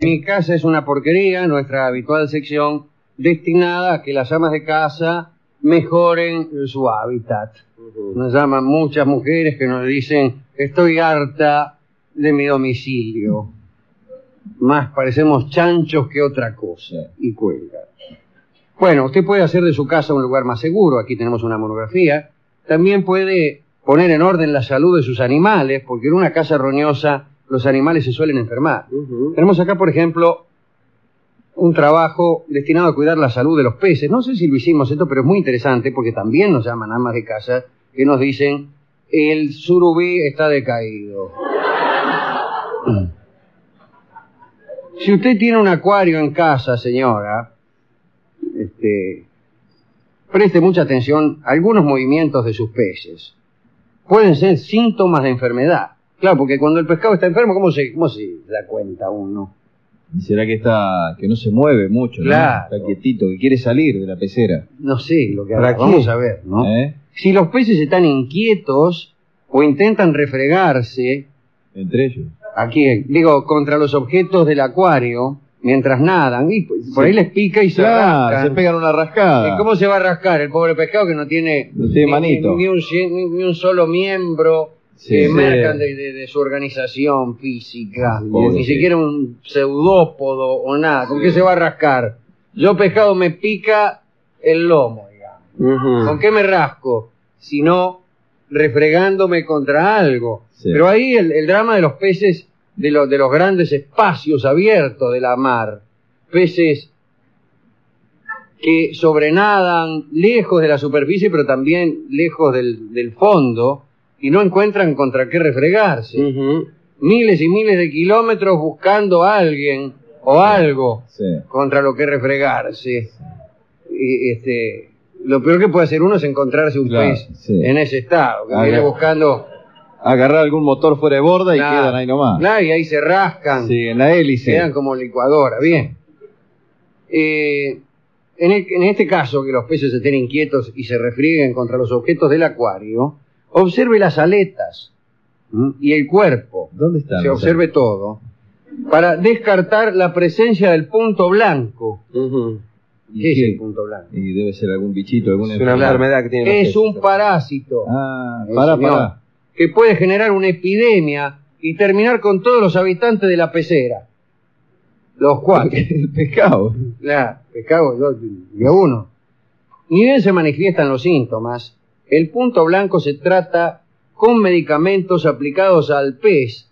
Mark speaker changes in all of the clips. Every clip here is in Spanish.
Speaker 1: Mi casa es una porquería, nuestra habitual sección destinada a que las amas de casa mejoren su hábitat. Nos llaman muchas mujeres que nos dicen, estoy harta de mi domicilio. Más parecemos chanchos que otra cosa. Y cuelga. Bueno, usted puede hacer de su casa un lugar más seguro. Aquí tenemos una monografía. También puede poner en orden la salud de sus animales, porque en una casa roñosa los animales se suelen enfermar. Tenemos acá, por ejemplo, un trabajo destinado a cuidar la salud de los peces. No sé si lo hicimos esto, pero es muy interesante porque también nos llaman amas de casa que nos dicen el surubí está decaído. si usted tiene un acuario en casa, señora, este, preste mucha atención a algunos movimientos de sus peces. Pueden ser síntomas de enfermedad. Claro, porque cuando el pescado está enfermo, ¿cómo se, cómo se da cuenta uno?
Speaker 2: ¿Y será que está que no se mueve mucho, ¿no?
Speaker 1: Claro.
Speaker 2: Está quietito, que quiere salir de la pecera.
Speaker 1: No sé lo que
Speaker 2: ¿Para
Speaker 1: hará.
Speaker 2: qué?
Speaker 1: Vamos a ver, ¿no?
Speaker 2: ¿Eh?
Speaker 1: Si los peces están inquietos o intentan refregarse,
Speaker 2: Entre ellos.
Speaker 1: aquí digo, contra los objetos del acuario, mientras nadan, y por por ahí les pica y se
Speaker 2: Claro,
Speaker 1: rascan.
Speaker 2: se pegan una rascada.
Speaker 1: ¿Y ¿Cómo se va a rascar el pobre pescado que no tiene,
Speaker 2: No tiene
Speaker 1: ni-
Speaker 2: manito.
Speaker 1: Ni, un, cien- ni- ni un solo miembro
Speaker 2: Sí.
Speaker 1: que
Speaker 2: Sí.
Speaker 1: emerjan de, de- de su organización física?
Speaker 2: Pobre,
Speaker 1: ni
Speaker 2: sí.
Speaker 1: siquiera un pseudópodo o nada. ¿Con qué se va a rascar? Yo pescado me pica el lomo, digamos.
Speaker 3: Mm.
Speaker 1: ¿Con qué me rasco? Sino refregándome contra algo.
Speaker 2: Sí.
Speaker 1: Pero ahí el, el drama de los peces, de, los de los grandes espacios abiertos de la mar, peces que sobrenadan lejos de la superficie, pero también lejos del, del fondo, y no encuentran contra qué refregarse.
Speaker 3: Mm.
Speaker 1: Miles y miles de kilómetros buscando a alguien o algo
Speaker 2: Sí.
Speaker 1: contra lo que refregarse. Y, este, lo peor que puede hacer uno es encontrarse un
Speaker 2: Claro,
Speaker 1: pez
Speaker 2: sí.
Speaker 1: en ese estado, que
Speaker 2: Ah,
Speaker 1: viene
Speaker 2: claro.
Speaker 1: buscando.
Speaker 2: Agarrar algún motor fuera de borda y
Speaker 1: Claro,
Speaker 2: quedan ahí nomás.
Speaker 1: claro, y ahí se rascan,
Speaker 2: Ah. Sí, en la hélice.
Speaker 1: quedan como licuadora. Bien. Eh, en, el- en este caso, que los peces estén inquietos y se refrieguen contra los objetos del acuario, observe las aletas ¿m? y el cuerpo.
Speaker 2: ¿Dónde están?
Speaker 1: se
Speaker 2: los
Speaker 1: observe todo. Para descartar la presencia del punto blanco.
Speaker 2: ¿Y
Speaker 1: ¿Qué es
Speaker 2: qué?
Speaker 1: el punto blanco?
Speaker 2: Y debe ser algún bichito, alguna
Speaker 3: Es una enfermedad que tienen los
Speaker 1: es
Speaker 3: peces.
Speaker 1: un parásito
Speaker 2: Ah,
Speaker 1: Sí,
Speaker 2: pará,
Speaker 1: señor.
Speaker 2: pará.
Speaker 1: que puede generar una epidemia y terminar con todos los habitantes de la pecera. Los cuales,
Speaker 2: El pescado.
Speaker 1: la, me cago yo de uno. Ni bien se manifiestan los síntomas, el punto blanco se trata con medicamentos aplicados al pez.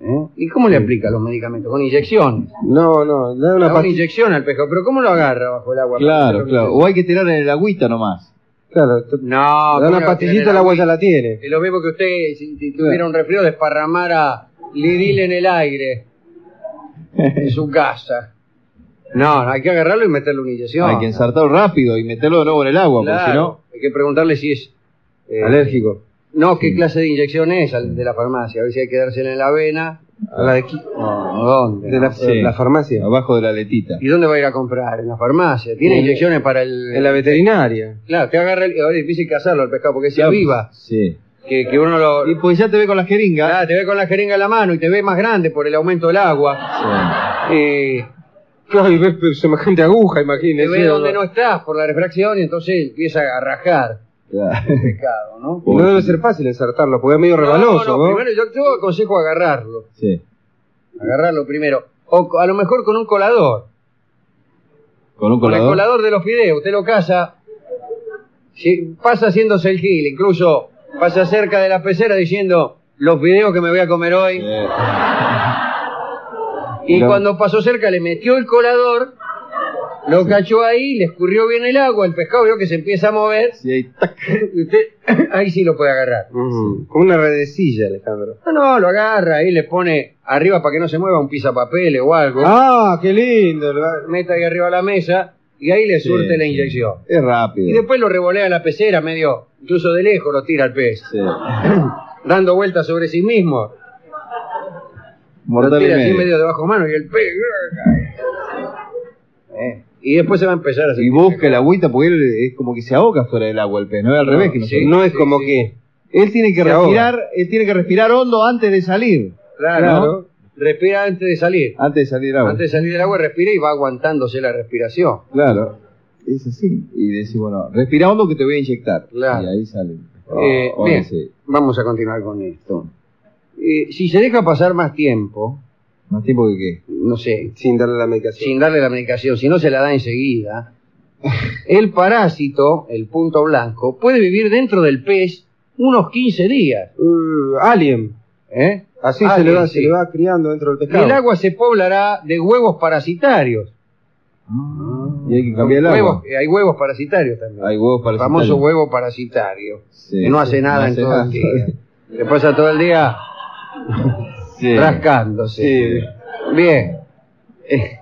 Speaker 1: ¿Eh? ¿Y cómo le aplica los medicamentos? Con inyecciones.
Speaker 3: No, no, le da
Speaker 1: Una,
Speaker 3: una pastilla.
Speaker 1: inyección al pescado, pero ¿cómo lo agarra bajo el agua?
Speaker 2: Claro, claro. O hay que tirar en el agüita nomás.
Speaker 3: Claro,
Speaker 1: No,
Speaker 3: te- le da
Speaker 1: ¿cómo
Speaker 3: una
Speaker 1: lo- en
Speaker 3: pastillita
Speaker 1: el
Speaker 3: la huella la tiene.
Speaker 1: Es lo mismo que usted, si, si tuviera un resfriado, desparramara lidil en el aire en su casa. No, no, hay que agarrarlo y meterle una inyección.
Speaker 2: Hay que ensartarlo rápido y meterlo de nuevo en el agua, porque si
Speaker 1: Claro,
Speaker 2: no.
Speaker 1: hay que preguntarle si es... eh,
Speaker 3: Alérgico.
Speaker 1: No, qué clase de inyección es al- de la farmacia. A ver si hay que dársela en la vena.
Speaker 3: A la de, aquí-
Speaker 1: ¿O dónde?
Speaker 3: de la,
Speaker 2: Sí.
Speaker 3: la farmacia.
Speaker 2: Abajo de la letita.
Speaker 1: ¿Y dónde va a ir a comprar? ¿En la farmacia? ¿Tiene
Speaker 3: En-
Speaker 1: inyecciones para el...?
Speaker 3: En la veterinaria.
Speaker 1: Claro, te agarra el... Ahora es difícil cazarlo al pescado porque se aviva.
Speaker 2: Sí.
Speaker 1: Que, que uno lo...
Speaker 2: Y pues ya te ve con la jeringa.
Speaker 1: Ah, te ve con la jeringa en la mano y te ve más grande por el aumento del agua.
Speaker 2: Sí.
Speaker 1: Eh,
Speaker 3: Claro, y ves semejante aguja,
Speaker 1: te
Speaker 3: imagínese.
Speaker 1: ve donde no estás por la refracción y entonces empieza a rajar
Speaker 2: Claro.
Speaker 1: el pescado, ¿no?
Speaker 3: Y no debe ser fácil ensartarlo, porque es medio rebaloso, ¿no?
Speaker 1: primero yo, yo aconsejo agarrarlo,
Speaker 2: Sí.
Speaker 1: agarrarlo primero. O co- a lo mejor con un colador,
Speaker 2: Con un
Speaker 1: con el
Speaker 2: colador.
Speaker 1: colador de los fideos, usted lo caza, si- pasa haciéndose el gil, incluso pasa cerca de la pecera diciendo los fideos que me voy a comer hoy.
Speaker 2: Sí.
Speaker 1: Y
Speaker 2: Lo-
Speaker 1: cuando pasó cerca le metió el colador, lo cachó ahí, le escurrió bien el agua, el pescado vio que se empieza a mover,
Speaker 2: Sí, ahí, tac.
Speaker 1: y usted ahí sí lo puede agarrar.
Speaker 3: Ujú. Como una redecilla, Alejandro.
Speaker 1: No, no, lo agarra ahí le pone arriba para que no se mueva un pisapapeles o algo,
Speaker 3: Ah, qué lindo. la-
Speaker 1: mete ahí arriba a la mesa y ahí le
Speaker 2: Sí,
Speaker 1: surte la
Speaker 2: sí.
Speaker 1: inyección.
Speaker 2: Es
Speaker 1: Y
Speaker 2: rápido.
Speaker 1: después lo revolea a la pecera medio, incluso de lejos lo tira al pez,
Speaker 2: Sí.
Speaker 1: dando vueltas sobre sí mismo.
Speaker 2: Mortal y
Speaker 1: Tira así
Speaker 2: medio.
Speaker 1: medio debajo de mano y el pez... Eh, Y después se va a empezar a
Speaker 2: Y busca el agüita porque él es como que se ahoga fuera del agua el pez, no es al revés que
Speaker 1: sí.
Speaker 2: nosotros.
Speaker 3: No es
Speaker 1: sí,
Speaker 3: como
Speaker 1: sí.
Speaker 3: que.
Speaker 2: Él tiene que
Speaker 3: Se ahoga.
Speaker 2: respirar, él tiene que respirar hondo antes de salir.
Speaker 1: Claro.
Speaker 3: Claro.
Speaker 1: respira antes de salir.
Speaker 2: Antes de salir agua.
Speaker 1: Antes de salir del agua respira y va aguantándose la respiración.
Speaker 2: Claro. Es así. Y decís, bueno, respira hondo que te voy a inyectar.
Speaker 1: Claro.
Speaker 2: Y ahí sale.
Speaker 1: Eh,
Speaker 2: Oh,
Speaker 1: bien,
Speaker 2: ese.
Speaker 1: vamos a continuar con esto. Eh, si se deja pasar más tiempo,
Speaker 2: Más tiempo que qué.
Speaker 1: no sé,
Speaker 3: Sin darle la medicación.
Speaker 1: sin darle la medicación, si no se la da enseguida, el parásito, el punto blanco, puede vivir dentro del pez unos 15 días.
Speaker 3: Uh, alien.
Speaker 1: ¿eh?
Speaker 3: Así se,
Speaker 1: Alien,
Speaker 3: le va, se
Speaker 1: sí.
Speaker 3: le va criando dentro del
Speaker 1: Y el
Speaker 3: pescado.
Speaker 1: agua se poblará de huevos parasitarios.
Speaker 2: Y hay que cambiar el agua.
Speaker 1: Huevos- eh, hay huevos parasitarios también.
Speaker 2: Hay huevos para
Speaker 1: el famoso huevo parasitario,
Speaker 2: Sí.
Speaker 1: que no hace nada en
Speaker 2: hace
Speaker 1: todo el
Speaker 2: nada.
Speaker 1: día. Se pasa todo el día
Speaker 2: Sí.
Speaker 1: rascándose.
Speaker 2: Sí.
Speaker 1: Bien. Eh.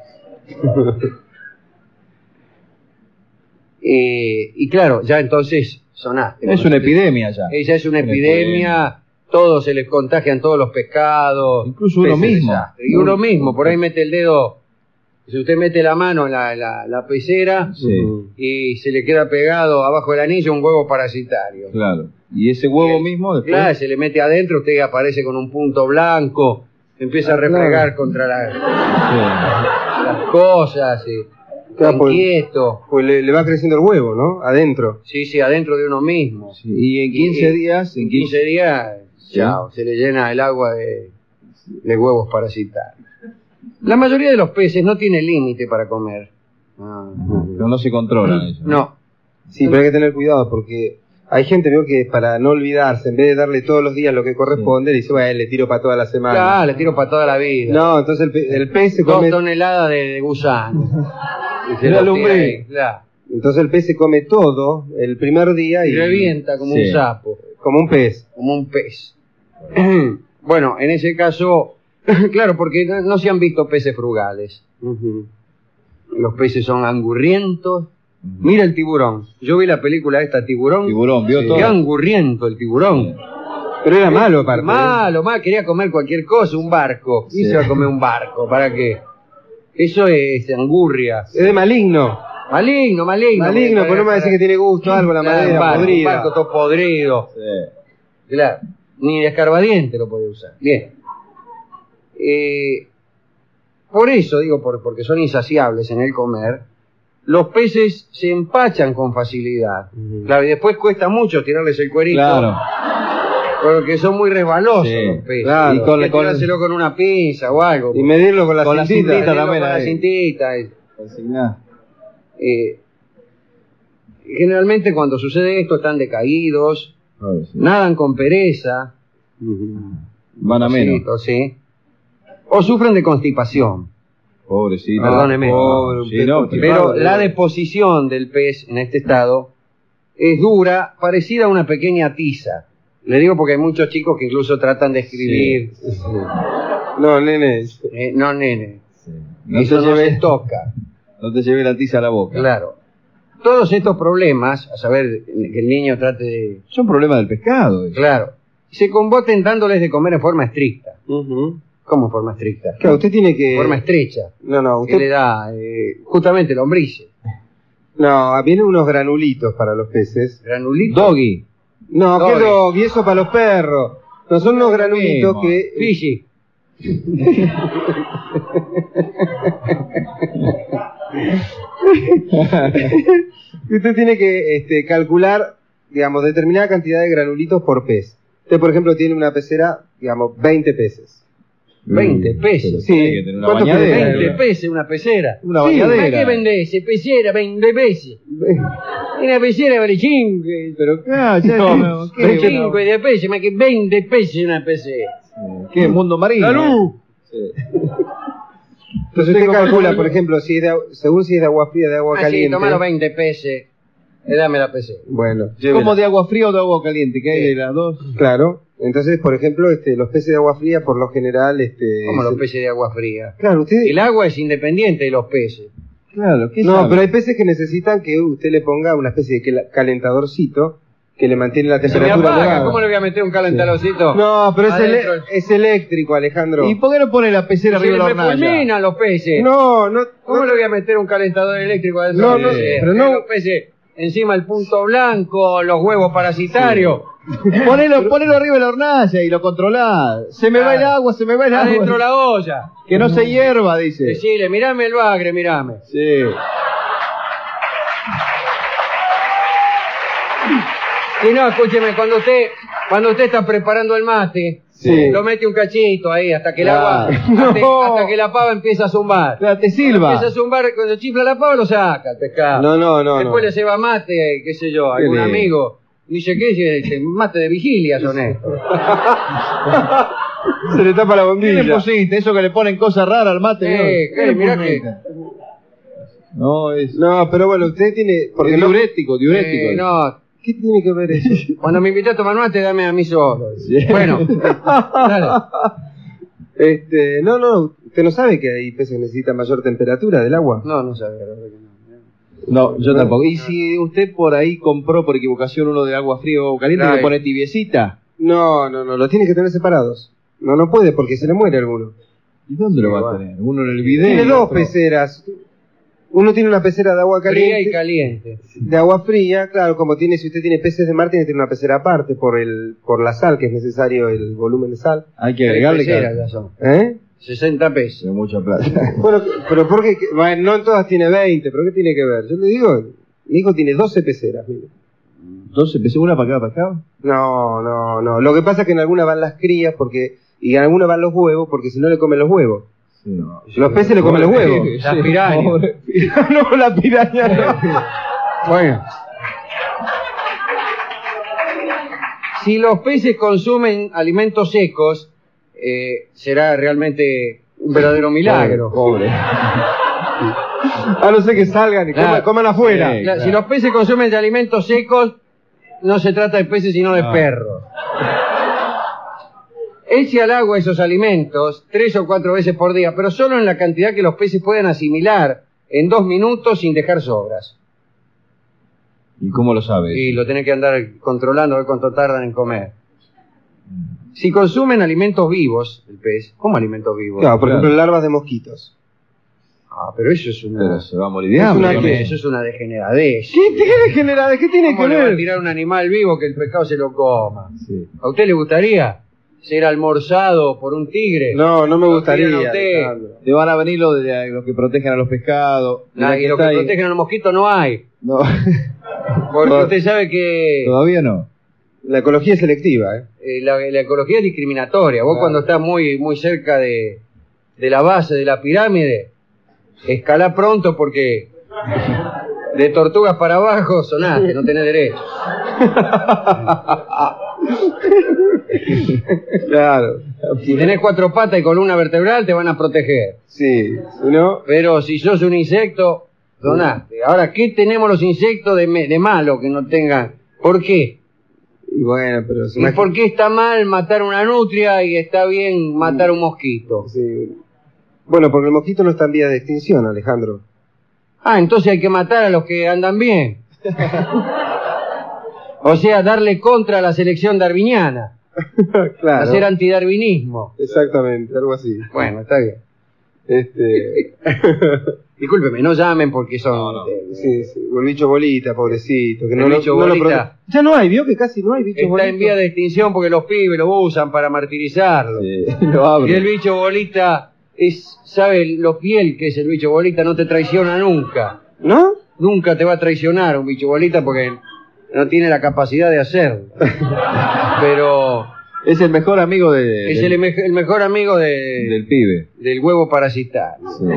Speaker 1: Eh, y claro, ya entonces sonaste.
Speaker 2: Es una epidemia ya.
Speaker 1: Ella es una
Speaker 2: Una
Speaker 1: epidemia, todos se les contagian todos los pescados.
Speaker 2: Incluso
Speaker 1: es
Speaker 2: uno
Speaker 1: el
Speaker 2: mismo.
Speaker 1: desastre. Y uno mismo, por ahí mete el dedo, si usted mete la mano en la, la- la pecera
Speaker 2: Sí,
Speaker 1: y se le queda pegado abajo del anillo un huevo parasitario.
Speaker 2: claro. Y ese huevo mismo después.
Speaker 1: Claro, se le mete adentro, usted aparece con un punto blanco,
Speaker 2: Ah,
Speaker 1: empieza a refregar contra la-
Speaker 2: Sí.
Speaker 1: las cosas, eh,
Speaker 3: Claro, pues-
Speaker 1: inquieto.
Speaker 3: Pues le, le va creciendo el huevo, ¿no? Adentro.
Speaker 1: Sí, sí, adentro de uno mismo.
Speaker 2: Sí, Y en 15
Speaker 1: Y-
Speaker 2: días.
Speaker 1: En 15 días, chao, se le llena el agua de, de huevos parasitarios. La mayoría de los peces no tiene límite para comer.
Speaker 2: Pero no se controlan ellos.
Speaker 1: No,
Speaker 3: Sí, pero hay que tener cuidado porque hay gente, veo que para no olvidarse, en vez de darle todos los días lo que corresponde, le dice, bueno, le tiro para toda la semana.
Speaker 1: ya, le tiro para toda la vida.
Speaker 3: No, entonces el, pe- el pez se
Speaker 1: Dos
Speaker 3: come.
Speaker 1: toneladas de, de gusano. Y se
Speaker 3: Era
Speaker 1: lo tira
Speaker 3: lumbre.
Speaker 1: ahí, claro.
Speaker 3: Entonces el pez se come todo el primer día
Speaker 1: Y
Speaker 3: y.
Speaker 1: revienta como
Speaker 2: Sí.
Speaker 1: un sapo.
Speaker 3: Como un pez.
Speaker 1: como un pez. bueno, en ese caso, claro, porque no, no se han visto peces frugales. Los peces son angurrientos. Mira el tiburón. Yo vi la película esta, Tiburón.
Speaker 2: Tiburón, vio
Speaker 1: Sí.
Speaker 2: todo.
Speaker 1: Qué angurriento el tiburón.
Speaker 3: Pero era malo, aparte. ¿eh?
Speaker 1: Malo, mal, quería comer cualquier cosa, un barco. Y
Speaker 2: Sí.
Speaker 1: se va a comer un barco, ¿para qué? Eso es angurria.
Speaker 3: Es de maligno.
Speaker 1: Maligno, maligno. pues,
Speaker 3: Maligno, pero no me va a decir que tiene gusto algo, la
Speaker 1: Claro, un
Speaker 3: madera
Speaker 1: barco,
Speaker 3: podrida.
Speaker 1: Un barco todo podrido.
Speaker 2: Sí.
Speaker 1: Claro, ni de escarbadiente lo puede usar. Bien. Eh, por eso, digo, por- porque son insaciables en el comer, los peces se empachan con facilidad.
Speaker 3: Ujú.
Speaker 1: Claro, y después cuesta mucho tirarles el cuerito,
Speaker 2: Claro.
Speaker 1: porque son muy resbalosos
Speaker 2: Sí,
Speaker 1: los peces.
Speaker 3: claro.
Speaker 1: Y
Speaker 2: Y con-
Speaker 1: con,
Speaker 2: con-
Speaker 1: con una pinza o algo.
Speaker 3: Y medirlo con la
Speaker 2: Con la
Speaker 3: cintita.
Speaker 2: cintita.
Speaker 1: Meterlo
Speaker 2: también
Speaker 1: con la
Speaker 2: ahí.
Speaker 1: cintita, eh,
Speaker 2: Consigná.
Speaker 1: eh, generalmente cuando sucede esto están decaídos,
Speaker 2: Ahora sí.
Speaker 1: nadan con pereza,
Speaker 2: Van a menos.
Speaker 1: Pobrecito, sí. O sufren de constipación.
Speaker 2: Pobrecito.
Speaker 1: Perdóneme.
Speaker 2: Pobre, sí, no,
Speaker 1: Pero la
Speaker 2: de
Speaker 1: deposición del pez en este estado es dura, parecida a una pequeña tiza. Le digo porque hay muchos chicos que incluso tratan de escribir.
Speaker 3: No, nene.
Speaker 1: eh, no, nene.
Speaker 2: No te,
Speaker 1: eso no
Speaker 2: lleve,
Speaker 1: se toca.
Speaker 2: no te lleve la tiza a la boca.
Speaker 1: Claro. Todos estos problemas, a saber, que el niño trate de.
Speaker 2: Son problemas del pescado. eso.
Speaker 1: Claro. Se combaten dándoles de comer en forma estricta.
Speaker 3: Ujú.
Speaker 1: ¿Cómo forma estricta?
Speaker 3: Claro, usted tiene que.
Speaker 1: Forma estrecha.
Speaker 3: No, no,
Speaker 1: Que le
Speaker 3: usted.
Speaker 1: da eh, justamente lombrices.
Speaker 3: No, vienen unos granulitos para los peces.
Speaker 1: Granulitos.
Speaker 2: Doggy.
Speaker 3: No,
Speaker 1: Doggy.
Speaker 3: qué dog, y eso para los perros. No, son unos granulitos
Speaker 2: Mismo.
Speaker 3: que.
Speaker 1: Fiji.
Speaker 3: Y Usted tiene que este, calcular, digamos, determinada cantidad de granulitos por pez. Usted, por ejemplo, tiene una pecera, digamos, 20 peces.
Speaker 1: 20
Speaker 2: Mm,
Speaker 1: pesos.
Speaker 2: pero
Speaker 3: Sí.
Speaker 2: tiene que tener una
Speaker 3: ¿Cuánto
Speaker 2: bañadera.
Speaker 3: quiere?
Speaker 1: 20 pesos una pecera.
Speaker 2: Una
Speaker 1: sí,
Speaker 2: bañadera.
Speaker 1: ¿para qué vendés? Pecera, 20 pesos. Una pecera vale 5.
Speaker 2: Pero claro, ya no, ¿qué,
Speaker 1: 5 de pesos, más que 20 pesos una pecera.
Speaker 2: ¿Qué? mundo marino.
Speaker 1: ¡Salud!
Speaker 2: Sí.
Speaker 3: Entonces usted calcula, por ejemplo, si es de agua- según si es de agua fría, de agua
Speaker 1: Ah, sí,
Speaker 3: caliente.
Speaker 1: tomá los 20 pesos y Eh, dame la pecera.
Speaker 3: bueno,
Speaker 2: ¿Cómo
Speaker 3: llévela.
Speaker 2: de agua fría o de agua caliente? ¿Qué hay
Speaker 1: Sí.
Speaker 2: de las dos?
Speaker 3: Claro. Entonces, por ejemplo, este, los peces de agua fría, por lo general, este.
Speaker 1: Como los
Speaker 3: se-
Speaker 1: peces de agua fría.
Speaker 3: Claro, usted.
Speaker 1: El agua es independiente de los peces.
Speaker 2: Claro, ¿qué
Speaker 3: No,
Speaker 2: sabe?
Speaker 3: pero hay peces que necesitan que usted le ponga una especie de quela- calentadorcito que le mantiene la
Speaker 1: Se me
Speaker 3: temperatura.
Speaker 1: apaga,
Speaker 3: elevada.
Speaker 1: ¿cómo le voy a meter un calentadorcito?
Speaker 3: No, pero es, ele-
Speaker 1: Adentro.
Speaker 3: es eléctrico, Alejandro.
Speaker 2: ¿Y por qué no pone la pecera
Speaker 1: Se
Speaker 2: arriba de la
Speaker 1: me
Speaker 2: hornalla?
Speaker 1: fulminan los peces.
Speaker 3: No, no,
Speaker 1: ¿Cómo
Speaker 3: no,
Speaker 1: le voy a meter un calentador eléctrico adentro?
Speaker 3: No,
Speaker 1: de
Speaker 2: no,
Speaker 1: ese?
Speaker 3: pero
Speaker 1: Eh,
Speaker 3: no.
Speaker 1: Los peces, encima el punto blanco, los huevos parasitarios.
Speaker 2: Ponelo, ponelo arriba de la hornalla y lo controlá. Se me va el
Speaker 1: Claro.
Speaker 2: agua, se me va el
Speaker 1: Adentro
Speaker 2: agua.
Speaker 1: la olla.
Speaker 2: Que no se hierva, dice.
Speaker 1: Decile, mirame el bagre, mirame.
Speaker 2: Sí.
Speaker 1: Y no, escúcheme, cuando usted, cuando usted está preparando el mate,
Speaker 2: Sí.
Speaker 1: lo mete un cachito ahí hasta que el
Speaker 2: Claro.
Speaker 1: agua,
Speaker 3: No.
Speaker 1: hasta, hasta que la pava empieza a zumbar.
Speaker 2: Claro, Te silba.
Speaker 1: Empieza a zumbar, cuando chifla la pava lo saca el pescado.
Speaker 3: No, no, no.
Speaker 1: Después
Speaker 3: no.
Speaker 1: le lleva mate, qué sé yo, a
Speaker 3: Qué
Speaker 1: algún
Speaker 3: lindo.
Speaker 1: amigo. Dice, ¿qué es este? Mate de vigilia son estos.
Speaker 3: Se le tapa la
Speaker 2: ¿Qué le
Speaker 3: bombilla.
Speaker 2: pusiste? Eso que le ponen cosas raras al mate.
Speaker 1: Eh,
Speaker 2: ¿no?
Speaker 1: eh,
Speaker 2: ¿Qué le
Speaker 1: mirá
Speaker 2: pusiste? No, es.
Speaker 3: No, pero bueno, usted tiene. Porque
Speaker 2: es
Speaker 3: no-
Speaker 2: diurético, diurético.
Speaker 1: Eh, no,
Speaker 3: ¿Qué tiene que ver eso?
Speaker 1: cuando me invité a tomar mate, dame a mí solo.
Speaker 2: Sí.
Speaker 1: Bueno, dale.
Speaker 3: Este, no, no, usted no sabe que hay peces que necesitan mayor temperatura del agua.
Speaker 1: No, no sabía, la verdad que no.
Speaker 2: No, yo tampoco. Y si usted por ahí compró por equivocación uno de agua fría o caliente,
Speaker 1: Claro.
Speaker 2: le pone tibiecita.
Speaker 3: No, no, no, los tiene que tener separados. No, no puede porque se le muere alguno.
Speaker 2: ¿Y dónde lo
Speaker 1: Sí,
Speaker 2: va
Speaker 1: bueno.
Speaker 2: a tener? Uno en el video.
Speaker 3: tiene
Speaker 2: y
Speaker 3: dos
Speaker 2: otro-
Speaker 3: peceras. Uno tiene una pecera de agua
Speaker 1: Fría y
Speaker 3: caliente,
Speaker 1: caliente.
Speaker 3: de agua fría, claro, como tiene, si usted tiene peces de mar, tiene que tener una pecera aparte por el, por la sal, que es necesario el volumen de sal.
Speaker 2: Hay que agregarle
Speaker 1: Tres peceras
Speaker 2: cal-
Speaker 1: ya son.
Speaker 3: ¿Eh?
Speaker 1: 60 pesos.
Speaker 2: Sí, mucha plata.
Speaker 3: Bueno, pero ¿por qué? Bueno, no en todas tiene 20, pero ¿qué tiene que ver? Yo le digo, mi hijo tiene 12 peceras, mire.
Speaker 2: Entonces empecé una para acá, para acá.
Speaker 3: No, no, no. Lo que pasa es que en alguna van las crías porque y en alguna van los huevos porque si no le comen los huevos.
Speaker 2: Sí, no.
Speaker 3: Los peces le comen los huevos.
Speaker 1: Las pirañas.
Speaker 2: Pobre.
Speaker 3: no, la piraña no.
Speaker 1: Bueno. Si los peces consumen alimentos secos, eh, será realmente un verdadero milagro.
Speaker 2: Pobre.
Speaker 3: A no ser que salgan y coman,
Speaker 1: Claro.
Speaker 3: coman afuera.
Speaker 2: Sí.
Speaker 1: La- Si los peces consumen de alimentos secos, no se trata de peces sino de
Speaker 2: Ah.
Speaker 1: perros. Eche al agua esos alimentos tres o cuatro veces por día, pero solo en la cantidad que los peces puedan asimilar en dos minutos sin dejar sobras.
Speaker 2: ¿Y cómo lo sabes?
Speaker 1: Y lo tenés que andar controlando a ver cuánto tardan en comer.
Speaker 3: Mm.
Speaker 1: Si consumen alimentos vivos, el pez, ¿cómo alimentos vivos?
Speaker 3: Claro, por
Speaker 2: Claro.
Speaker 3: ejemplo, larvas de mosquitos.
Speaker 1: Ah, pero eso es
Speaker 2: Pero
Speaker 1: una.
Speaker 2: se va a morir
Speaker 3: Es
Speaker 2: de hambre.
Speaker 3: una
Speaker 2: con
Speaker 1: Escúchame,
Speaker 3: que-
Speaker 2: eso.
Speaker 1: Eso es una degeneradez.
Speaker 3: ¿Qué tiene que ver? ¿Qué tiene
Speaker 1: ¿Cómo
Speaker 3: que
Speaker 1: le va a
Speaker 3: ver?
Speaker 1: tirar un animal vivo que el pescado se lo coma?
Speaker 2: Sí.
Speaker 1: ¿A usted le gustaría ser almorzado por un tigre?
Speaker 3: No, no me
Speaker 1: Lo
Speaker 3: gustaría.
Speaker 1: tiran a usted.
Speaker 3: Alejandro.
Speaker 2: Te van a venir los, de, los que protegen a los pescados.
Speaker 1: Nah, y lo que
Speaker 2: está ahí.
Speaker 1: protegen a los mosquitos no hay.
Speaker 2: No,
Speaker 1: Porque
Speaker 3: No.
Speaker 1: usted sabe que
Speaker 2: todavía no.
Speaker 3: La ecología es selectiva, ¿eh?
Speaker 1: eh, la, la ecología es discriminatoria. Vos
Speaker 3: Claro.
Speaker 1: cuando estás muy, muy cerca de, de la base de la pirámide, escalá pronto porque de tortugas para abajo sonaste, no tenés derecho.
Speaker 3: Claro.
Speaker 1: Si tenés cuatro patas y columna vertebral te van a proteger.
Speaker 3: Sí. Si no,
Speaker 1: Pero si sos un insecto, sonaste. Ahora, ¿qué tenemos los insectos de, me- de malo que no tengan? ¿Por qué?
Speaker 3: y bueno, pero se
Speaker 1: ¿Y
Speaker 3: imagina-
Speaker 1: por qué está mal matar una nutria y está bien matar un mosquito?
Speaker 3: Sí. Bueno, porque el mosquito no está en vía de extinción, Alejandro.
Speaker 1: Ah, entonces hay que matar a los que andan bien. o sea, darle contra a la selección darwiniana.
Speaker 3: claro.
Speaker 1: Hacer antidarwinismo.
Speaker 3: Exactamente, algo así.
Speaker 1: Bueno, está bien.
Speaker 3: Este,
Speaker 1: Discúlpeme, no llamen porque son...
Speaker 2: No, no.
Speaker 1: eh,
Speaker 3: sí, sí, o el bicho bolita, pobrecito, que
Speaker 1: El
Speaker 3: no, lo-
Speaker 1: bicho
Speaker 3: no lo
Speaker 1: bolita.
Speaker 3: prote- Ya no hay, vio que casi no hay bichos
Speaker 1: Está en vía de extinción porque los pibes lo usan para martirizarlo.
Speaker 2: Sí, lo abro.
Speaker 1: Y el bicho bolita es, sabe lo fiel que es el bicho bolita, no te traiciona nunca.
Speaker 3: ¿No?
Speaker 1: Nunca te va a traicionar un bicho bolita porque no tiene la capacidad de hacerlo. Pero
Speaker 2: Es el mejor amigo de,
Speaker 1: es
Speaker 2: del,
Speaker 1: el, me- el mejor amigo de-
Speaker 2: Eh, del pibe.
Speaker 1: del huevo parasitario.
Speaker 2: Sí.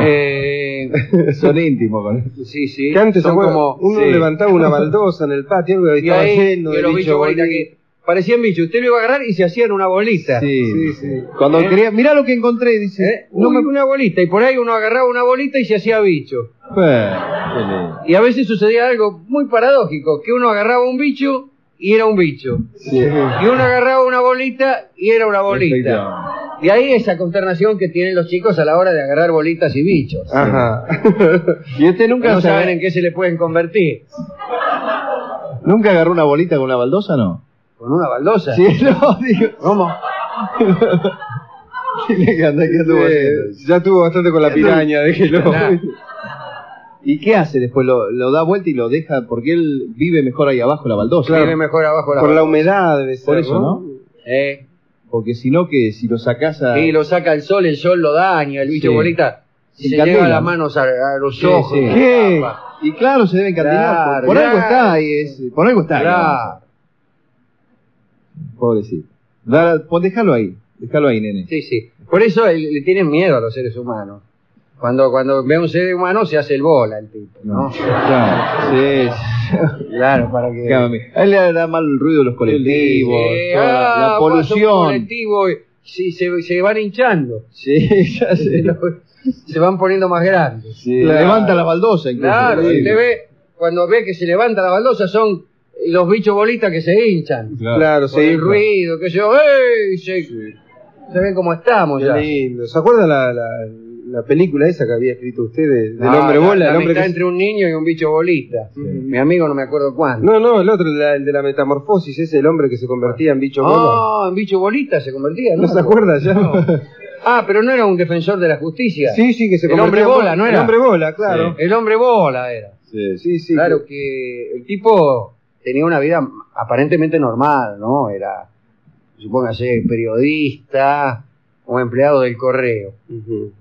Speaker 1: Eh,
Speaker 2: Son íntimos con él.
Speaker 1: sí, sí.
Speaker 3: Que antes
Speaker 1: son
Speaker 3: ¿se acuerda?
Speaker 1: como...
Speaker 3: uno
Speaker 2: sí.
Speaker 3: levantaba una baldosa en el patio
Speaker 1: Y
Speaker 3: y estaba
Speaker 1: ahí,
Speaker 3: lleno
Speaker 1: y
Speaker 3: de
Speaker 1: los bichos
Speaker 3: bichos
Speaker 1: bolita
Speaker 3: bolitas.
Speaker 1: que parecían bichos. Usted lo iba a agarrar y se hacían una bolita.
Speaker 2: Sí.
Speaker 3: Sí, sí.
Speaker 2: Cuando
Speaker 1: ¿Eh?
Speaker 2: quería, mirá lo que encontré, dice.
Speaker 1: ¿Eh?
Speaker 2: No
Speaker 1: Uy,
Speaker 2: me...
Speaker 1: una bolita. Y por ahí uno agarraba una bolita y se hacía bicho.
Speaker 2: Eh, qué lindo.
Speaker 1: Y a veces sucedía algo muy paradójico, que uno agarraba un bicho y era un bicho.
Speaker 2: Sí.
Speaker 1: Y uno agarraba una bolita y era una bolita.
Speaker 2: Perfecto.
Speaker 1: Y ahí esa consternación que tienen los chicos a la hora de agarrar bolitas y bichos.
Speaker 3: Ah, Ajá.
Speaker 2: Y usted nunca,
Speaker 1: No saben
Speaker 2: sabe-
Speaker 1: en qué se le pueden convertir.
Speaker 2: nunca agarró una bolita con una baldosa, ¿no?
Speaker 1: ¿Con una baldosa?
Speaker 2: Sí, no, digo.
Speaker 1: ¿Cómo?
Speaker 2: Tiene que andar que
Speaker 3: Eh,
Speaker 2: anduvo haciendo.
Speaker 3: ya tuvo bastante con la piraña, déjelo.
Speaker 1: Nah.
Speaker 3: Y
Speaker 2: ¿Y qué hace después? Lo, lo da vuelta y lo deja porque él vive mejor ahí abajo la baldosa.
Speaker 1: Vive mejor abajo la
Speaker 3: Por la humedad debe ser.
Speaker 2: Por eso, ¿no?
Speaker 1: Eh,
Speaker 2: Porque si no, que si lo sacás a...
Speaker 1: Y lo saca el sol, el sol lo daña, el bicho
Speaker 2: Sí.
Speaker 1: bolita.
Speaker 2: Sí,
Speaker 1: se
Speaker 2: candela.
Speaker 1: lleva las manos a, a los
Speaker 2: Sí,
Speaker 1: ojos.
Speaker 2: sí.
Speaker 1: le tapa.
Speaker 2: Y claro, se debe encandilar.
Speaker 1: Claro,
Speaker 2: por por algo
Speaker 1: claro.
Speaker 2: está ahí. Es, por algo está.
Speaker 1: Claro.
Speaker 2: digamos. Pobrecito. Da- pon- déjalo ahí. Déjalo ahí, nene.
Speaker 1: Sí, sí. Por eso eh, le tienen miedo a los seres humanos. Cuando, cuando ve a un ser humano se hace el bola el tipo, ¿no?
Speaker 2: No. Claro. Sí, sí.
Speaker 1: Claro, para que...
Speaker 2: Claro, mira. Eh, A él le da mal el ruido de los colectivos,
Speaker 1: Sí,
Speaker 2: toda
Speaker 1: ah,
Speaker 2: la- la,
Speaker 1: pasa un
Speaker 2: polución.
Speaker 1: colectivo y- sí, se, se van hinchando.
Speaker 2: Sí, ya sé.
Speaker 1: se van poniendo más grandes.
Speaker 2: Sí,
Speaker 3: Claro.
Speaker 2: Levanta la baldosa incluso.
Speaker 1: Claro,
Speaker 2: Sí.
Speaker 1: y usted ve, cuando ve que se levanta la baldosa son los bichos bolitas que se hinchan.
Speaker 2: Claro.
Speaker 3: Claro,
Speaker 1: Por
Speaker 3: sí.
Speaker 1: el ruido, que yo, ¡ey! Se, se ven cómo estamos
Speaker 3: Qué
Speaker 1: ya.
Speaker 3: lindo. ¿Se acuerda la, la, la película esa que había escrito usted de- del
Speaker 1: Ah,
Speaker 3: hombre
Speaker 1: la-
Speaker 3: bola?
Speaker 1: la
Speaker 3: el hombre
Speaker 1: amistad
Speaker 3: que-
Speaker 1: entre un niño y un bicho bolita.
Speaker 2: Sí.
Speaker 1: Mi amigo no me acuerdo cuándo.
Speaker 3: No, no, el otro, la- el de la metamorfosis, ese el hombre que se convertía en bicho bola.
Speaker 1: Ah, en bicho bolita se convertía, ¿no?
Speaker 3: ¿No se acuerda ya?
Speaker 1: Ah, pero no era un defensor de la justicia.
Speaker 3: Sí, sí, que se
Speaker 1: El
Speaker 3: convertía
Speaker 1: hombre
Speaker 3: en
Speaker 1: bola, ¿no
Speaker 3: El
Speaker 1: era?
Speaker 3: hombre bola, claro.
Speaker 1: El hombre bola era.
Speaker 2: Sí, sí.
Speaker 3: Sí, sí.
Speaker 1: claro que el tipo tenía una vida aparentemente normal, ¿no? Era, supóngase, periodista o empleado del correo.
Speaker 3: Ujú.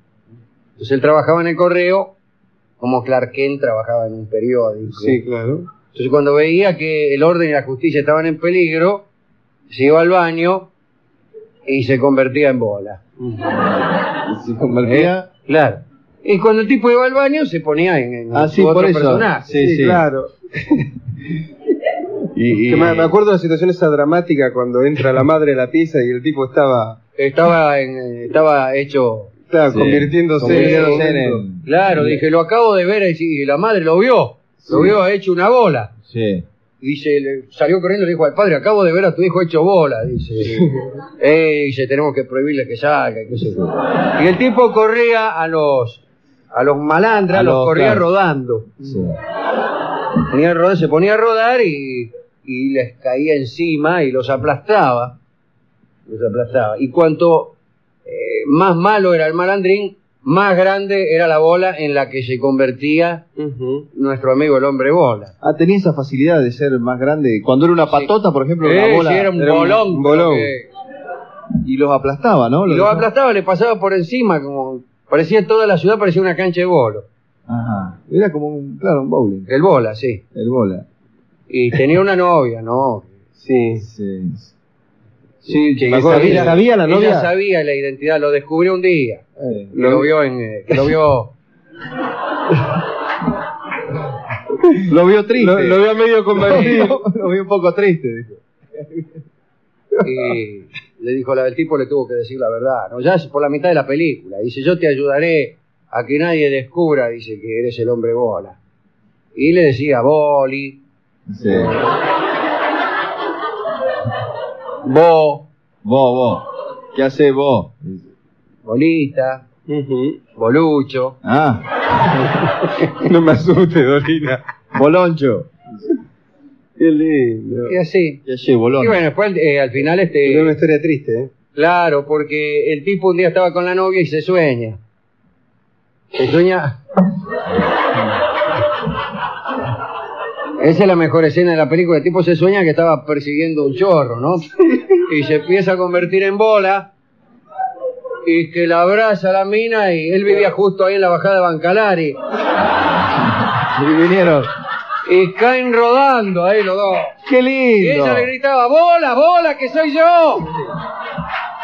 Speaker 1: Entonces él trabajaba en el correo como Clark Kent trabajaba en un periódico.
Speaker 3: Sí, claro.
Speaker 1: Entonces cuando veía que el orden y la justicia estaban en peligro, se iba al baño y se convertía en bola. ¿eh?
Speaker 2: Se convertía.
Speaker 1: Claro. Y cuando el tipo iba al baño se ponía en, en
Speaker 2: Ah, sí,
Speaker 1: su
Speaker 2: por
Speaker 1: otro
Speaker 2: eso.
Speaker 1: personaje.
Speaker 2: Sí,
Speaker 3: Sí,
Speaker 2: sí.
Speaker 3: claro.
Speaker 2: Y, y-
Speaker 3: Que me, me acuerdo de la situación esa dramática cuando entra la madre a la pieza y el tipo estaba,
Speaker 1: Estaba, en- estaba hecho
Speaker 3: estaba
Speaker 2: Sí.
Speaker 3: convirtiéndose,
Speaker 2: Convirtiéndose
Speaker 3: en-
Speaker 2: en-
Speaker 1: Claro, dije, lo acabo de ver y la madre lo vio. Lo
Speaker 2: Sí.
Speaker 1: vio hecho una bola.
Speaker 2: Sí.
Speaker 1: Dice, le- salió corriendo y le dijo al padre, acabo de ver a tu hijo hecho bola. Dice, eh, dice, tenemos que prohibirle que salga. qué sé yo. Y el tipo corría a los a los malandras,
Speaker 2: A
Speaker 1: los,
Speaker 2: los,
Speaker 1: corría
Speaker 2: claro.
Speaker 1: rodando.
Speaker 2: sí.
Speaker 1: Ponía a rodar- se ponía a rodar y, y les caía encima y los aplastaba. Los aplastaba. Y cuanto eh, más malo era el malandrín, más grande era la bola en la que se convertía
Speaker 3: Ujú.
Speaker 1: nuestro amigo el hombre bola.
Speaker 2: Ah, tenía esa facilidad de ser más grande. Cuando era una patota, por ejemplo, la
Speaker 1: Eh,
Speaker 2: bola.
Speaker 1: sí, era un
Speaker 3: era un
Speaker 1: bolón.
Speaker 3: bolón.
Speaker 1: que-
Speaker 2: Y los aplastaba, ¿no?
Speaker 1: y lo
Speaker 2: dejaba-
Speaker 1: aplastaba, le pasaba por encima, como parecía toda la ciudad, parecía una cancha de bolo.
Speaker 2: Ajá. Era como un, claro, un bowling.
Speaker 1: El bola, sí.
Speaker 2: El bola.
Speaker 1: Y tenía una novia, ¿no?
Speaker 3: Sí.
Speaker 2: Sí.
Speaker 1: Sí, que
Speaker 3: me acuerdo.
Speaker 1: sabía,
Speaker 3: ¿Sabía la
Speaker 1: ella
Speaker 3: novia?
Speaker 1: sabía la identidad, lo descubrió un día.
Speaker 2: Eh,
Speaker 1: Lo, vio en... eh, lo vio...
Speaker 2: Lo vio triste.
Speaker 3: Lo, lo veo medio convertido.
Speaker 2: Lo vi un poco triste, dijo.
Speaker 1: y le dijo, la- el tipo le tuvo que decir la verdad, ¿no? Ya es por la mitad de la película. Dice, yo te ayudaré a que nadie descubra, dice, que eres el hombre bola. Y le decía, boli,
Speaker 2: Sí.
Speaker 1: bo,
Speaker 2: Vos, vos. ¿Qué haces vos?
Speaker 1: bolita,
Speaker 3: Ujú.
Speaker 1: bolucho.
Speaker 2: Ah,
Speaker 3: No me asuste, Dorina.
Speaker 2: boloncho.
Speaker 3: Qué lindo.
Speaker 1: Y así.
Speaker 2: ¿Qué haces, boloncho?
Speaker 1: Y bueno, después eh, al final
Speaker 3: Es
Speaker 1: este...
Speaker 3: una historia triste, ¿eh?
Speaker 1: Claro, porque el tipo un día estaba con la novia y se sueña. Se sueña... Esa es la mejor escena de la película. El tipo se sueña que estaba persiguiendo un chorro, ¿no? Y se empieza a convertir en bola. Y que la abraza la mina y él vivía justo ahí en la bajada de Bancalari.
Speaker 2: Y vinieron.
Speaker 1: Y caen rodando ahí los dos.
Speaker 2: ¡Qué
Speaker 1: Y
Speaker 2: lindo!
Speaker 1: ella le gritaba, bola, bola, que soy yo.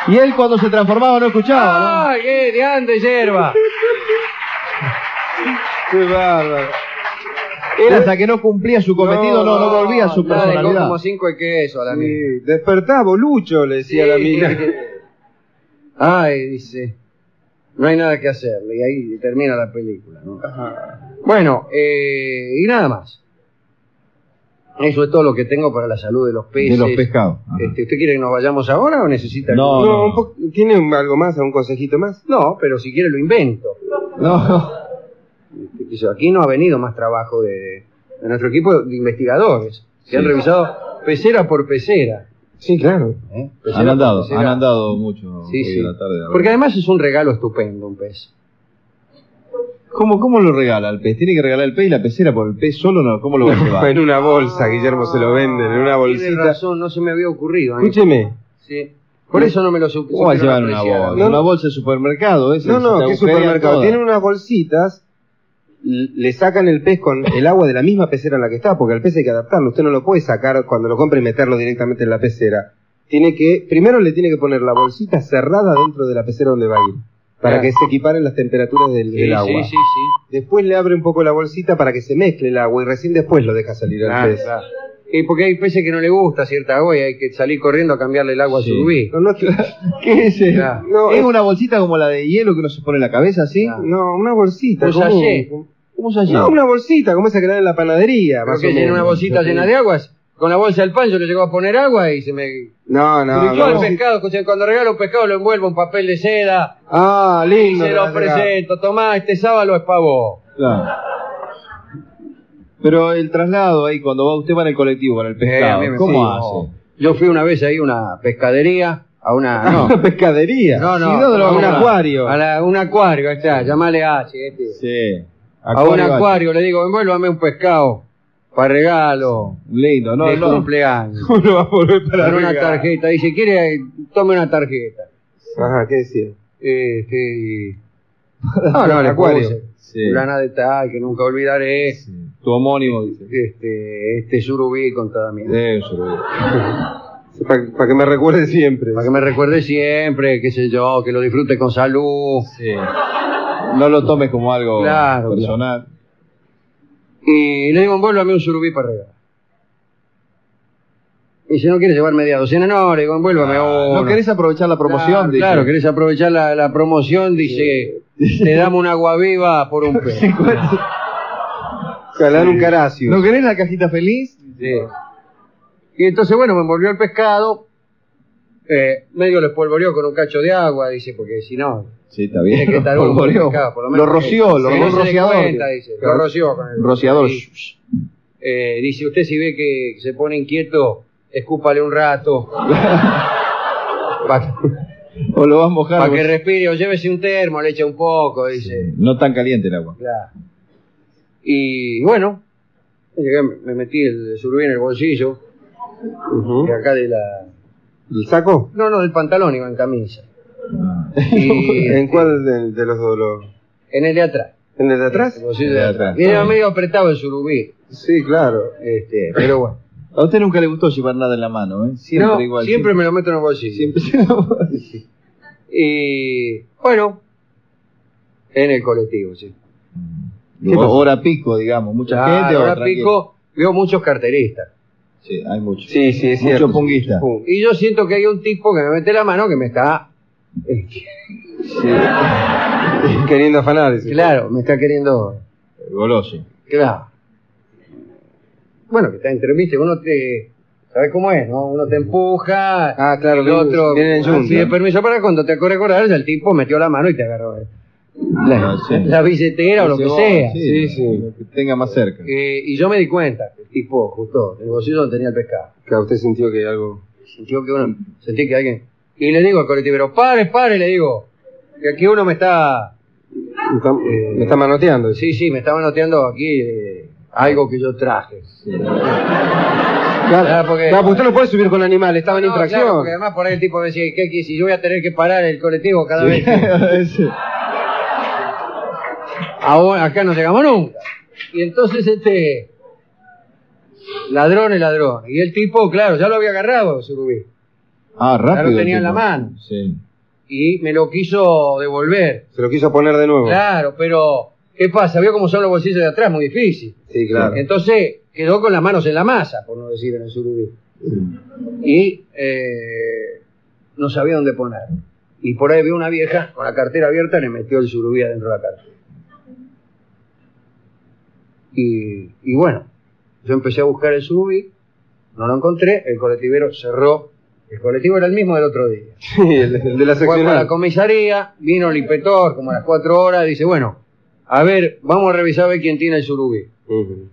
Speaker 2: Y él cuando se transformaba no escuchaba,
Speaker 1: ¡Ay, eh, de ande hierba!
Speaker 3: Qué bárbaro.
Speaker 2: ¿no? Era hasta que no cumplía su cometido, no, no, volvía a su
Speaker 1: No, le
Speaker 2: personalidad.
Speaker 1: como cinco ¿eh? de queso a la mina.
Speaker 3: Sí, Despertá, bolucho, le decía la mina.
Speaker 1: Ay, dice, no hay nada que hacerle. Y ahí termina la película, ¿no? Bueno, eh, y nada más. Eso es todo lo que tengo para la salud de los peces.
Speaker 2: de los pescados. Ajá.
Speaker 1: Este, ¿Usted quiere que nos vayamos ahora o necesita?
Speaker 2: No.
Speaker 3: No, un po- ¿tiene un- algo más, un consejito más?
Speaker 1: No, pero si quiere lo invento.
Speaker 2: Ah. No.
Speaker 1: Este, qué sé yo, Aquí no ha venido más trabajo de, de nuestro equipo de investigadores. Se han
Speaker 2: Sí.
Speaker 1: revisado pecera por pecera.
Speaker 3: Sí, claro.
Speaker 1: ¿eh? Pecera
Speaker 2: Han
Speaker 1: por
Speaker 2: andado,
Speaker 1: pecera.
Speaker 2: han andado mucho
Speaker 1: Sí,
Speaker 2: hoy
Speaker 1: sí.
Speaker 2: de la tarde. la
Speaker 1: Porque
Speaker 2: verdad.
Speaker 1: además es un regalo estupendo un pez.
Speaker 2: ¿Cómo, ¿Cómo lo regala el pez? Tiene que regalar el pez y la pecera, por el pez solo no. ¿Cómo lo va a llevar?
Speaker 3: En una bolsa, Guillermo, se lo venden, en una
Speaker 1: Ah, Tiene
Speaker 3: bolsita.
Speaker 1: razón, no se me había ocurrido. ¿eh?
Speaker 3: Escúcheme.
Speaker 1: Sí. Por eso no me lo supe.
Speaker 2: ¿Cómo va a llevar una bolsa?
Speaker 3: No,
Speaker 2: Una bolsa de supermercado, esa
Speaker 3: No,
Speaker 2: se
Speaker 3: no,
Speaker 2: te
Speaker 3: ¿qué
Speaker 2: agujerea
Speaker 3: supermercado?
Speaker 2: toda.
Speaker 3: Tienen unas bolsitas, l- le sacan el pez con el agua de la misma pecera en la que está, porque al pez hay que adaptarlo. Usted no lo puede sacar cuando lo compra y meterlo directamente en la pecera. Tiene que, primero le tiene que poner la bolsita cerrada dentro de la pecera donde va a ir, para
Speaker 1: Claro.
Speaker 3: que se equiparen las temperaturas del,
Speaker 1: Sí,
Speaker 3: del
Speaker 1: sí,
Speaker 3: agua.
Speaker 1: sí, sí.
Speaker 3: Después le abre un poco la bolsita para que se mezcle el agua y recién después lo deja salir al
Speaker 1: Ah,
Speaker 3: pez.
Speaker 1: claro. Y porque hay peces que no le gusta cierta agua y hay que salir corriendo a cambiarle el agua
Speaker 2: Sí.
Speaker 1: a su bebé.
Speaker 3: No, no, es que-
Speaker 2: ¿Qué es eso?
Speaker 1: Claro.
Speaker 3: no,
Speaker 2: es
Speaker 3: es-
Speaker 2: una bolsita como la de hielo que uno se pone en la cabeza, ¿sí?
Speaker 1: Claro.
Speaker 3: no, una bolsita.
Speaker 1: Un
Speaker 3: común.
Speaker 1: sachet.
Speaker 2: ¿Cómo se llama?
Speaker 3: No, una bolsita, como esa que le dan en la panadería.
Speaker 1: Creo
Speaker 3: más
Speaker 1: que
Speaker 3: o
Speaker 1: llené
Speaker 3: menos.
Speaker 1: una bolsita llena de aguas. Con la bolsa del pan yo le llego a poner agua y se me...
Speaker 3: No, no.
Speaker 1: Pero yo al
Speaker 3: no.
Speaker 1: pescado, escuchen, cuando regalo un pescado lo envuelvo en papel de seda
Speaker 3: Ah,
Speaker 1: y
Speaker 3: lindo.
Speaker 1: se lo presento. Tomá, este sábado es pavo.
Speaker 2: Claro. Pero el traslado ahí, cuando va usted va en el colectivo
Speaker 1: Eh,
Speaker 2: con el pescado, ¿cómo hace?
Speaker 1: Yo fui una vez ahí a una pescadería, a una... No,
Speaker 3: Una pescadería.
Speaker 1: no, no.
Speaker 3: ¿Y dónde lo va a
Speaker 1: a
Speaker 3: comprar?
Speaker 1: una-
Speaker 3: un acuario?
Speaker 1: A la- un acuario, ahí está, llamale a H. este.
Speaker 2: Sí.
Speaker 1: A un acuario le digo, envuélvame un pescado para regalo
Speaker 2: Lindo, no,
Speaker 1: de
Speaker 2: no.
Speaker 1: cumpleaños.
Speaker 3: ¿Cómo lo va a volver para
Speaker 1: Con una
Speaker 3: arriba?
Speaker 1: tarjeta. Dice, quiere, eh, tome una tarjeta.
Speaker 3: Ajá, ¿qué decía?
Speaker 1: Este, no, no, el
Speaker 3: Acuario.
Speaker 1: acuario.
Speaker 2: Sí.
Speaker 1: Plana de tal, que nunca olvidaré.
Speaker 2: Sí. Tu homónimo dice.
Speaker 1: Este, este surubí con toda mi
Speaker 2: Eso, lo digo.
Speaker 3: Para que me recuerde siempre.
Speaker 1: Para que me recuerde siempre, qué sé yo, que lo disfrute con salud.
Speaker 2: Sí. No lo tomes como algo
Speaker 1: Claro,
Speaker 2: personal.
Speaker 1: Y le digo, envuélvame un surubí para regalar. Y si no quiere llevar media docena, no, le digo, envuélvame uno.
Speaker 2: Ah, ¿No querés aprovechar la promoción?
Speaker 1: Claro,
Speaker 2: dice.
Speaker 1: claro, querés aprovechar la, la promoción, dice, te damos un agua viva por un peso.
Speaker 3: Que le dan un caracio.
Speaker 2: ¿No querés la cajita feliz?
Speaker 1: Sí. Y entonces, bueno, me envolvió el pescado, eh, medio lo espolvoreó con un cacho de agua, dice, porque si no,
Speaker 2: Sí, está
Speaker 1: tiene que estar uno con el
Speaker 2: Polvoreó.
Speaker 1: pescado, por lo menos.
Speaker 2: Lo roció, lo
Speaker 1: que
Speaker 2: robó
Speaker 1: no
Speaker 2: un
Speaker 1: se dé
Speaker 2: rociador.
Speaker 1: cuenta, dice, lo roció con el
Speaker 2: Rociador.
Speaker 1: Sí. Eh, dice, usted si ve que se pone inquieto, escúpale un rato. Para
Speaker 2: O lo vas a mojar.
Speaker 1: que respire, o llévese un termo, le echa un poco, dice.
Speaker 2: Eh, No tan caliente el agua.
Speaker 1: Claro. Y bueno, llegué, me metí el surubí en el bolsillo,
Speaker 3: Ujú.
Speaker 1: de acá de la...
Speaker 3: ¿El saco?
Speaker 1: No, no, del pantalón iba en camisa.
Speaker 2: Ah.
Speaker 3: ¿Y
Speaker 1: Y
Speaker 3: ¿En cuál de, de los dos? lo-
Speaker 1: en el de atrás.
Speaker 3: ¿En el de atrás?
Speaker 1: El bolsillo
Speaker 2: El de
Speaker 1: de
Speaker 2: atrás.
Speaker 1: atrás. Y era medio apretado el surubí.
Speaker 3: Sí, claro.
Speaker 1: Este, pero bueno.
Speaker 2: A usted nunca le gustó llevar nada en la mano, ¿eh? Siempre
Speaker 1: No,
Speaker 2: igual.
Speaker 1: siempre me lo meto en el bolsillo. Y bueno, en el colectivo, sí.
Speaker 2: ¿Qué pasa? Hora pico, digamos. Mucha
Speaker 1: Ah,
Speaker 2: gente. o
Speaker 1: ahora
Speaker 2: tranquilo.
Speaker 1: pico, veo muchos carteristas.
Speaker 2: Sí, hay mucho.
Speaker 3: Sí, sí, es
Speaker 2: mucho
Speaker 3: cierto.
Speaker 2: punguista.
Speaker 3: Pum.
Speaker 1: Y yo siento que hay un tipo que me mete la mano que me está. eh,
Speaker 3: Queriendo afanar. dice.
Speaker 1: Claro, me está queriendo.
Speaker 2: Goloso.
Speaker 1: Claro. Bueno, que está entre, viste, uno te. ¿Sabes cómo es? no? Uno te empuja.
Speaker 3: Ah, claro,
Speaker 1: el
Speaker 3: vienen-
Speaker 1: otro.
Speaker 3: vienen en yunta.
Speaker 1: pide permiso para cuando te acuerdas acordar, ya el tipo metió la mano y te agarró. eh, La,
Speaker 2: Ah, sí.
Speaker 1: la billetera o lo que
Speaker 2: Llevó-
Speaker 1: sea.
Speaker 2: Sí, sí. Lo que tenga más cerca.
Speaker 1: Eh, y yo me di cuenta que el tipo, justo, el bolsillo donde tenía el pescado.
Speaker 3: Claro, usted sintió que algo...
Speaker 1: Sintió que uno, sentí que alguien. Y le digo al colectivero, pare, pare, le digo. Que aquí uno me está.
Speaker 3: Me está,
Speaker 1: eh,
Speaker 3: me está manoteando. dice.
Speaker 1: Sí, sí, me está manoteando aquí eh, algo que yo traje.
Speaker 3: Claro,
Speaker 1: Claro, Ah, porque-
Speaker 3: claro, porque usted no puede subir con animales, estaba en
Speaker 1: No,
Speaker 3: infracción.
Speaker 1: claro, porque además por ahí el tipo me decía, ¿qué, qué, si yo voy a tener que parar el colectivo cada vez que-
Speaker 2: Sí.
Speaker 1: Ahora, acá no llegamos nunca. Y entonces este. Ladrón es ladrón. Y el tipo, claro, ya lo había agarrado, Surubí.
Speaker 2: ah, rápido.
Speaker 1: lo tenía en
Speaker 2: el
Speaker 1: la
Speaker 2: tipo.
Speaker 1: mano.
Speaker 2: Sí.
Speaker 1: Y me lo quiso devolver.
Speaker 3: Se lo quiso poner de nuevo.
Speaker 1: Claro, pero. ¿Qué pasa? Vio cómo son los bolsillos de atrás, muy difícil.
Speaker 3: Sí, claro.
Speaker 1: Entonces quedó con las manos en la masa, por no decir en el surubí. Y eh, no sabía dónde poner. Y por ahí vio una vieja con la cartera abierta, le metió el surubí adentro de la cartera. Y, y bueno, yo empecé a buscar el surubí, no lo encontré, el colectivero cerró. El colectivo era el mismo del otro día.
Speaker 3: Sí, el, el de la
Speaker 1: Fue para
Speaker 3: seccional.
Speaker 1: la comisaría, vino el inspector como a las cuatro horas, dice, bueno, a ver, vamos a revisar a ver quién tiene el surubí.
Speaker 3: Ujú.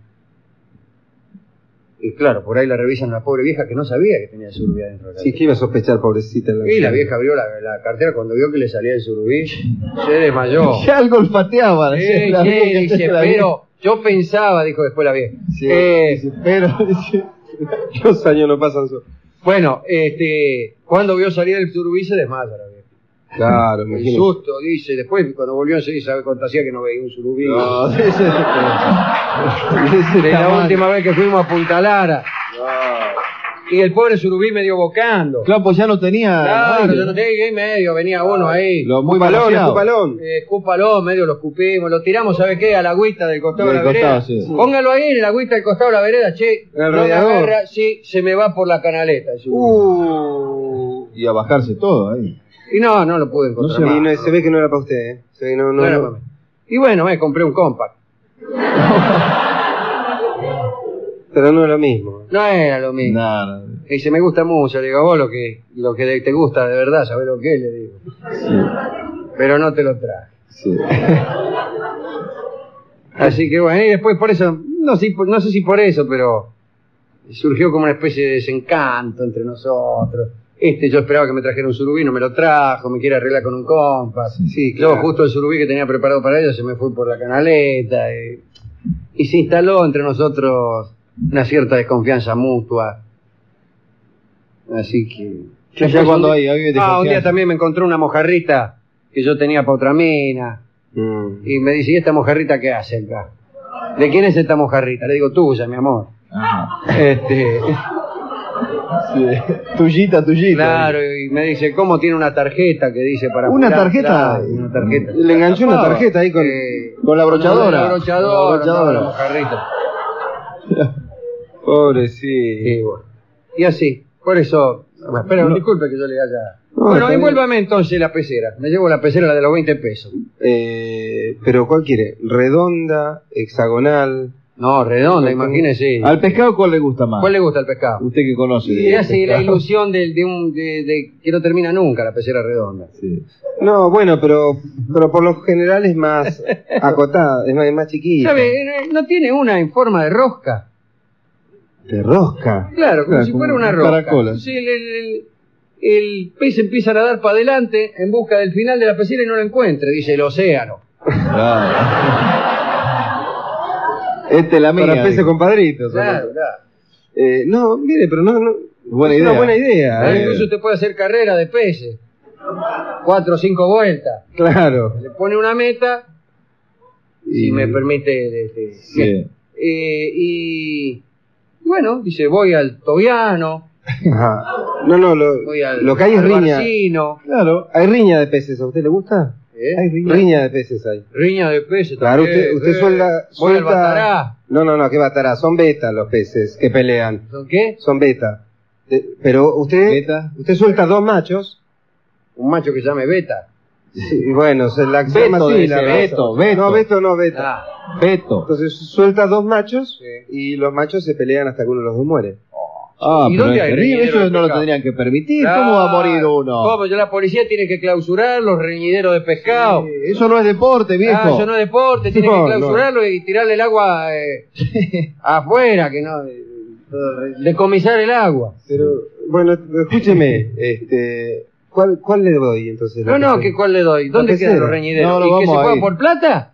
Speaker 1: Y claro, por ahí la revisan la pobre vieja que no sabía que tenía surubí adentro de la
Speaker 3: Sí, que
Speaker 1: cartera.
Speaker 3: iba a sospechar, pobrecita.
Speaker 1: Y la vieja abrió la, la cartera cuando vio que le salía el surubí, se desmayó.
Speaker 2: Ya algo olfateaba.
Speaker 1: Sí,
Speaker 2: decía, la
Speaker 1: sí,
Speaker 2: vieja,
Speaker 1: dice,
Speaker 2: entonces la vieja-
Speaker 1: pero yo pensaba, dijo después la vieja.
Speaker 3: Sí,
Speaker 1: Eh,
Speaker 3: dice, pero dice, los años no pasan so-
Speaker 1: Bueno, este, cuando vio salir el surubí se desmaya la vieja.
Speaker 3: Claro,
Speaker 1: El
Speaker 3: imagínate.
Speaker 1: susto, dice. Después, cuando volvió enseguida, sabe cuánto hacía que no veía un surubí.
Speaker 3: No, sí, sí, sí, pero- Ese
Speaker 1: De
Speaker 3: era
Speaker 1: la
Speaker 3: mal.
Speaker 1: última vez que fuimos a Punta Lara. Y el pobre surubí medio bocando.
Speaker 2: Claro, pues ya no tenía.
Speaker 1: Claro,
Speaker 2: aire.
Speaker 1: yo no tenía y medio, venía uno ahí.
Speaker 2: Lo muy
Speaker 3: Palón,
Speaker 2: balanceado.
Speaker 3: tu palón.
Speaker 1: Eh, escúpalo, medio lo escupimos, lo tiramos, ¿sabe qué? A la agüita del costado de
Speaker 2: Del
Speaker 1: la
Speaker 2: costado,
Speaker 1: vereda.
Speaker 2: sí.
Speaker 1: Póngalo ahí en la agüita del costado de la vereda, che.
Speaker 3: El
Speaker 1: no me
Speaker 3: radiador.
Speaker 1: agarra, sí, se me va por la canaleta. el surubí.
Speaker 3: Uh.
Speaker 2: Y a bajarse todo ahí.
Speaker 1: Y no, no lo pude encontrar.
Speaker 2: No
Speaker 1: más.
Speaker 3: Y no- se ve que no era para usted, ¿eh? Se ve que no, no,
Speaker 1: No era
Speaker 3: no.
Speaker 1: para mí. Y bueno, me compré un compact.
Speaker 3: Pero no es lo mismo.
Speaker 1: No era lo mismo.
Speaker 2: Nada.
Speaker 1: Y dice, me gusta mucho. Le digo, vos lo que, lo que te gusta de verdad, ¿sabés lo que es? Le digo. Pero no te lo traje.
Speaker 2: Sí.
Speaker 1: Así que bueno, y después por eso, no, sé- no sé si por eso, pero surgió como una especie de desencanto entre nosotros. Este yo esperaba que me trajera un surubí, no me lo trajo, me quiere arreglar con un compás.
Speaker 3: Sí,
Speaker 1: Yo
Speaker 3: claro.
Speaker 1: justo el surubí que tenía preparado para ella se me fue por la canaleta eh, y, se instaló entre nosotros una cierta desconfianza mutua. Así que...
Speaker 2: Ya
Speaker 1: Después
Speaker 2: cuando
Speaker 1: un-
Speaker 2: hay-
Speaker 1: Ah,
Speaker 2: hay
Speaker 1: un día
Speaker 2: desconfianza.
Speaker 1: también me encontró una mojarrita que yo tenía para otra mina
Speaker 3: Mm.
Speaker 1: y me dice, ¿y esta mojarrita qué hace acá? ¿De quién es esta mojarrita? Le digo, tuya, mi amor.
Speaker 2: Ajá.
Speaker 1: Este,
Speaker 2: Sí. Tullita, tullita.
Speaker 1: claro, y me dice, ¿cómo tiene una tarjeta que dice para...
Speaker 2: ¿Una
Speaker 1: jurar?
Speaker 2: tarjeta?
Speaker 1: Claro, una tarjeta.
Speaker 3: Le enganchó una
Speaker 2: Tapaba.
Speaker 3: tarjeta ahí con...
Speaker 1: Eh,
Speaker 2: Con la brochadora.
Speaker 1: La brochadora,
Speaker 2: Con la brochadora.
Speaker 1: la mojarrita.
Speaker 3: Pobre, sí.
Speaker 1: Sí, bueno. Y así, por eso. bueno, Pero
Speaker 2: No.
Speaker 1: disculpe que yo le haya.
Speaker 3: No,
Speaker 1: bueno,
Speaker 3: está bien.
Speaker 1: envuélvame entonces la pecera. Me llevo la pecera, la de los 20 pesos.
Speaker 3: Eh, pero ¿cuál quiere? ¿Redonda? ¿Hexagonal?
Speaker 1: No, redonda,
Speaker 3: Perfecto.
Speaker 1: imagínese.
Speaker 2: Al pescado, ¿cuál le gusta más?
Speaker 1: ¿Cuál le gusta el pescado?
Speaker 2: Usted que conoce.
Speaker 1: Y hace la ilusión de, de un, de- de que no termina nunca la pecera redonda.
Speaker 2: Sí.
Speaker 3: No, bueno, pero, pero por lo general es más acotada, es más, es más chiquita.
Speaker 1: ¿Sabe? Eh, No tiene una en forma de rosca.
Speaker 3: De rosca.
Speaker 1: Claro, como
Speaker 2: Claro,
Speaker 1: si
Speaker 2: como
Speaker 1: fuera una
Speaker 2: un
Speaker 1: rosca.
Speaker 2: caracol.
Speaker 1: Sí, el, el- el- el pez empieza a nadar para adelante en busca del final de la pecera y no lo encuentra, dice el océano.
Speaker 2: Claro. Este es la mía.
Speaker 3: Para peces
Speaker 2: dijo.
Speaker 3: compadritos.
Speaker 1: Claro,
Speaker 3: Claro.
Speaker 1: claro.
Speaker 3: Eh, no, mire, pero no, no-
Speaker 2: Buena
Speaker 3: es
Speaker 2: idea.
Speaker 3: una buena idea.
Speaker 1: Ah,
Speaker 3: eh.
Speaker 1: incluso usted puede hacer carrera de peces. Cuatro o cinco vueltas.
Speaker 3: Claro.
Speaker 1: Le pone una meta, si
Speaker 3: Y-
Speaker 1: me permite. este,
Speaker 2: Sí.
Speaker 1: eh, y bueno, dice, voy al Tobiano,
Speaker 3: Ajá. No, no,
Speaker 1: voy
Speaker 3: lo,
Speaker 1: al,
Speaker 3: lo que hay es
Speaker 1: al
Speaker 3: riña.
Speaker 1: Barcino.
Speaker 2: Claro.
Speaker 3: Hay riña de peces, ¿a usted le gusta?
Speaker 1: ¿Eh?
Speaker 3: Hay riña, de peces ahí.
Speaker 1: Riña de peces
Speaker 3: Claro,
Speaker 1: también,
Speaker 3: usted, usted
Speaker 1: eh.
Speaker 3: suelta...
Speaker 1: Voy al
Speaker 3: suelta-
Speaker 1: Batará.
Speaker 3: No, no, no, que batará, son beta los peces que pelean.
Speaker 1: ¿Son qué?
Speaker 3: son beta. De- pero usted
Speaker 2: Beta.
Speaker 3: usted suelta dos machos.
Speaker 1: Un macho que se llame Beta.
Speaker 3: Y bueno, se la
Speaker 2: Beto,
Speaker 3: llama así,
Speaker 2: dice,
Speaker 3: la raza.
Speaker 2: Beto, Beto.
Speaker 3: No, Beto no, beta.
Speaker 1: Ah,
Speaker 2: Beto.
Speaker 3: Entonces suelta dos machos
Speaker 1: Sí.
Speaker 3: y los machos se pelean hasta que uno de los dos muere.
Speaker 2: Ah,
Speaker 1: ¿Y
Speaker 2: pero
Speaker 1: dónde hay
Speaker 2: en Río
Speaker 1: rellenero de
Speaker 2: ellos no lo
Speaker 1: pescado?
Speaker 2: tendrían que permitir. ¿Cómo va a morir uno?
Speaker 1: Ah. ¿Cómo? Yo la policía tiene que clausurar los reñideros de pescado.
Speaker 2: Eh, Eso no es deporte, viejo.
Speaker 1: Ah, eso no es deporte, tiene
Speaker 3: No,
Speaker 1: que clausurarlo y tirarle el agua eh, afuera, que no. eh, Decomisar el agua.
Speaker 3: Pero bueno, escúcheme, este, ¿cuál, ¿cuál le doy entonces? la
Speaker 1: No, no,
Speaker 3: que-
Speaker 1: ¿qué, ¿cuál le doy? ¿Dónde
Speaker 3: La
Speaker 1: quedan los
Speaker 3: pecera.
Speaker 1: reñideros?
Speaker 2: No, no
Speaker 1: ¿Y que
Speaker 2: vamos
Speaker 1: se
Speaker 2: a
Speaker 1: juegan
Speaker 2: ir.
Speaker 1: por plata?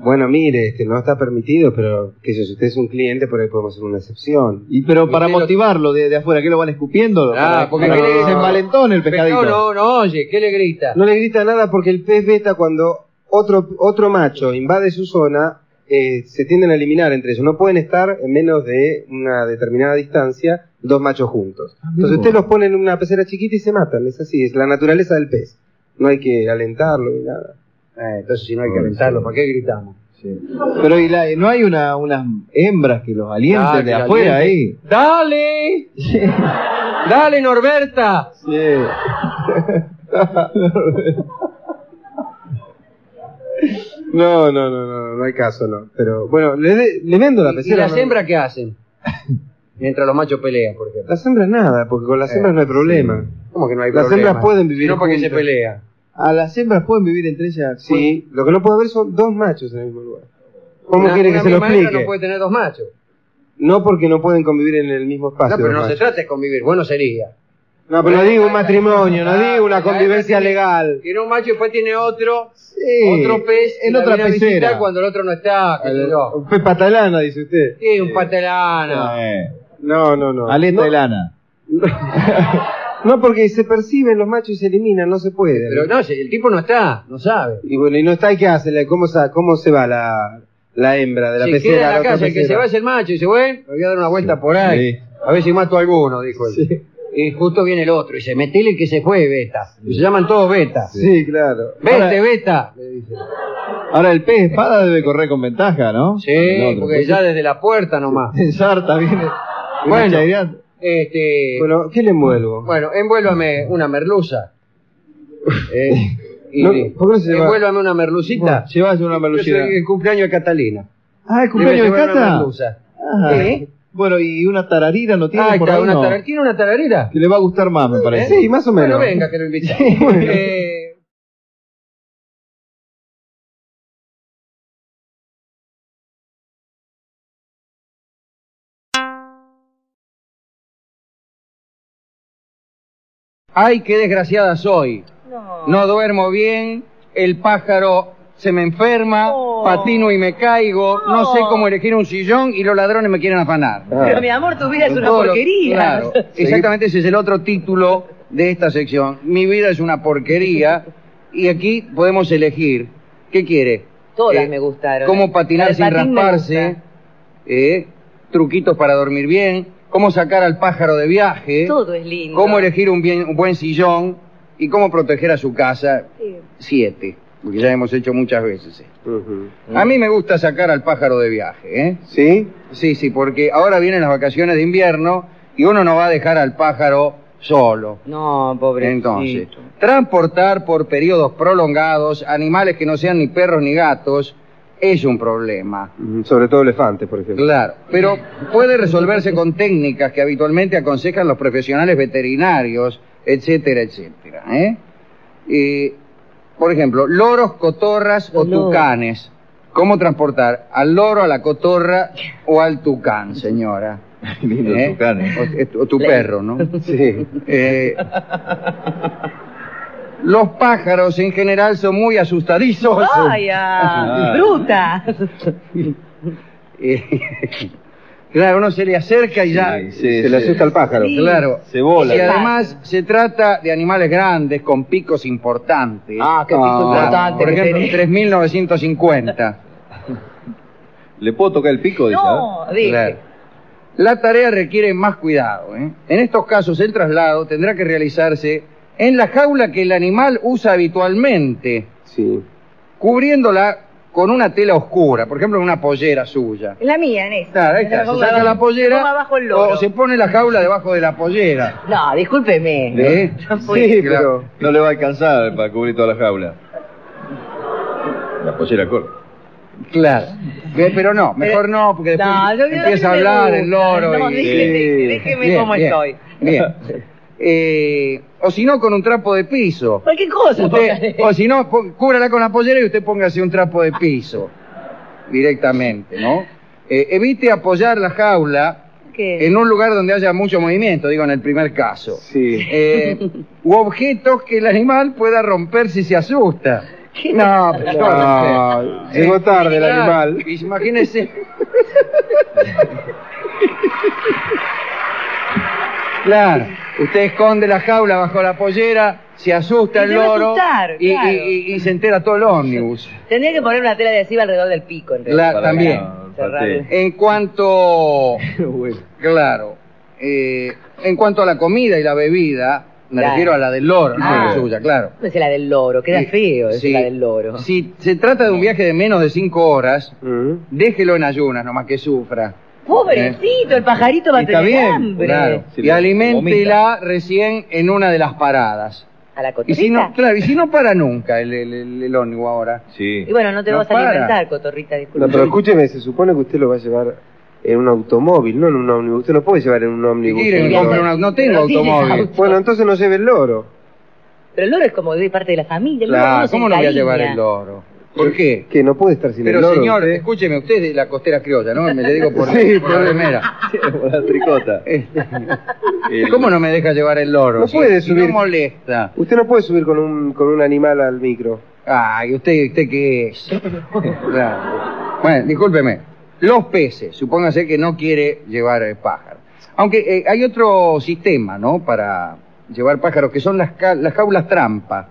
Speaker 3: Bueno, mire, este, no está permitido, pero que yo, si usted es un cliente, por ahí podemos hacer una excepción.
Speaker 2: Y pero para
Speaker 1: Usted lo-
Speaker 2: motivarlo de, de afuera, ¿qué lo van escupiendo?
Speaker 1: Ah, porque
Speaker 2: para
Speaker 1: ¿qué
Speaker 2: que
Speaker 1: le-
Speaker 2: se envalentone el pescadito.
Speaker 1: Pescado no, no oye, ¿qué le grita?
Speaker 3: No le grita nada porque el pez beta cuando otro, otro macho invade su zona, eh, se tienden a eliminar entre ellos. No pueden estar en menos de una determinada distancia dos machos juntos.
Speaker 2: Ah, mira
Speaker 3: Entonces
Speaker 2: vos.
Speaker 3: usted los pone en una pecera chiquita y se matan. Es así, es la naturaleza del pez. No hay que alentarlo ni nada.
Speaker 1: Eh, entonces, si no hay que alentarlo, ¿para qué gritamos?
Speaker 2: Sí. Pero ¿y la- no hay una, unas hembras que los alienten
Speaker 1: Ah, que
Speaker 2: de
Speaker 1: la
Speaker 2: afuera
Speaker 1: aliente. ¡Dale! ¡Dale, Norberta!
Speaker 3: No, no, no, no, no hay caso, no. Pero bueno, le, de- le vendo la
Speaker 1: ¿Y
Speaker 3: pecera.
Speaker 1: las
Speaker 3: ¿no?
Speaker 1: hembras qué hacen? Mientras los machos pelean, por ejemplo.
Speaker 3: Las hembras nada, porque con las hembras no hay problema.
Speaker 1: ¿Cómo que no hay
Speaker 3: Las
Speaker 1: problema?
Speaker 3: hembras pueden vivir
Speaker 1: No, porque se
Speaker 3: juntas.
Speaker 1: pelean.
Speaker 2: ahí? ¿A Ah, las hembras pueden vivir entre ellas?
Speaker 3: Sí, lo que no puede haber son dos machos en el mismo lugar. ¿Cómo
Speaker 1: Una-
Speaker 3: quiere que
Speaker 1: una
Speaker 3: se lo
Speaker 1: misma hembra
Speaker 3: explique?
Speaker 1: no puede tener dos machos.
Speaker 3: No porque no pueden convivir en el mismo espacio.
Speaker 1: No, pero no
Speaker 3: Nacho.
Speaker 1: se trata de convivir, bueno sería.
Speaker 3: No, pero no digo un matrimonio, no digo una convivencia legal.
Speaker 1: Tiene un macho y después tiene otro,
Speaker 3: Sí,
Speaker 1: otro pez,
Speaker 3: en
Speaker 1: la
Speaker 3: otra
Speaker 1: viene a visitar
Speaker 3: pecera.
Speaker 1: cuando el otro no está. qué sé yo.
Speaker 3: Un pez patalana, dice usted.
Speaker 1: Sí, un patelana.
Speaker 2: Eh,
Speaker 3: No, no, no.
Speaker 2: Aleta
Speaker 3: no,
Speaker 2: de lana.
Speaker 3: no, porque se perciben los machos y se eliminan, no se puede.
Speaker 1: Pero no, si el tipo no está, no sabe.
Speaker 3: Y bueno, y no está, ¿y qué hace? ¿Cómo, sa- cómo se va la, la hembra de la
Speaker 1: se
Speaker 3: pecera?
Speaker 1: queda en la
Speaker 3: otra
Speaker 1: casa, el que se
Speaker 3: pecera?
Speaker 1: va es el macho, y dice, bueno, me voy a dar una vuelta por ahí.
Speaker 2: Sí.
Speaker 1: A ver si mato a alguno, dijo él. Y justo viene el otro, y dice, metele el que se fue, beta. Y se llaman todos beta.
Speaker 3: Sí, claro.
Speaker 1: Vete,
Speaker 3: Ahora-
Speaker 1: beta, le dice.
Speaker 2: Ahora el pez espada debe correr con ventaja, ¿no? El
Speaker 1: Sí,
Speaker 2: otro,
Speaker 1: porque ya desde la puerta nomás.
Speaker 2: Sarta viene.
Speaker 1: Bueno.
Speaker 2: Bueno, idea.
Speaker 1: Este, bueno,
Speaker 3: Bueno, ¿qué le envuelvo?
Speaker 1: envuélvame una merluza. Eh, y-
Speaker 3: No, ¿por qué no se llama?
Speaker 1: envuélvame una merlucita.
Speaker 3: Llevas una
Speaker 1: Yo
Speaker 3: malucida.
Speaker 1: soy el cumpleaños de Catalina.
Speaker 2: Ah, el
Speaker 1: Debe
Speaker 2: cumpleaños de
Speaker 1: llevar una
Speaker 2: Cata.
Speaker 1: merluza.
Speaker 2: Ah.
Speaker 1: Sí.
Speaker 2: Bueno, y una tararira no tiene
Speaker 1: Ah,
Speaker 2: por
Speaker 1: está,
Speaker 2: ahí,
Speaker 1: una
Speaker 2: no?
Speaker 1: tarar- ¿Eh? ¿Tiene una tararera?
Speaker 2: Que le va a gustar más, me parece.
Speaker 3: Sí, más o menos.
Speaker 1: Bueno, venga, que lo invité. Eh, Ay, qué desgraciada soy.
Speaker 4: No.
Speaker 1: No duermo bien, el pájaro se me enferma,
Speaker 4: Oh.
Speaker 1: patino y me caigo, no.
Speaker 4: No.
Speaker 1: sé cómo elegir un sillón y los ladrones me quieren afanar.
Speaker 2: Ah,
Speaker 4: Pero mi amor, tu vida es una
Speaker 1: Todo lo-
Speaker 4: porquería.
Speaker 1: claro, exactamente ese es el otro título de esta sección. Mi vida es una porquería y aquí podemos elegir. ¿Qué quiere?
Speaker 4: Todas
Speaker 1: Eh,
Speaker 4: me gustaron.
Speaker 1: Cómo patinar
Speaker 4: El
Speaker 1: sin
Speaker 4: patín me
Speaker 1: rasparse,
Speaker 4: gusta.
Speaker 1: eh, truquitos para dormir bien, cómo sacar al pájaro de viaje,
Speaker 4: Todo es lindo.
Speaker 1: eh. cómo elegir un, bien- un buen sillón y cómo proteger a su casa.
Speaker 4: Sí.
Speaker 1: Siete, porque ya hemos hecho muchas veces. esto.
Speaker 3: Ujú.
Speaker 1: A mí me gusta sacar al pájaro de viaje, ¿eh?
Speaker 3: ¿Sí?
Speaker 1: Sí, sí, porque ahora vienen las vacaciones de invierno y uno no va a dejar al pájaro solo.
Speaker 4: No, pobre.
Speaker 1: Entonces, transportar por periodos prolongados animales que no sean ni perros ni gatos es un problema.
Speaker 3: Ujú, Sobre todo elefantes, por ejemplo.
Speaker 1: Claro, pero puede resolverse con técnicas que habitualmente aconsejan los profesionales veterinarios, etcétera, etcétera. ¿eh? Eh, por ejemplo, loros, cotorras o
Speaker 4: Los loros.
Speaker 1: tucanes. ¿Cómo transportar al loro, a la cotorra o al tucán, señora?
Speaker 2: Lindo
Speaker 1: ¿Eh?
Speaker 2: tucán, eh.
Speaker 1: O, es- o tu perro, ¿no? Sí. Eh, los pájaros en general son muy asustadizos.
Speaker 4: ¡Vaya!
Speaker 2: Ah.
Speaker 4: ¡Bruta!
Speaker 1: Eh, claro, uno se le acerca y ya
Speaker 2: Sí, sí,
Speaker 3: Se le
Speaker 2: sí.
Speaker 3: asusta al pájaro.
Speaker 4: Sí.
Speaker 1: Claro.
Speaker 2: Se bola.
Speaker 1: Y además se trata de animales grandes con picos importantes.
Speaker 4: Ah, qué pico importante
Speaker 1: Por
Speaker 4: que
Speaker 1: ejemplo,
Speaker 4: tenés.
Speaker 1: 3950.
Speaker 2: ¿Le puedo tocar el pico? dice,
Speaker 4: No, dije.
Speaker 1: Claro. La tarea requiere más cuidado. ¿eh? En estos casos, el traslado tendrá que realizarse en la jaula que el animal usa habitualmente,
Speaker 3: Sí.
Speaker 1: cubriéndola con una tela oscura, por ejemplo, una pollera suya.
Speaker 4: Es La mía, en esa.
Speaker 1: Claro, ahí
Speaker 4: Me
Speaker 1: está,
Speaker 4: la
Speaker 1: se
Speaker 4: pongo
Speaker 1: saca
Speaker 4: abajo.
Speaker 1: la
Speaker 4: Me pongo
Speaker 1: pollera
Speaker 4: abajo el loro.
Speaker 1: o se pone la jaula debajo de la pollera.
Speaker 4: No, discúlpeme.
Speaker 1: ¿eh?
Speaker 3: Sí, pero...
Speaker 2: ¿ah? No le va a alcanzar para cubrir toda la jaula. La pollera corta.
Speaker 1: Claro. Ve- Pero no, mejor no, porque después
Speaker 4: Eh, No, yo- yo-
Speaker 1: empieza a
Speaker 4: yo no me
Speaker 1: hablar
Speaker 4: gusta.
Speaker 1: el loro.
Speaker 4: No,
Speaker 1: y-
Speaker 4: déjeme,
Speaker 1: Sí.
Speaker 4: déjeme
Speaker 1: Bien,
Speaker 4: como
Speaker 1: bien,
Speaker 4: estoy.
Speaker 1: Bien. Eh, o si no, con un trapo de piso.
Speaker 4: Cualquier cosa.
Speaker 1: Usted- o si no, po- cúbrala con la pollera y usted póngase un trapo de piso directamente, ¿no? Eh, evite apoyar la jaula
Speaker 4: ¿Qué?
Speaker 1: en un lugar donde haya mucho movimiento, digo, en el primer caso.
Speaker 3: Sí.
Speaker 1: Eh, u objetos que el animal pueda romper si se asusta. No, pero-
Speaker 3: Ah, llegó tarde el
Speaker 1: Claro,
Speaker 3: animal.
Speaker 1: Imagínese. Claro, usted esconde la jaula bajo la pollera, se asusta
Speaker 4: Y
Speaker 1: el
Speaker 4: se va a
Speaker 1: loro
Speaker 4: asustar,
Speaker 1: y,
Speaker 4: claro.
Speaker 1: y- y- y se entera todo el ómnibus.
Speaker 4: Tendría que poner una tela de adhesiva alrededor del pico, en realidad.
Speaker 1: Claro,
Speaker 2: Para
Speaker 1: Ah, también.
Speaker 2: no
Speaker 4: Cerrarle.
Speaker 2: parte.
Speaker 1: En cuanto, claro, eh, en cuanto a la comida y la bebida, me
Speaker 4: Claro.
Speaker 1: refiero a la del loro, no a la
Speaker 4: Ah.
Speaker 1: suya, claro.
Speaker 4: No es la del loro, queda
Speaker 1: Sí,
Speaker 4: feo, es
Speaker 1: sí.
Speaker 4: la del loro.
Speaker 1: Si se trata de un viaje de menos de cinco horas,
Speaker 3: Ujú.
Speaker 1: déjelo en ayunas, nomás que sufra.
Speaker 4: Pobrecito, el pajarito va a
Speaker 2: Y
Speaker 4: tener
Speaker 2: está bien,
Speaker 4: hambre.
Speaker 1: Claro.
Speaker 2: Si
Speaker 1: y
Speaker 2: lo-
Speaker 1: aliméntela recién en una de las paradas.
Speaker 4: A la
Speaker 1: Y
Speaker 4: cotorrita.
Speaker 1: si no, claro, y si no para nunca el, el, el- el ómnibus ahora.
Speaker 2: Sí.
Speaker 4: Y bueno, no te
Speaker 1: No
Speaker 4: vas a
Speaker 1: para.
Speaker 4: alimentar, cotorrita, disculpa.
Speaker 3: No, pero escúcheme, se supone que usted lo va a llevar en un automóvil, no en un ómnibus. Usted no puede llevar en un
Speaker 1: Si
Speaker 3: ómnibus.
Speaker 1: quieren,
Speaker 3: un
Speaker 4: Bien.
Speaker 1: compren
Speaker 3: loro.
Speaker 1: una- no tengo
Speaker 4: Pero sí,
Speaker 1: automóvil.
Speaker 4: auto.
Speaker 3: Bueno, entonces no lleve el loro.
Speaker 4: Pero el loro es como de parte de la familia. el loro
Speaker 1: Claro,
Speaker 4: uno se
Speaker 1: ¿cómo no voy a llevar
Speaker 4: encariña.
Speaker 1: el loro? ¿Por qué?
Speaker 3: Que no puede estar sin
Speaker 1: Pero
Speaker 3: el loro.
Speaker 1: señor, escúcheme, usted es de la costera criolla, ¿no? Me le digo por,
Speaker 3: Sí,
Speaker 1: por la remera. Este,
Speaker 2: Por la tricota. El-
Speaker 1: ¿Cómo no me deja llevar el loro?
Speaker 3: No
Speaker 1: Si-
Speaker 3: puede
Speaker 1: si
Speaker 3: subir.
Speaker 1: No molesta.
Speaker 3: Usted no puede subir con un, con un animal al micro.
Speaker 1: Ay, usted, usted qué es. Claro. Bueno, discúlpeme. Los peces, supóngase que no quiere llevar eh, pájaros. Aunque eh, hay otro sistema, ¿no? Para llevar pájaros, que son las, ca- las jaulas trampa.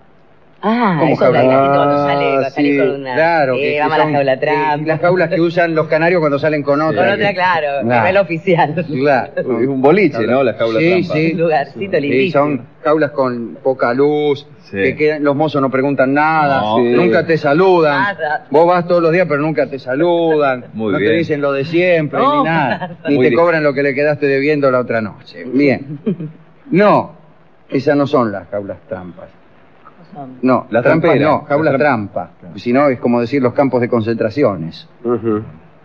Speaker 4: Ah,
Speaker 1: ¿Cómo
Speaker 4: eso es
Speaker 1: jaula?
Speaker 4: cuando sale,
Speaker 3: Ah,
Speaker 4: va a salir
Speaker 3: sí,
Speaker 4: con una.
Speaker 1: Claro.
Speaker 4: eh,
Speaker 1: que- que
Speaker 4: vamos a la
Speaker 1: son-
Speaker 4: jaula
Speaker 1: eh, las
Speaker 4: trampa.
Speaker 1: jaulas que usan los canarios cuando salen con
Speaker 4: Con
Speaker 1: otra.
Speaker 4: otra,
Speaker 1: que-
Speaker 4: claro,
Speaker 1: Claro.
Speaker 4: nivel oficial.
Speaker 1: Claro.
Speaker 2: Es un boliche, ¿no? La jaula
Speaker 1: Sí,
Speaker 2: trampa.
Speaker 1: sí.
Speaker 4: Un lugarcito
Speaker 1: Sí,
Speaker 4: lindísimo.
Speaker 1: son jaulas con poca luz,
Speaker 2: Sí.
Speaker 1: que quedan- los mozos no preguntan nada,
Speaker 2: No.
Speaker 1: Sí. nunca te saludan.
Speaker 4: Nada.
Speaker 1: Vos vas todos los días, pero nunca te saludan,
Speaker 2: Muy
Speaker 1: no
Speaker 2: bien.
Speaker 1: te dicen lo de siempre,
Speaker 4: No,
Speaker 1: ni nada,
Speaker 4: nada.
Speaker 1: ni
Speaker 2: Muy
Speaker 1: te
Speaker 2: bien.
Speaker 1: cobran lo que le quedaste debiendo la otra noche. Bien. No, esas no son las jaulas trampas.
Speaker 4: Son-
Speaker 1: No,
Speaker 2: La
Speaker 1: las trampas
Speaker 2: trampera.
Speaker 1: no, jaulas
Speaker 2: La tram-
Speaker 1: trampa. Si no, es como decir los campos de concentraciones.
Speaker 3: Ujú.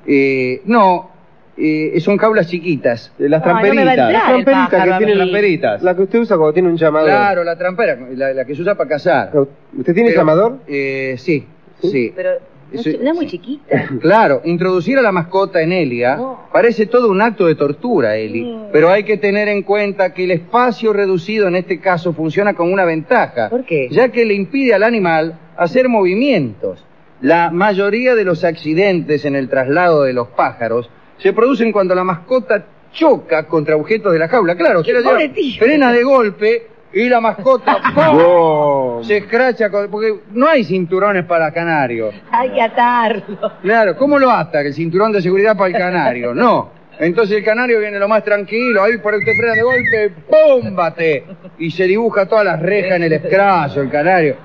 Speaker 1: Eh, no, eh, son jaulas chiquitas.
Speaker 2: Eh, Las
Speaker 4: Ay, no me va a
Speaker 2: tramperitas.
Speaker 4: entrar
Speaker 2: las
Speaker 4: el
Speaker 2: tramperitas
Speaker 4: pájaro a
Speaker 2: que tienen
Speaker 4: mí.
Speaker 2: las peritas.
Speaker 3: La que usted usa cuando tiene un llamador.
Speaker 1: Claro, la trampera, la, la que se usa para cazar.
Speaker 3: ¿Usted tiene
Speaker 1: Pero,
Speaker 3: llamador?
Speaker 1: Eh, sí, sí.
Speaker 4: Pero no,
Speaker 1: Sí,
Speaker 4: es- no es muy chiquita.
Speaker 1: Claro, introducir a la mascota en Elia
Speaker 4: No.
Speaker 1: parece todo un acto de tortura, Eli.
Speaker 4: Mm.
Speaker 1: Pero hay que tener en cuenta que el espacio reducido en este caso funciona con una ventaja.
Speaker 4: ¿Por qué?
Speaker 1: Ya que le impide al animal hacer movimientos. La mayoría de los accidentes en el traslado de los pájaros se producen cuando la mascota choca contra objetos de la jaula. Claro, usted la lleva-
Speaker 4: pobre tío.
Speaker 1: frena de golpe y la mascota ¡pum!
Speaker 3: Wow.
Speaker 1: se escracha con- porque no hay cinturones para canarios.
Speaker 4: Hay que atarlo.
Speaker 1: Claro, ¿cómo lo ata? El cinturón de seguridad para el canario. No. Entonces el canario viene lo más tranquilo, ahí por usted frena de golpe, ¡pómbate! Y se dibuja todas las rejas en el escraso, el canario,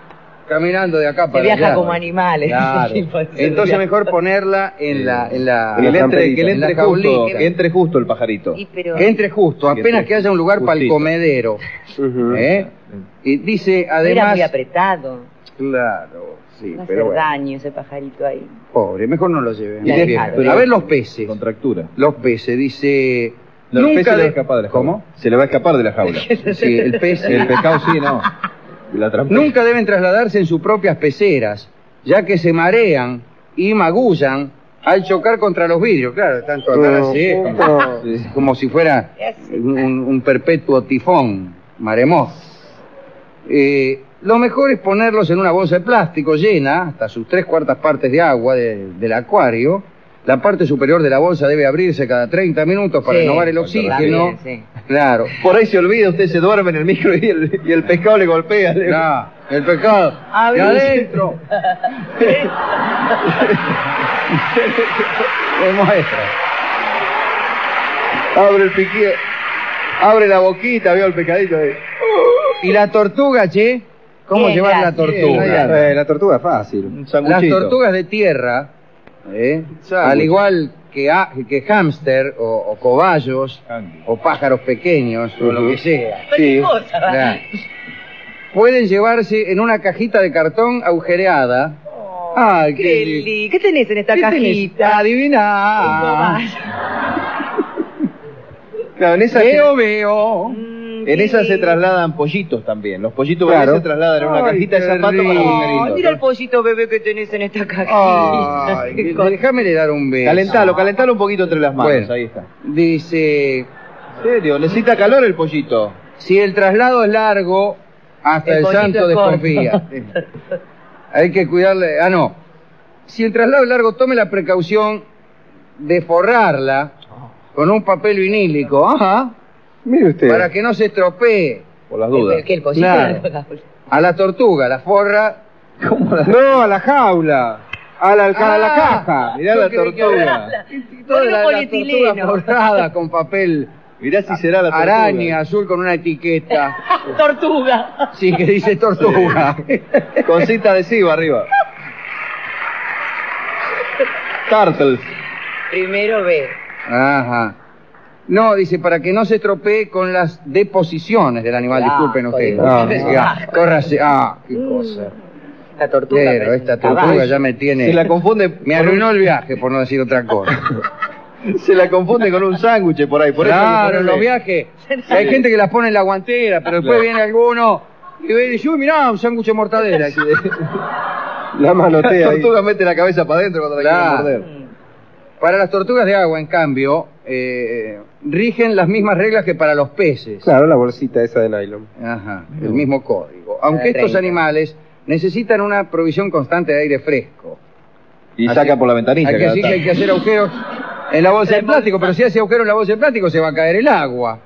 Speaker 1: caminando de acá
Speaker 4: Se
Speaker 1: para allá.
Speaker 4: viaja como animales.
Speaker 1: Claro. Entonces mejor ponerla en la... En la
Speaker 2: Que
Speaker 1: en
Speaker 2: le
Speaker 1: la
Speaker 2: entre, que le
Speaker 1: Ah, en la
Speaker 2: entre justo,
Speaker 1: jaulita.
Speaker 2: que entre justo el pajarito.
Speaker 4: Y pero...
Speaker 1: Que entre justo, apenas que haya un lugar para el
Speaker 2: Justito.
Speaker 1: comedero.
Speaker 3: Ujú.
Speaker 1: ¿eh? Y dice
Speaker 4: Era
Speaker 1: además...
Speaker 4: muy apretado.
Speaker 1: Claro, sí,
Speaker 4: Va a hacer
Speaker 1: pero bueno,
Speaker 4: daño ese pajarito ahí.
Speaker 1: pobre, mejor no lo lleven.
Speaker 4: Y
Speaker 1: Bien,
Speaker 4: deja,
Speaker 1: pero a ver los peces.
Speaker 2: Contractura.
Speaker 1: Los peces, dice...
Speaker 2: No, el pez
Speaker 1: nunca
Speaker 2: se le va a
Speaker 1: de-
Speaker 2: escapar de la jaula.
Speaker 1: ¿Cómo?
Speaker 2: Se le va a escapar de la jaula.
Speaker 1: Sí, el pez.
Speaker 2: el pescado sí, no. La trampera.
Speaker 1: Nunca deben trasladarse en sus propias peceras, ya que se marean y magullan al chocar contra los vidrios. Claro, tanto acá
Speaker 3: No,
Speaker 1: así, es como,
Speaker 3: no.
Speaker 2: Sí.
Speaker 1: como si fuera un, un perpetuo tifón, maremoz. Eh, lo mejor es ponerlos en una bolsa de plástico llena hasta sus tres cuartas partes de agua de- del acuario. La parte superior de la bolsa debe abrirse cada 30 minutos para
Speaker 4: Sí,
Speaker 1: renovar el
Speaker 2: cuando
Speaker 1: oxígeno.
Speaker 4: También, sí.
Speaker 1: Claro.
Speaker 2: Por ahí se olvida, usted se duerme en el micro y el, y el pescado le golpea. le-
Speaker 1: Ya, el pecado.
Speaker 4: Abrí.
Speaker 1: Y adentro. Le muestra.
Speaker 2: Abre el piquillo. Abre la boquita, veo el pescadito. ahí.
Speaker 1: ¿Y la tortuga, che? ¿Cómo
Speaker 4: Bien,
Speaker 1: llevar la
Speaker 4: gracias.
Speaker 1: tortuga?
Speaker 2: Bien, gracias.
Speaker 3: Eh, la tortuga es fácil.
Speaker 2: Un
Speaker 1: Las
Speaker 2: sanguchito.
Speaker 1: tortugas de tierra, ¿eh? al igual que, a- que hámster o, o cobayos
Speaker 2: Candy.
Speaker 1: o pájaros pequeños o lo que sea,
Speaker 3: Sí.
Speaker 4: Cosa, va.
Speaker 1: claro, pueden llevarse en una cajita de cartón agujereada.
Speaker 4: Oh,
Speaker 1: Ay, qué
Speaker 4: Kelly,
Speaker 1: lindo.
Speaker 4: ¿Qué tenés en esta
Speaker 1: ¿Qué tenés? Ah.
Speaker 4: cajita?
Speaker 1: Adiviná.
Speaker 4: Cobayos.
Speaker 2: Claro, en esa,
Speaker 1: Veo, veo.
Speaker 4: Mm,
Speaker 2: en esa
Speaker 4: sí.
Speaker 2: se trasladan pollitos también. Los pollitos
Speaker 3: Claro.
Speaker 2: bebés se trasladan en una
Speaker 1: Ay,
Speaker 2: cajita de
Speaker 1: qué
Speaker 2: zapatos para los
Speaker 1: rico.
Speaker 4: Oh, mira el
Speaker 2: pescaditos.
Speaker 4: pollito bebé que tenés en esta
Speaker 1: Ah,
Speaker 4: cajita.
Speaker 1: Ay, déjame le dar un beso.
Speaker 2: Calentalo, calentalo un poquito entre las manos.
Speaker 1: Bueno.
Speaker 2: Ahí está.
Speaker 1: Dice,
Speaker 2: ¿En serio? ¿Necesita calor el pollito?
Speaker 1: Si el traslado es largo, hasta
Speaker 4: El
Speaker 1: el,
Speaker 4: pollito
Speaker 1: santo
Speaker 4: es corto.
Speaker 1: desconfía. Hay que cuidarle. Ah, no. Si el traslado es largo, tome la precaución de forrarla con un papel vinílico. Ajá.
Speaker 3: Mire usted.
Speaker 1: Para que no se estropee.
Speaker 2: Por las
Speaker 4: El,
Speaker 2: dudas.
Speaker 4: el- que el pollito
Speaker 1: Claro.
Speaker 4: de la jaula.
Speaker 1: A la tortuga, la forra.
Speaker 3: No, a la jaula. A la, a la
Speaker 1: Ah,
Speaker 3: caja.
Speaker 2: Mirá
Speaker 1: yo
Speaker 2: la
Speaker 1: creí que
Speaker 2: tortuga.
Speaker 1: Toda
Speaker 4: Con un
Speaker 1: la, la
Speaker 4: polietileno.
Speaker 1: tortuga forrada con papel
Speaker 2: Mirá si será la tortuga.
Speaker 1: araña azul con una etiqueta.
Speaker 4: Tortuga.
Speaker 1: Sí, que dice tortuga.
Speaker 2: Con cinta adhesiva arriba. Turtles.
Speaker 4: Primero B.
Speaker 1: Ajá. No, dice, para que no se estropee con las deposiciones del animal,
Speaker 4: Asco,
Speaker 1: disculpen ustedes.
Speaker 4: digo,
Speaker 1: Ah,
Speaker 4: es un
Speaker 1: ya,
Speaker 4: asco.
Speaker 1: córrase. Ah, qué cosa.
Speaker 4: La tortuga.
Speaker 1: Pero
Speaker 4: parece
Speaker 1: esta
Speaker 4: un caballo.
Speaker 1: tortuga ya me
Speaker 2: Se la
Speaker 1: tiene...
Speaker 2: confunde.
Speaker 1: Me
Speaker 2: con
Speaker 1: arruinó el viaje, por no decir otra cosa.
Speaker 2: un- se la confunde con un sándwich por ahí. Por eso hay que
Speaker 1: claro,
Speaker 2: ponerle-
Speaker 1: los viajes. Hay gente que las pone en la guantera, pero después
Speaker 2: Claro.
Speaker 1: viene alguno y ve y dice, uy, mirá, un sándwich de mortadela.
Speaker 3: La manotea
Speaker 2: La
Speaker 3: ahí.
Speaker 2: tortuga mete la cabeza para adentro cuando la
Speaker 1: Claro.
Speaker 2: quiere morder.
Speaker 4: Mm.
Speaker 1: Para las tortugas de agua, en cambio, eh, rigen las mismas reglas que para los peces.
Speaker 3: Claro, la bolsita esa de nylon.
Speaker 1: Ajá, el mismo código. Aunque estos
Speaker 4: 30.
Speaker 1: animales necesitan una provisión constante de aire fresco.
Speaker 2: Y
Speaker 1: Así-
Speaker 2: saca por la ventanilla.
Speaker 1: Hay que,
Speaker 2: cada
Speaker 1: así que
Speaker 2: tanto.
Speaker 1: hay que hacer agujeros en la bolsa de plástico, pero si hace agujero en la bolsa de plástico se va a caer el agua.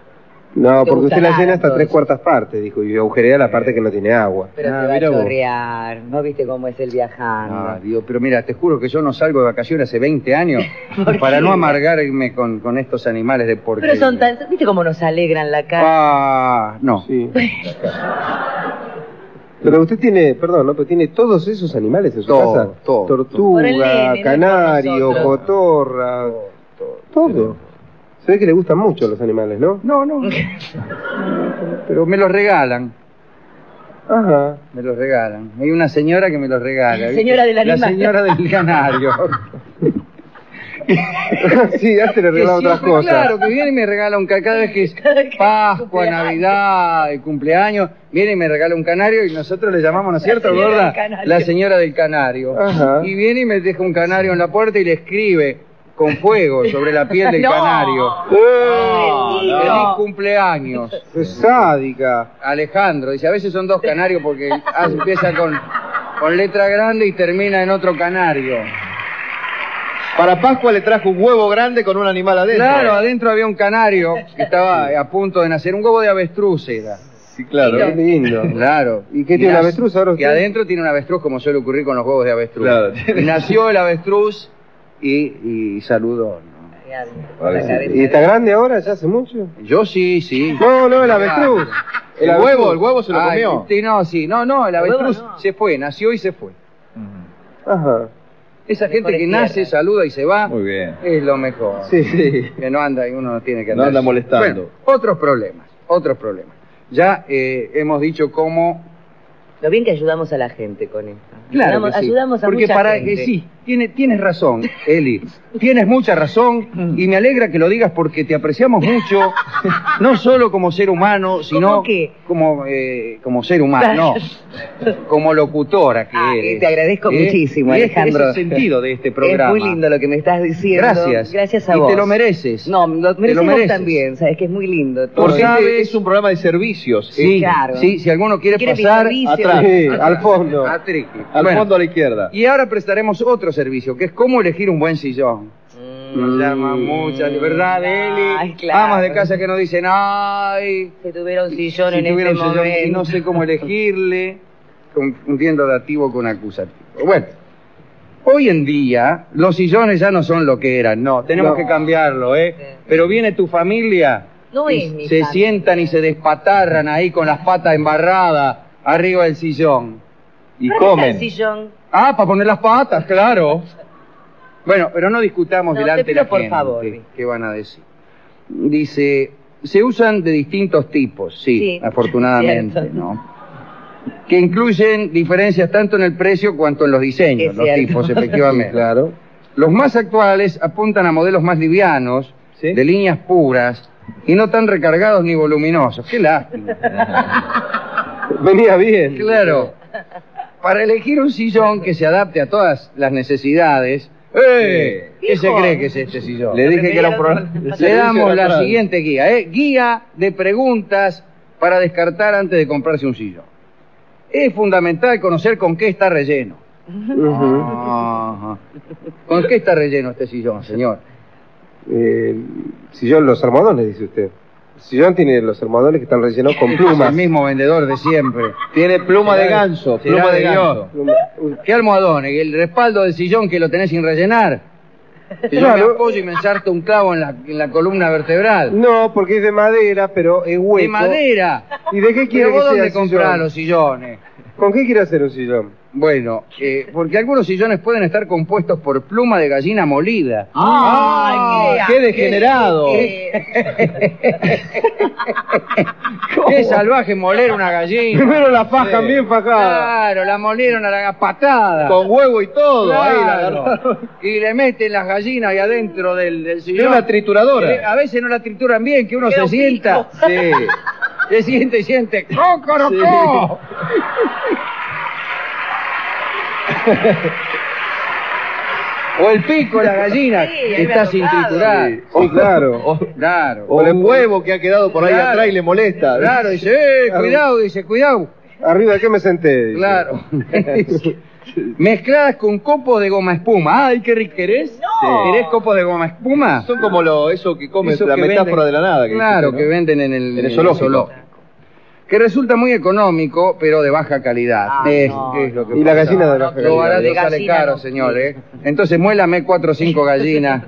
Speaker 3: No,
Speaker 4: Te
Speaker 3: porque usted la
Speaker 4: gustará,
Speaker 3: llena hasta
Speaker 4: entonces.
Speaker 3: tres cuartas partes, dijo, y agujerea la parte que no tiene agua.
Speaker 4: Pero
Speaker 1: Ah,
Speaker 4: te va a
Speaker 1: mira vos.
Speaker 4: chorrear. ¿No viste cómo es el
Speaker 1: Ah,
Speaker 4: viajando?
Speaker 1: Dios, pero mira, te juro que yo no salgo de vacaciones hace 20 años para no amargarme con, con estos animales de porquería.
Speaker 4: Pero son tan... ¿Viste cómo nos alegran la cara?
Speaker 1: Ah, no.
Speaker 3: Sí. Pero usted tiene, perdón, ¿no? Pero tiene todos esos animales en su
Speaker 1: Todo,
Speaker 3: casa.
Speaker 1: todo.
Speaker 4: Por el nene,
Speaker 3: Tortuga,
Speaker 4: no es por
Speaker 3: canario,
Speaker 4: nosotros.
Speaker 3: cotorra, todo. Se ve que le gustan mucho los animales, ¿no?
Speaker 1: No, no. Pero me los regalan,
Speaker 3: Ajá.
Speaker 1: me los regalan. Hay una señora que me los regala. ¿viste?
Speaker 4: Señora del
Speaker 1: La
Speaker 4: animal.
Speaker 1: señora del canario.
Speaker 3: sí, ya se le regala
Speaker 1: Que
Speaker 3: otras
Speaker 1: siempre,
Speaker 3: cosas.
Speaker 1: Claro, que viene y me regala un ca- cada vez que es Pascua,
Speaker 4: cumpleaños.
Speaker 1: Navidad, el cumpleaños, viene y me regala un canario y nosotros le llamamos, ¿no es cierto,
Speaker 4: señora del
Speaker 1: gorda?
Speaker 4: canario.
Speaker 1: La señora del canario.
Speaker 3: Ajá.
Speaker 1: Y viene y me deja un canario en la puerta y le escribe con fuego sobre la piel del
Speaker 4: No.
Speaker 1: canario.
Speaker 3: ¡Eh!
Speaker 4: No.
Speaker 1: Feliz cumpleaños.
Speaker 3: Es sádica.
Speaker 1: Alejandro, dice, a veces son dos canarios porque ah, empieza con, con letra grande y termina en otro canario.
Speaker 2: Para Pascua le trajo un huevo grande con un animal adentro.
Speaker 1: Claro, adentro había un canario que estaba a punto de nacer, un huevo de avestruz era.
Speaker 2: Sí, claro.
Speaker 3: Qué lindo.
Speaker 1: Claro.
Speaker 3: ¿Y qué tiene
Speaker 1: nace-
Speaker 3: la avestruz ahora
Speaker 1: Y
Speaker 3: usted?
Speaker 1: adentro tiene un avestruz como suele ocurrir con los huevos de avestruz.
Speaker 2: Claro.
Speaker 1: Y nació el avestruz y, y saludó. ¿no?
Speaker 4: Con la cabeza.
Speaker 3: ¿Y está grande ahora? ¿Ya hace mucho?
Speaker 1: Yo sí, sí.
Speaker 3: No, no, el avestruz.
Speaker 2: El,
Speaker 3: avestruz.
Speaker 2: huevo, el huevo se lo
Speaker 1: Ay, este-
Speaker 2: comió.
Speaker 1: sí, no, sí. No, no, el
Speaker 4: El huevo
Speaker 1: avestruz
Speaker 4: no.
Speaker 1: se fue, nació y se fue.
Speaker 3: Ajá.
Speaker 1: Esa
Speaker 4: Mejor
Speaker 1: gente que
Speaker 4: es
Speaker 1: nace,
Speaker 4: tierra.
Speaker 1: saluda y se va
Speaker 2: Muy bien.
Speaker 1: es lo mejor.
Speaker 3: Sí, sí.
Speaker 1: Que no anda y uno no tiene que
Speaker 2: No
Speaker 1: andar.
Speaker 2: anda molestando.
Speaker 1: Bueno, otros problemas, otros problemas. Ya eh, hemos dicho cómo
Speaker 4: Lo bien que ayudamos a la gente con esto.
Speaker 1: Claro
Speaker 4: ayudamos,
Speaker 1: que sí.
Speaker 4: ayudamos a
Speaker 1: Porque
Speaker 4: mucha
Speaker 1: para
Speaker 4: gente.
Speaker 1: que sí, tiene, tienes razón, Eli. Tienes mucha
Speaker 4: Mm.
Speaker 1: razón y me alegra que lo digas porque te apreciamos mucho, no solo como ser humano, sino
Speaker 4: qué?
Speaker 1: como eh, como ser humano, no, como locutora que
Speaker 4: Ah, y
Speaker 1: eres.
Speaker 4: te agradezco muchísimo,
Speaker 1: Y este
Speaker 4: Alejandro.
Speaker 1: Es el sentido de este programa.
Speaker 4: Es muy lindo lo que me estás diciendo.
Speaker 1: Gracias.
Speaker 4: Gracias a
Speaker 1: y
Speaker 4: vos.
Speaker 1: te lo mereces.
Speaker 4: No, lo
Speaker 1: Te
Speaker 4: mereces,
Speaker 1: lo
Speaker 4: vos
Speaker 1: mereces.
Speaker 4: también, sabes que es muy lindo. todo.
Speaker 1: Por
Speaker 2: Porque
Speaker 1: sabes-
Speaker 2: este es un programa de servicios.
Speaker 1: Sí,
Speaker 4: claro.
Speaker 1: sí, si alguno quiere,
Speaker 4: Quiere mi
Speaker 1: pasar
Speaker 4: servicio.
Speaker 2: atrás.
Speaker 3: Sí, al fondo.
Speaker 1: a Triqui.
Speaker 2: Al
Speaker 1: Bueno,
Speaker 2: fondo a la izquierda.
Speaker 1: Y ahora prestaremos otro servicio, que es cómo elegir un buen sillón. Nos
Speaker 4: Mm.
Speaker 1: llaman muchas, de verdad, Eli.
Speaker 4: Ay, claro.
Speaker 1: Amas de casa que nos dicen, ay,
Speaker 4: Se tuviera un sillón
Speaker 1: si
Speaker 4: en
Speaker 1: tuviera
Speaker 4: este
Speaker 1: un sillón
Speaker 4: momento.
Speaker 1: y no sé cómo elegirle, confundiendo dativo con acusativo. Bueno, hoy en día los sillones ya no son lo que eran, no, tenemos
Speaker 3: No.
Speaker 1: que cambiarlo, ¿eh?
Speaker 4: Sí.
Speaker 1: Pero viene tu familia,
Speaker 4: No
Speaker 1: y
Speaker 4: es mi
Speaker 1: se
Speaker 4: familia.
Speaker 1: sientan y se despatarran ahí con las patas embarradas arriba del sillón.
Speaker 2: Y
Speaker 4: Ahora
Speaker 2: comen.
Speaker 4: está el sillón.
Speaker 1: Ah, para poner las patas, claro. Bueno, pero no discutamos
Speaker 4: No,
Speaker 1: delante
Speaker 4: te pido
Speaker 1: de la
Speaker 4: por
Speaker 1: gente
Speaker 4: favor.
Speaker 1: qué van a decir. Dice, se usan de distintos tipos, sí,
Speaker 4: Sí,
Speaker 1: afortunadamente,
Speaker 4: cierto.
Speaker 1: ¿no? Que incluyen diferencias tanto en el precio cuanto en los diseños,
Speaker 4: Es
Speaker 1: los
Speaker 4: cierto.
Speaker 1: tipos, efectivamente.
Speaker 3: Claro.
Speaker 1: Los más actuales apuntan a modelos más livianos,
Speaker 2: Sí.
Speaker 1: de líneas puras, y no tan recargados ni voluminosos. Qué lástima.
Speaker 3: Venía bien.
Speaker 1: Claro. Para elegir un sillón que se adapte a todas las necesidades. ¡Eh! ¿Qué se
Speaker 4: Hijo.
Speaker 1: cree que es este sillón?
Speaker 2: Le dije que era un
Speaker 4: Primero-
Speaker 2: programa.
Speaker 1: Le damos la
Speaker 2: Atrás.
Speaker 1: siguiente guía, ¿eh? Guía de preguntas para descartar antes de comprarse un sillón. Es fundamental conocer con qué está relleno.
Speaker 3: Ujú.
Speaker 1: Ajá. ¿Con qué está relleno este sillón, señor?
Speaker 3: Eh, sillón, los almohadones, dice usted. Sillón tiene los almohadones que están rellenados con plumas.
Speaker 1: El mismo vendedor de siempre.
Speaker 2: Tiene pluma de ganso.
Speaker 1: Será
Speaker 2: Pluma
Speaker 1: de
Speaker 2: de ganso.
Speaker 1: Dios.
Speaker 3: Pluma- Uy,
Speaker 1: ¿Qué almohadones? ¿Y el respaldo del sillón que lo tenés sin rellenar? Que yo me
Speaker 3: Claro.
Speaker 1: apoyo y me ensarto un clavo en la, en la columna vertebral.
Speaker 3: No, porque es de madera, pero es hueco.
Speaker 1: ¡De madera!
Speaker 3: ¿Y de qué quiere
Speaker 1: ¿Pero vos
Speaker 3: que sea
Speaker 1: dónde
Speaker 3: el sillón?
Speaker 1: comprás los sillones?
Speaker 3: ¿Con qué quiere hacer un sillón?
Speaker 1: Bueno, eh, porque algunos sillones pueden estar compuestos por pluma de gallina molida.
Speaker 3: Ah,
Speaker 1: ¡Ah!
Speaker 4: ¡Ay,
Speaker 2: qué degenerado!
Speaker 4: qué-
Speaker 1: ¡Qué salvaje moler una gallina!
Speaker 3: Primero la faja
Speaker 2: Sí.
Speaker 3: bien fajada.
Speaker 1: Claro, la molieron a la patada.
Speaker 2: Con huevo y todo. Ahí la
Speaker 1: Claro.
Speaker 2: agarraron.
Speaker 1: Y le meten las gallinas ahí adentro del, del sillón.
Speaker 2: Tiene una
Speaker 1: Eh,
Speaker 2: trituradora.
Speaker 1: A veces no la trituran bien, que uno
Speaker 4: Queda
Speaker 1: se
Speaker 4: un
Speaker 1: sienta,
Speaker 2: Sí.
Speaker 1: se siente y siente. ¡Cocorocó! O el pico, la gallina,
Speaker 4: Sí,
Speaker 1: que
Speaker 4: ahí me
Speaker 1: está
Speaker 4: ha
Speaker 1: sin
Speaker 4: tocado.
Speaker 1: triturar.
Speaker 2: Sí, claro. O,
Speaker 1: Claro.
Speaker 2: o el huevo que ha quedado por ahí
Speaker 1: Claro.
Speaker 2: atrás y le molesta.
Speaker 1: Claro, dice, eh,
Speaker 3: Claro.
Speaker 1: cuidado, dice, cuidado.
Speaker 3: Arriba, ¿qué me senté? Dice.
Speaker 1: Claro. Mezcladas con copos de goma espuma. Ay, qué rico querés.
Speaker 4: No.
Speaker 1: ¿Querés copos de goma espuma?
Speaker 2: Son como lo, eso que
Speaker 1: "Ah".
Speaker 2: comes,
Speaker 1: Eso
Speaker 2: la
Speaker 1: que
Speaker 2: metáfora
Speaker 1: venden-
Speaker 2: de la nada. que
Speaker 1: Claro,
Speaker 2: dijiste,
Speaker 1: que
Speaker 2: ¿no?
Speaker 1: venden en el,
Speaker 2: En el zoológico.
Speaker 1: Que resulta muy económico, pero de baja calidad.
Speaker 4: Ah,
Speaker 1: es,
Speaker 4: no,
Speaker 1: es lo que
Speaker 3: Y la
Speaker 1: pasa.
Speaker 3: gallina de la
Speaker 1: Lo barato
Speaker 4: De
Speaker 1: sale
Speaker 4: gallina
Speaker 1: caro,
Speaker 4: no.
Speaker 1: señores. Entonces, muélame cuatro o cinco gallinas.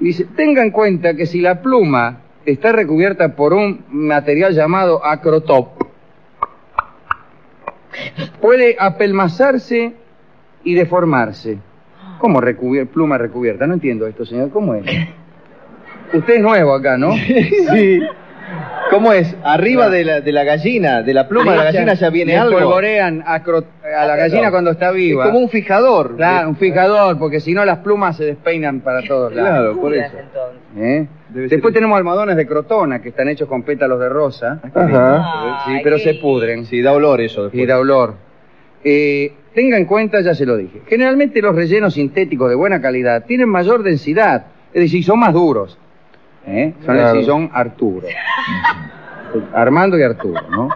Speaker 1: Dice, tenga en cuenta que si la pluma está recubierta por un material llamado acrotop, puede apelmazarse y deformarse. ¿Cómo recubier- pluma recubierta? No entiendo esto, señor. ¿Cómo es? Usted es nuevo acá, ¿no?
Speaker 2: sí. ¿Cómo es? Arriba de la, de la gallina, de la pluma de la gallina ya viene
Speaker 1: Le
Speaker 2: algo.
Speaker 1: polvorean acro- a la gallina cuando está
Speaker 2: Es
Speaker 1: viva.
Speaker 2: como un fijador.
Speaker 1: Claro, un fijador, porque si no las plumas se despeinan para todos lados.
Speaker 2: Claro, por eso.
Speaker 4: Entonces.
Speaker 1: ¿Eh?
Speaker 2: Debe
Speaker 1: Después
Speaker 2: ser-
Speaker 1: tenemos almohadones de crotona que están hechos con pétalos de rosa,
Speaker 3: Ajá.
Speaker 2: Ah,
Speaker 1: sí,
Speaker 4: Ay,
Speaker 1: pero
Speaker 4: qué
Speaker 1: se
Speaker 4: lindo.
Speaker 1: pudren
Speaker 2: Sí, da olor eso
Speaker 1: y
Speaker 2: después.
Speaker 1: da olor. Eh, tenga en cuenta, ya se lo dije, generalmente los rellenos sintéticos de buena calidad tienen mayor densidad, es decir, son más duros. ¿eh? Son
Speaker 3: Claro.
Speaker 1: el sillón Arturo. Armando y Arturo, ¿no?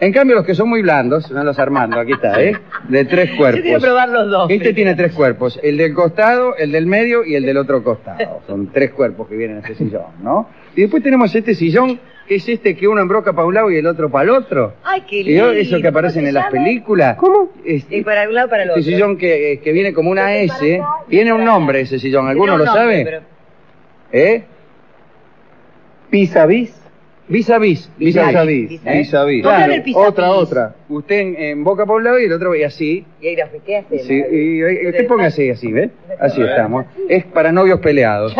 Speaker 1: En cambio, los que son muy blandos, son los Armando, aquí está, ¿eh? De tres
Speaker 4: Yo quiero
Speaker 1: cuerpos.
Speaker 4: probar los dos.
Speaker 1: Este
Speaker 4: primero.
Speaker 1: tiene tres cuerpos, el del costado, el del medio y el del otro costado. Son tres cuerpos que vienen en este sillón, ¿no? Y después tenemos este sillón, que es este que uno embroca para un lado y el otro para el otro.
Speaker 4: Ay, qué
Speaker 1: Y
Speaker 4: lindo.
Speaker 1: yo- eso que aparecen
Speaker 4: ¿Cómo
Speaker 1: en
Speaker 4: se
Speaker 1: las
Speaker 4: llama?
Speaker 1: películas. ¿Cómo? Este,
Speaker 4: Y para un lado para el otro.
Speaker 1: este sillón que, eh, que viene como una
Speaker 4: Este para
Speaker 1: S,
Speaker 4: acá y
Speaker 1: tiene un
Speaker 4: para acá.
Speaker 1: nombre ese sillón,
Speaker 4: Tiene
Speaker 1: ¿alguno
Speaker 4: un
Speaker 1: lo
Speaker 4: nombre,
Speaker 1: sabe?
Speaker 4: pero-
Speaker 1: ¿Eh?
Speaker 3: Vis a vis.
Speaker 1: Vis a vis, vis
Speaker 4: Vis a
Speaker 1: a
Speaker 4: vis,
Speaker 1: vis.
Speaker 4: vis a vis.
Speaker 1: ¿eh?
Speaker 2: Vis a vis.
Speaker 4: Póngale
Speaker 1: Claro,
Speaker 4: el piso a
Speaker 3: Otra,
Speaker 4: piso.
Speaker 3: otra.
Speaker 1: Usted emboca para un lado y el otro y así.
Speaker 4: ¿eh? Y ahí la ¿qué hacemos?
Speaker 1: Sí, y, y- usted póngase así, ¿ves? Así estamos. Es para novios peleados.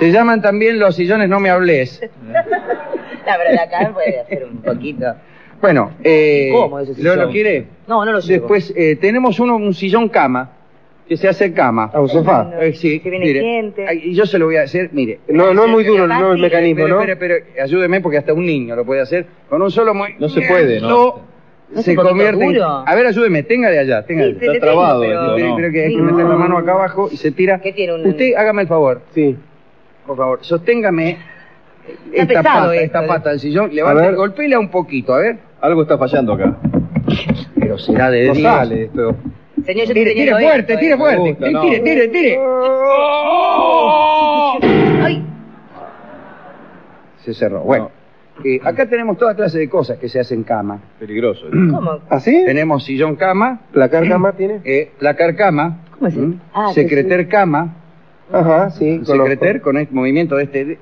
Speaker 1: Se llaman también los sillones no me hables.
Speaker 4: La verdad, acá puede hacer un poquito.
Speaker 1: Bueno, eh,
Speaker 4: ¿Cómo ese
Speaker 1: ¿lo,
Speaker 4: sillón?
Speaker 1: lo quiere?
Speaker 4: No, no lo sé.
Speaker 1: Después eh, tenemos uno, un sillón cama, que se hace cama.
Speaker 3: A un sofá.
Speaker 4: No,
Speaker 1: Eh, sí,
Speaker 4: que viene
Speaker 1: mire.
Speaker 4: gente.
Speaker 1: Ay, y yo se lo voy a hacer, mire.
Speaker 3: No, no es muy duro no, el mecanismo,
Speaker 1: Pero,
Speaker 3: ¿no?
Speaker 1: pero, pero, ayúdeme porque hasta un niño lo puede hacer. Con un solo movimiento.
Speaker 2: No se puede, ¿no?
Speaker 4: ¿No es
Speaker 1: Se
Speaker 4: un poquito
Speaker 1: convierte. en-
Speaker 4: duro?
Speaker 1: A ver, ayúdeme, tenga de allá, tenga de allá.
Speaker 4: Sí, te- te tengo,
Speaker 2: trabado
Speaker 4: pero-
Speaker 2: esto,
Speaker 1: Pero
Speaker 2: ¿no?
Speaker 1: creo que hay que
Speaker 4: Sí.
Speaker 1: meter la mano acá abajo y se tira.
Speaker 4: ¿Qué tiene un-
Speaker 1: Usted hágame el favor,
Speaker 3: Sí.
Speaker 1: por favor, sosténgame esta
Speaker 4: pesado
Speaker 1: pata,
Speaker 4: esto,
Speaker 1: esta
Speaker 4: ¿eh?
Speaker 1: pata del sillón, levante,
Speaker 3: ver.
Speaker 1: golpéela un poquito, a ver.
Speaker 2: Algo está fallando acá.
Speaker 1: Pero será de
Speaker 3: No
Speaker 1: Dios.
Speaker 3: sale esto.
Speaker 4: Señor, yo te
Speaker 1: Tire, tire
Speaker 4: señalo
Speaker 1: fuerte,
Speaker 4: esto,
Speaker 1: tire
Speaker 4: ¿eh?
Speaker 1: fuerte,
Speaker 2: Me gusta,
Speaker 1: tire, tire,
Speaker 2: no.
Speaker 1: tire, tire.
Speaker 4: Ay,
Speaker 1: Se cerró. Bueno, eh, acá tenemos toda clase de cosas que se hacen cama.
Speaker 2: Peligroso.
Speaker 4: ¿cómo?
Speaker 3: ¿Así?
Speaker 1: Tenemos sillón cama,
Speaker 3: ¿Ah, ¿La carga más tiene?
Speaker 1: eh, placar cama,
Speaker 4: ¿Cómo es?
Speaker 1: ¿m?
Speaker 4: Ah, que
Speaker 1: secreter cama,
Speaker 3: Ajá, sí. conozco.
Speaker 1: secreter con el movimiento de este dedo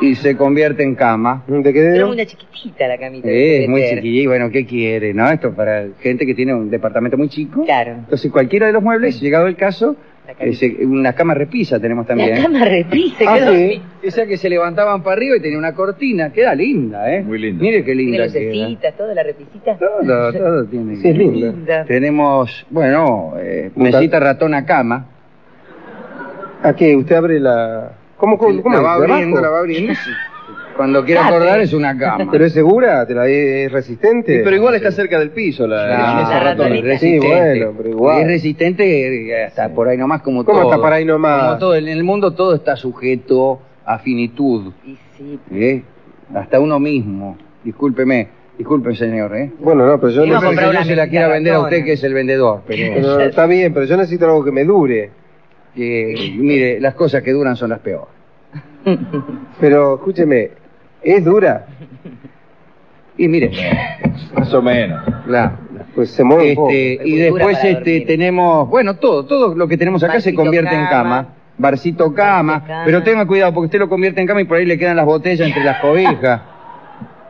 Speaker 1: y se convierte en cama.
Speaker 3: ¿De qué
Speaker 4: Pero
Speaker 3: dedo?
Speaker 4: una chiquitita la camita.
Speaker 1: Eh, Es muy
Speaker 4: Peter.
Speaker 1: chiquilla y bueno, ¿qué quiere? ¿No? Esto para gente que tiene un departamento muy chico.
Speaker 4: Claro.
Speaker 1: Entonces, cualquiera de los muebles, llegado el caso,
Speaker 4: La cama.
Speaker 1: eh, se- una cama repisa tenemos
Speaker 4: La
Speaker 1: también.
Speaker 4: cama repite.
Speaker 3: Ah,
Speaker 4: quedó
Speaker 3: sí.
Speaker 4: así.
Speaker 1: Esa que se levantaban para arriba y tenía una cortina. Queda linda, ¿eh?
Speaker 2: Muy linda.
Speaker 1: Mire qué
Speaker 4: Tiene
Speaker 1: linda queda.
Speaker 4: lucecitas, toda la repisita.
Speaker 1: Todo, todo tiene.
Speaker 3: Sí, es linda.
Speaker 4: Linda.
Speaker 1: Tenemos, bueno, eh,
Speaker 3: Punta-
Speaker 1: mesita ratona cama.
Speaker 3: ¿A qué? ¿Usted abre la...? ¿Cómo, cómo, cómo
Speaker 1: la
Speaker 3: es?
Speaker 1: va
Speaker 3: ¿De
Speaker 1: abriendo,
Speaker 3: abajo?
Speaker 1: la va abriendo. sí. Cuando quiera
Speaker 4: Date.
Speaker 1: acordar es una cama.
Speaker 3: ¿Pero es segura? ¿Te la, ¿Es resistente?
Speaker 2: Sí, pero igual está cerca del piso la,
Speaker 1: Ah,
Speaker 2: la mesa
Speaker 4: claro,
Speaker 2: ratona.
Speaker 4: también.
Speaker 1: resistente.
Speaker 3: Sí, bueno, pero igual.
Speaker 1: Es resistente eh, hasta por ahí nomás como
Speaker 3: ¿Cómo
Speaker 1: todo.
Speaker 3: hasta para ahí nomás?
Speaker 1: Como todo, en el mundo todo está sujeto a finitud,
Speaker 4: Y sí.
Speaker 1: ¿eh? Hasta uno mismo. Discúlpeme, disculpe señor, ¿eh?
Speaker 3: Bueno, no, pero yo
Speaker 4: Iba a
Speaker 1: No sé
Speaker 3: necesito...
Speaker 4: comprar
Speaker 1: si
Speaker 4: una
Speaker 1: no se la
Speaker 4: mesita
Speaker 1: quiera vender a
Speaker 4: ratona.
Speaker 1: usted que es el vendedor, pero...
Speaker 3: pero está bien, pero yo necesito algo que me dure.
Speaker 1: eh, mire, las cosas que duran son las peores.
Speaker 3: Pero, escúcheme, ¿es dura?
Speaker 1: Y mire,
Speaker 2: Más o menos.
Speaker 1: claro.
Speaker 3: Pues se mueve un poco.
Speaker 1: Este,
Speaker 4: Es
Speaker 1: y
Speaker 4: muy dura
Speaker 1: después
Speaker 4: para
Speaker 1: este,
Speaker 4: dormir.
Speaker 1: tenemos, bueno, todo, todo lo que tenemos acá se
Speaker 4: Barcito
Speaker 1: convierte en cama.
Speaker 4: cama.
Speaker 1: Barcito cama,
Speaker 4: Barcito cama.
Speaker 1: pero tenga cuidado porque usted lo convierte en cama y por ahí le quedan las botellas entre las cobijas.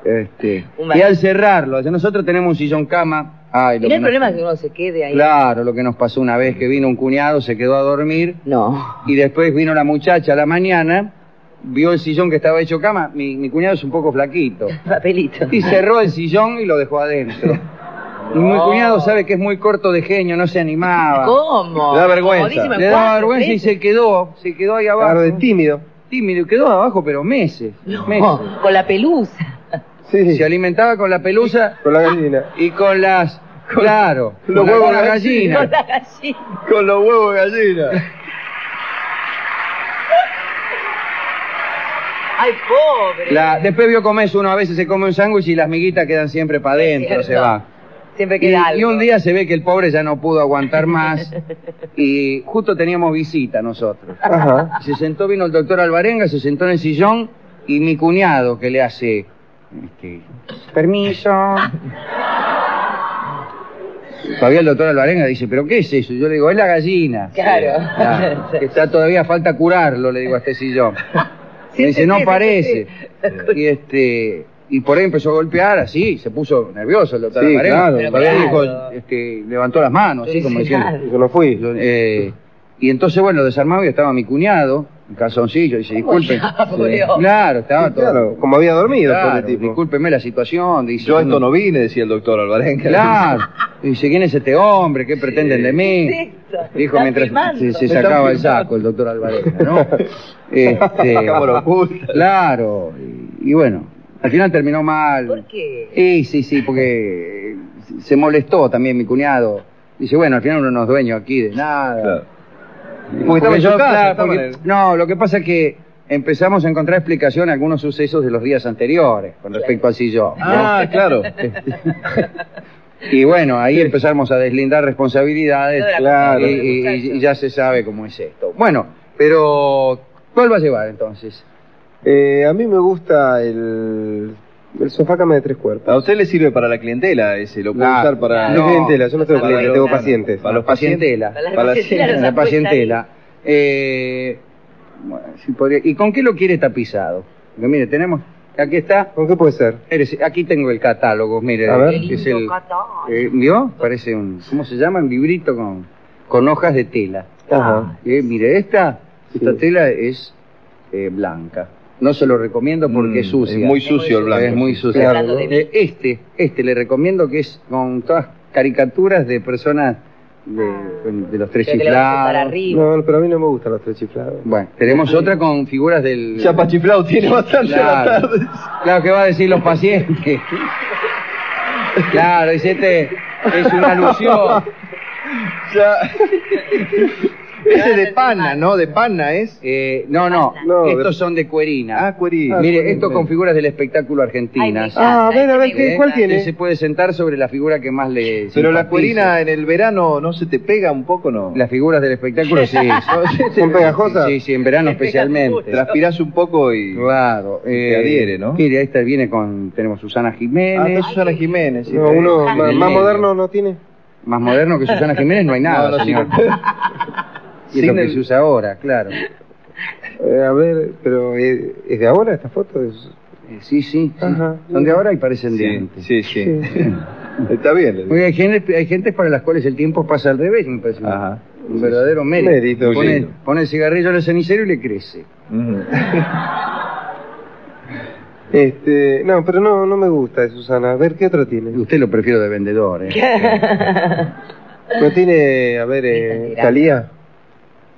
Speaker 1: Este,
Speaker 4: Un
Speaker 1: y
Speaker 4: barcito.
Speaker 1: al cerrarlo, o sea, nosotros tenemos un sillón cama. Ay,
Speaker 4: Y
Speaker 1: lo
Speaker 4: no
Speaker 1: que
Speaker 4: hay
Speaker 1: nos-
Speaker 4: problema que uno se quede ahí.
Speaker 1: Claro, lo que nos pasó una vez que vino un cuñado, se quedó a dormir
Speaker 4: No.
Speaker 1: y después vino la muchacha a la mañana, vio el sillón que estaba hecho cama, mi, mi cuñado es un poco flaquito.
Speaker 4: Papelito.
Speaker 1: Y cerró el sillón y lo dejó adentro. Y Mi
Speaker 4: No.
Speaker 1: cuñado sabe que es muy corto de genio, no se animaba.
Speaker 4: ¿Cómo?
Speaker 2: Le da vergüenza.
Speaker 4: Comodísimo en
Speaker 1: Le daba
Speaker 4: cuatro,
Speaker 1: vergüenza y
Speaker 4: tres.
Speaker 1: se quedó, se quedó ahí abajo.
Speaker 3: Claro, de tímido.
Speaker 1: Tímido, quedó abajo, pero meses. meses.
Speaker 4: No, con la pelusa.
Speaker 3: Sí.
Speaker 1: se alimentaba con la pelusa
Speaker 3: Con la gallina.
Speaker 1: y con las. claro,
Speaker 2: los
Speaker 1: con la-
Speaker 2: huevos
Speaker 1: con las
Speaker 2: de
Speaker 1: gallinas.
Speaker 4: Con la gallina.
Speaker 2: Con los huevos de gallina.
Speaker 4: Ay, pobre.
Speaker 1: La- después vio comerse uno, a veces se come un sándwich y las miguitas quedan siempre para adentro,
Speaker 4: Es
Speaker 1: se
Speaker 4: cierto.
Speaker 1: va.
Speaker 4: Siempre
Speaker 1: Y,
Speaker 4: queda algo.
Speaker 1: y un día se ve que el pobre ya no pudo aguantar más y justo teníamos visita nosotros.
Speaker 3: Ajá.
Speaker 1: Se sentó, vino el doctor Alvarenga, se sentó en el sillón y mi cuñado que le hace... este, Permiso. Todavía el doctor Alvarenga dice, ¿pero qué es eso? Yo le digo, es la gallina.
Speaker 4: Claro.
Speaker 1: Sí, claro. Que está todavía falta curarlo, le digo a este sillón.
Speaker 4: Sí,
Speaker 1: Me dice,
Speaker 4: sí,
Speaker 1: no
Speaker 4: sí,
Speaker 1: parece.
Speaker 4: sí.
Speaker 1: Y este y por ahí empezó a golpear así, se puso nervioso el doctor
Speaker 3: Sí,
Speaker 1: Alvarenga.
Speaker 3: claro,
Speaker 1: Todavía
Speaker 4: claro.
Speaker 1: dijo, este, levantó las manos, así
Speaker 4: Sí,
Speaker 1: como
Speaker 4: sí,
Speaker 1: diciendo.
Speaker 4: claro.
Speaker 3: Yo no fui.
Speaker 1: Yo, eh, y entonces, bueno, lo desarmado y estaba mi cuñado, en calzoncillo, dice, disculpen.
Speaker 4: ya, boludo?
Speaker 1: Claro, estaba todo.
Speaker 3: Claro, como había dormido
Speaker 1: Claro,
Speaker 3: pobre tipo.
Speaker 1: discúlpeme la situación, dice.
Speaker 2: Yo a esto no vine, decía el doctor Alvarenga.
Speaker 1: Claro. Dice, ¿quién es este hombre? ¿Qué pretenden de mí?
Speaker 4: ¿Qué es esto?
Speaker 1: Dijo
Speaker 4: Están
Speaker 1: mientras
Speaker 4: filmando.
Speaker 1: se, se
Speaker 4: Me
Speaker 2: están
Speaker 1: sacaba el
Speaker 2: filmando.
Speaker 1: saco el doctor Alvarez, ¿no? Este,
Speaker 2: Cámara oculta.
Speaker 1: claro, y, y bueno, al final terminó mal.
Speaker 4: ¿Por qué?
Speaker 1: Sí, sí, sí, porque eh, se molestó también mi cuñado. Dice, bueno, al final uno no es dueño aquí de nada.
Speaker 2: Claro.
Speaker 1: Porque
Speaker 2: Porque estaba en
Speaker 1: yo,
Speaker 2: su casa,
Speaker 1: claro,
Speaker 2: estaba
Speaker 1: porque-
Speaker 2: en el-
Speaker 1: No, lo que pasa es que empezamos a encontrar explicación a algunos sucesos de los días anteriores con respecto al sillón. ¿no?
Speaker 2: Ah, claro.
Speaker 1: Y bueno, ahí empezamos a deslindar responsabilidades
Speaker 4: Toda la
Speaker 1: claro, y,
Speaker 4: culpa del
Speaker 1: y-
Speaker 4: muchacho.
Speaker 1: y ya se sabe cómo es esto. Bueno, pero ¿cuál va a llevar entonces?
Speaker 3: Eh, a mí me gusta el, el sofá cama de tres
Speaker 2: A
Speaker 3: cuerpos.
Speaker 2: usted le sirve para la clientela ese, lo puede
Speaker 1: Claro.
Speaker 2: usar para...
Speaker 1: No.
Speaker 3: No, clientela, yo no tengo
Speaker 4: Para
Speaker 3: clientes,
Speaker 4: los-
Speaker 3: tengo pacientes.
Speaker 2: para los
Speaker 1: La pacientela.
Speaker 4: Para las
Speaker 2: Para la-
Speaker 4: pacientelas las
Speaker 1: La
Speaker 4: apuestas
Speaker 1: pacientela. Eh, bueno, si podría- ¿Y con qué lo quiere tapizado? Porque, mire, tenemos, aquí está,
Speaker 3: ¿Con qué puede ser?
Speaker 1: eres- aquí tengo el catálogo, mire,
Speaker 3: A ver.
Speaker 4: Qué
Speaker 1: es
Speaker 4: lindo
Speaker 1: el,
Speaker 4: catón.
Speaker 1: eh, ¿vio? Parece un, ¿cómo se llama? Un librito con, con hojas de tela.
Speaker 3: Ajá.
Speaker 1: Eh, mire, esta, esta
Speaker 3: Sí.
Speaker 1: tela es eh, blanca. No se lo recomiendo porque
Speaker 2: Mm,
Speaker 1: es sucia.
Speaker 2: Es muy
Speaker 4: Es muy
Speaker 2: sucio el
Speaker 4: sucio.
Speaker 2: blanco.
Speaker 1: Es muy sucio.
Speaker 3: Claro, Hablando
Speaker 4: ¿no? de mí.
Speaker 1: Eh, este, este le recomiendo que es con todas caricaturas de personas de, de los tres
Speaker 4: Ah. Creo que le vas a
Speaker 1: chiflados.
Speaker 4: para arriba.
Speaker 3: No, pero a mí no me gustan los tres chiflados.
Speaker 1: Bueno, tenemos otra con figuras del...
Speaker 2: Ya pachiflado tiene bastante a la
Speaker 1: Claro.
Speaker 2: tarde.
Speaker 1: Claro, ¿qué va a decir los pacientes? claro, dice este es una alusión.
Speaker 2: Ya. Ese de pana, ¿no? De pana es.
Speaker 1: Eh, no, no,
Speaker 3: No, de-
Speaker 1: estos son de cuerina.
Speaker 2: Ah, cuerina.
Speaker 1: Mire,
Speaker 3: cuerina,
Speaker 1: esto
Speaker 3: bien.
Speaker 1: con figuras del espectáculo
Speaker 4: Ay, me
Speaker 1: argentinas.
Speaker 4: encanta,
Speaker 3: Ah, a ver, a
Speaker 4: este
Speaker 3: ver,
Speaker 4: me
Speaker 3: ¿qué-
Speaker 4: gusta.
Speaker 3: cuál tiene?
Speaker 1: Usted se puede sentar sobre la figura que más le
Speaker 2: Pero la
Speaker 1: simpatice.
Speaker 2: cuerina en el verano no se te pega un poco, ¿no?
Speaker 1: Las figuras del espectáculo, sí.
Speaker 3: ¿Son pegajosas?
Speaker 1: Sí, sí, en verano
Speaker 4: Es
Speaker 1: especialmente.
Speaker 4: pegajosa.
Speaker 2: Transpirás un poco y.
Speaker 1: Claro.
Speaker 2: Te adhiere, ¿no?
Speaker 1: Mire, ahí está, viene con, tenemos Susana
Speaker 2: Ah, está
Speaker 1: Jiménez.
Speaker 2: Susana Jiménez. sí,
Speaker 3: No,
Speaker 2: está
Speaker 3: uno
Speaker 2: ahí.
Speaker 3: ma- más,
Speaker 1: medio.
Speaker 3: moderno no tiene.
Speaker 1: Más moderno que Susana Jiménez no hay nada,
Speaker 2: No, no,
Speaker 1: señor.
Speaker 2: sí,
Speaker 1: Y es lo
Speaker 2: Sin
Speaker 1: que
Speaker 2: el-
Speaker 1: se usa ahora, claro.
Speaker 3: Eh, a ver, pero eh, ¿es de ahora esta foto? Es-
Speaker 1: Eh, Sí, sí. sí.
Speaker 3: Ajá.
Speaker 1: Son de ahora y parecen de
Speaker 2: Sí,
Speaker 1: antes.
Speaker 2: sí, sí. Está bien.
Speaker 1: Oiga, hay gente, hay gentes para las cuales el tiempo pasa al revés, me parece.
Speaker 2: Ajá.
Speaker 1: Un verdadero mérito.
Speaker 3: Mérito,
Speaker 2: muy
Speaker 1: pone,
Speaker 2: lindo.
Speaker 1: pone el cigarrillo en el cenicero y le crece.
Speaker 2: Ujú.
Speaker 3: Este, no, pero no, no me gusta de Susana. A ver, ¿qué otro tiene?
Speaker 1: Usted lo prefiero de vendedor, ¿eh?
Speaker 3: ¿No tiene, a ver, eh, Talía?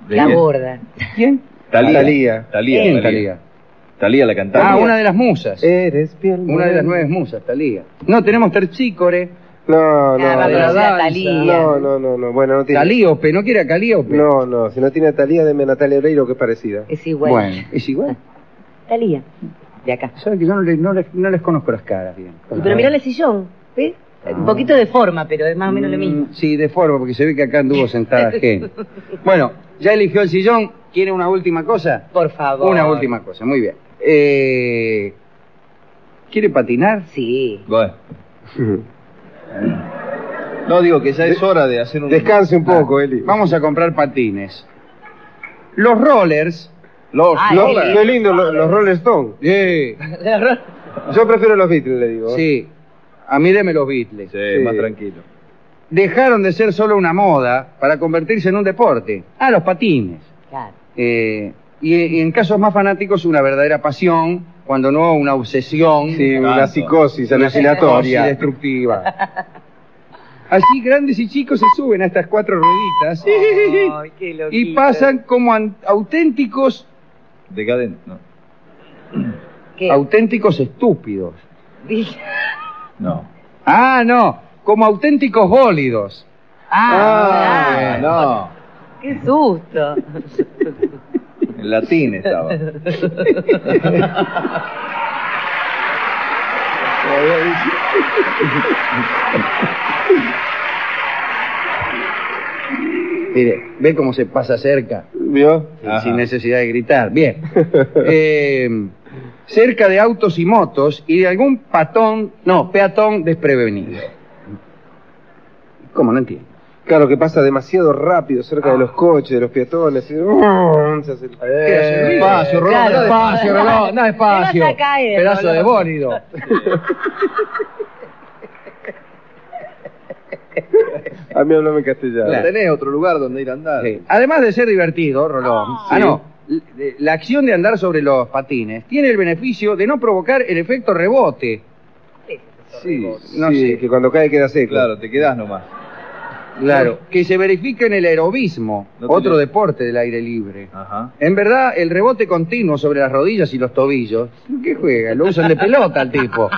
Speaker 4: La gorda.
Speaker 1: ¿Quién?
Speaker 2: Talía.
Speaker 3: Talía.
Speaker 2: Talía.
Speaker 1: ¿Quién,
Speaker 2: Talía.
Speaker 1: Talía?
Speaker 2: Talía, la cantante.
Speaker 1: Ah, una de las musas.
Speaker 2: Eh,
Speaker 3: Eres piel.
Speaker 1: Una de las nueve musas, Talía. No, tenemos Terchícore,
Speaker 3: No, no,
Speaker 4: Ah, va,
Speaker 1: de
Speaker 4: pero
Speaker 1: la
Speaker 4: es
Speaker 3: no.
Speaker 4: la
Speaker 1: danza.
Speaker 4: Talía.
Speaker 3: No, no, no, no. Bueno, no tiene.
Speaker 1: Calíope, ¿no quiere a Calíope?
Speaker 3: No, no. Si no tiene a Talía, deme a Natalia Oreiro, que es parecida.
Speaker 4: Es
Speaker 1: Bueno,
Speaker 4: igual.
Speaker 1: es igual.
Speaker 4: Talía. De acá.
Speaker 1: Saben que yo no, le- no les, no les conozco las caras bien.
Speaker 4: Y Pero mirá el sillón, ¿ves? Un poquito de forma, pero es más o menos lo mismo.
Speaker 1: Ah. Mm, Sí, de forma, porque se ve que acá anduvo sentada gente. Bueno, ya eligió el sillón. ¿Quiere una última cosa?
Speaker 4: Por favor.
Speaker 1: Una última cosa, muy bien. Eh, ¿Quiere patinar?
Speaker 4: Sí.
Speaker 2: Bueno. No, digo que ya es hora de hacer un.
Speaker 3: Descanse un
Speaker 4: Ah.
Speaker 3: poco, Eli.
Speaker 1: ah, Vamos a comprar patines. Los rollers.
Speaker 2: Los.
Speaker 4: Ah,
Speaker 3: No,
Speaker 4: qué
Speaker 3: qué
Speaker 4: lindo.
Speaker 3: lindo, lo- los Rolling Stones.
Speaker 1: Eh,
Speaker 3: Yo prefiero los Beatles, le digo.
Speaker 1: Sí, a mí deme los Beatles.
Speaker 2: Sí,
Speaker 3: Sí.
Speaker 2: más tranquilo.
Speaker 1: Dejaron de ser solo una moda para convertirse en un deporte. Ah, los patines.
Speaker 4: Claro.
Speaker 1: Eh, y, y en casos más fanáticos, una verdadera pasión, cuando no una obsesión.
Speaker 3: Sí, una
Speaker 2: Tanto.
Speaker 3: psicosis
Speaker 1: Alucinatoria.
Speaker 3: alucinatoria.
Speaker 1: destructiva. Así grandes y chicos se suben a estas cuatro rueditas
Speaker 4: Ay, qué loquito.
Speaker 1: y pasan como an- auténticos,
Speaker 2: Decadente, ¿no?
Speaker 4: ¿Qué?
Speaker 1: auténticos estúpidos.
Speaker 4: Dice-
Speaker 2: No.
Speaker 1: Ah, no, como auténticos bólidos.
Speaker 2: Ah,
Speaker 4: Ah,
Speaker 2: no.
Speaker 4: claro. qué susto.
Speaker 2: En latín estaba. Lo había dicho.
Speaker 1: Mire, ve cómo se pasa cerca,
Speaker 3: ¿Vio?
Speaker 1: sin-
Speaker 2: Ajá.
Speaker 1: sin necesidad de gritar. Bien. Eh, cerca de autos y motos y de algún patón, no, peatón desprevenido. ¿Cómo? No entiendo.
Speaker 3: Claro, que pasa demasiado rápido cerca
Speaker 1: Ah.
Speaker 3: de los coches, de los peatones. y- uh, se hace-
Speaker 1: Eh, despacio, Rolón,
Speaker 4: claro.
Speaker 1: no despacio, Rolón, no
Speaker 4: Te
Speaker 1: despacio.
Speaker 4: vas a caer,
Speaker 1: Pedazo de
Speaker 4: Rolón.
Speaker 1: bólido.
Speaker 3: A mí hablame en castellano.
Speaker 2: No tenés otro lugar donde ir a andar.
Speaker 1: Sí. Además de ser divertido, Rolón,
Speaker 4: Ah.
Speaker 1: ah, no, l- de- la acción de andar sobre los patines tiene el beneficio de no provocar el efecto rebote.
Speaker 2: Sí,
Speaker 1: No
Speaker 3: sí,
Speaker 1: sé.
Speaker 3: que cuando cae queda seco.
Speaker 2: Claro, te quedás nomás.
Speaker 1: Claro. Que se verifica en el aerobismo,
Speaker 2: No tiene-
Speaker 1: otro deporte del aire libre.
Speaker 2: Ajá.
Speaker 1: En verdad, el rebote continuo sobre las rodillas y los tobillos, ¿qué juega? Lo usan de pelota al tipo.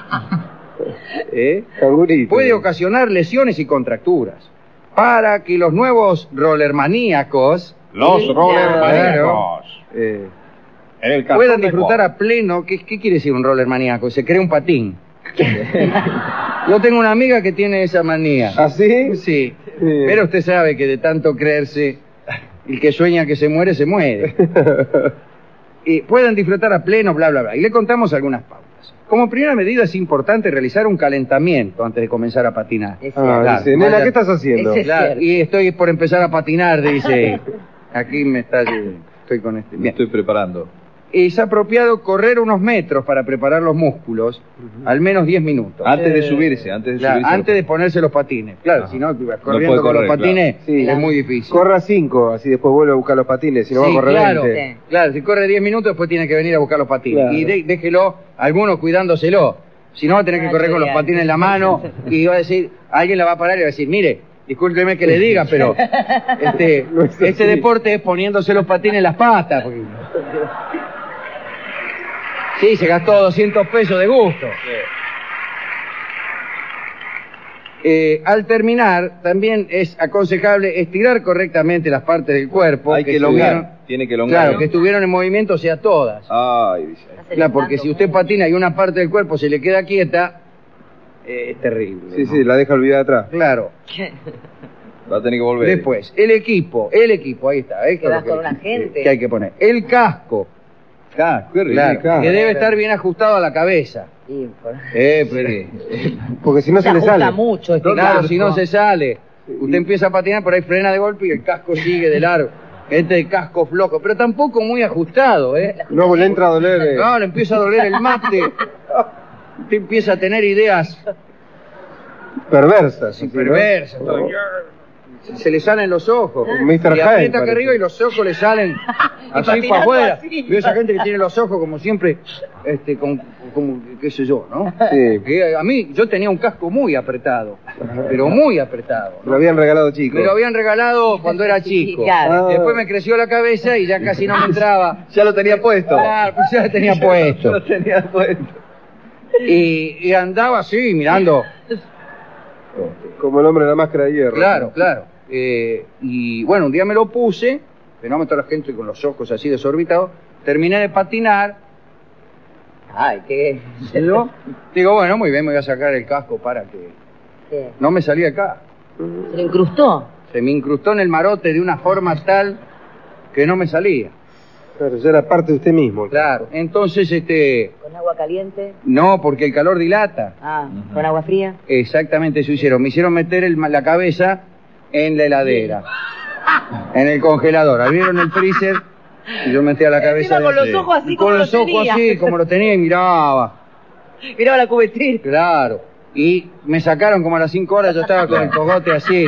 Speaker 1: ¿Eh?
Speaker 3: Cangurito.
Speaker 1: Puede ocasionar lesiones y contracturas. Para que los nuevos rollermaníacos
Speaker 4: Los roller
Speaker 1: maníacos.
Speaker 3: Eh,
Speaker 1: puedan disfrutar a pleno. ¿Qué, qué quiere decir un roller maníaco? Se crea un patín. Yo tengo una amiga que tiene esa manía.
Speaker 3: ¿Ah, sí?
Speaker 1: Sí.
Speaker 3: Sí.
Speaker 1: Pero usted sabe que de tanto creerse, el que sueña que se muere, se muere. Y puedan disfrutar a pleno, bla, bla, bla. Y le contamos algunas pautas. Como primera medida es importante realizar un calentamiento antes de comenzar a patinar.
Speaker 4: Es
Speaker 3: Ah,
Speaker 1: Claro,
Speaker 3: dice, nena,
Speaker 1: vaya-
Speaker 3: ¿qué estás haciendo?
Speaker 4: Ese-
Speaker 1: Claro,
Speaker 4: cierto.
Speaker 1: y estoy por empezar a patinar, dice. Aquí me está... Estoy con este...
Speaker 2: Me
Speaker 1: Bien.
Speaker 2: estoy preparando.
Speaker 1: Es apropiado correr unos metros para preparar los músculos, al menos 10 minutos.
Speaker 2: Antes de subirse, antes de
Speaker 1: Claro,
Speaker 2: subirse.
Speaker 1: antes de ponerse los patines. Claro,
Speaker 2: Ajá.
Speaker 1: si no,
Speaker 2: No
Speaker 1: corriendo
Speaker 2: puede
Speaker 1: con los
Speaker 2: correr,
Speaker 1: patines
Speaker 3: Sí.
Speaker 1: es muy difícil.
Speaker 3: Corra cinco, así después vuelve a buscar los patines, si no
Speaker 1: Sí,
Speaker 3: va a correr
Speaker 1: claro,
Speaker 3: 20.
Speaker 1: sí. claro, si corre 10 minutos después tiene que venir a buscar los patines.
Speaker 3: Claro.
Speaker 1: Y de- déjelo, alguno cuidándoselo. Si no, va a tener que
Speaker 4: Ah,
Speaker 1: correr con los
Speaker 4: genial.
Speaker 1: patines en la mano y va a decir, alguien la va a parar y va a decir, mire, discúlpeme que le diga, pero este,
Speaker 3: No es
Speaker 1: este
Speaker 3: así.
Speaker 1: deporte es poniéndose los patines en las patas. porque- Sí, se gastó 200 pesos de gusto. Eh, al terminar, también es aconsejable estirar correctamente las partes del cuerpo
Speaker 2: Hay que
Speaker 1: estuvieron-
Speaker 2: elongar. Tiene que elongar.
Speaker 1: Claro, que estuvieron en movimiento, o sea, todas.
Speaker 2: Ay, Villa.
Speaker 1: Claro, porque si usted patina y una parte del cuerpo se le queda quieta, eh, es terrible.
Speaker 3: Sí,
Speaker 1: ¿no?
Speaker 3: sí, la deja olvidada atrás.
Speaker 1: Claro.
Speaker 2: Va a tener que volver.
Speaker 1: Después, el equipo, el equipo, ahí está. esto
Speaker 4: Que
Speaker 1: es
Speaker 4: vas
Speaker 1: lo
Speaker 4: con una gente.
Speaker 1: Que hay que poner. El casco,
Speaker 2: Ah, qué rico.
Speaker 1: claro,
Speaker 3: casco.
Speaker 1: que debe estar bien ajustado a la cabeza.
Speaker 4: Y por-
Speaker 1: Eh, pero...
Speaker 3: Porque si no se,
Speaker 4: se
Speaker 3: le
Speaker 4: ajusta
Speaker 3: sale.
Speaker 4: mucho este
Speaker 1: Claro,
Speaker 4: casco.
Speaker 1: si no se sale. Usted empieza a patinar, por ahí frena de golpe y el casco sigue de largo. Este es casco flojo, pero tampoco muy ajustado, ¿eh?
Speaker 3: No, le entra a doler. eh.
Speaker 1: No, le empieza a doler el mate. Usted empieza a tener ideas
Speaker 3: Perversas. así, ¿no?
Speaker 1: perversas. todo. Se le salen los ojos. Y
Speaker 3: Mr. Hyde,
Speaker 1: aprieta acá
Speaker 3: parece.
Speaker 1: arriba y los ojos le salen así
Speaker 4: patinando
Speaker 1: para afuera.
Speaker 4: así.
Speaker 1: Veo esa gente que tiene los ojos como siempre, este, con, como, qué sé yo, ¿no?
Speaker 3: Sí.
Speaker 1: Que a mí, yo tenía un casco muy apretado, pero muy apretado.
Speaker 3: Lo habían regalado chico.
Speaker 1: Me lo habían regalado cuando era chico.
Speaker 4: Claro.
Speaker 3: Ah.
Speaker 1: Después me creció la cabeza y ya casi no me entraba.
Speaker 2: Ya lo tenía puesto.
Speaker 1: Claro, pues ya lo tenía puesto.
Speaker 2: Lo tenía puesto.
Speaker 1: Y, y andaba así, mirando.
Speaker 3: Como el hombre de la máscara de hierro.
Speaker 1: Claro, claro. Eh, y bueno, un día me lo puse, fenómeno toda la gente con los ojos así desorbitados. Terminé de patinar. Ah.
Speaker 4: Ay, qué...
Speaker 1: y yo digo, bueno, muy bien, me voy a sacar el casco para que.
Speaker 4: ¿Qué?
Speaker 1: No me salía acá.
Speaker 4: ¿Se le incrustó?
Speaker 1: Se me incrustó en el marote de una forma tal que no me salía.
Speaker 3: Claro, ya era parte de usted mismo.
Speaker 1: Claro. Entonces, este.
Speaker 4: ¿Con agua caliente?
Speaker 1: No, porque el calor dilata.
Speaker 4: Ah,
Speaker 2: Ujú.
Speaker 4: ¿con agua fría?
Speaker 1: Exactamente eso hicieron. Me hicieron meter el- la cabeza en la heladera, en el congelador. Abrieron el freezer y yo metía la cabeza.
Speaker 4: Encima con
Speaker 1: dentro.
Speaker 4: los ojos así
Speaker 1: Y
Speaker 4: como
Speaker 1: con
Speaker 4: lo
Speaker 1: los ojos
Speaker 4: tenía.
Speaker 1: así, como lo tenía y miraba.
Speaker 4: Miraba la cubetil.
Speaker 1: Claro. Y me sacaron como a las 5 horas, yo estaba con el cogote así.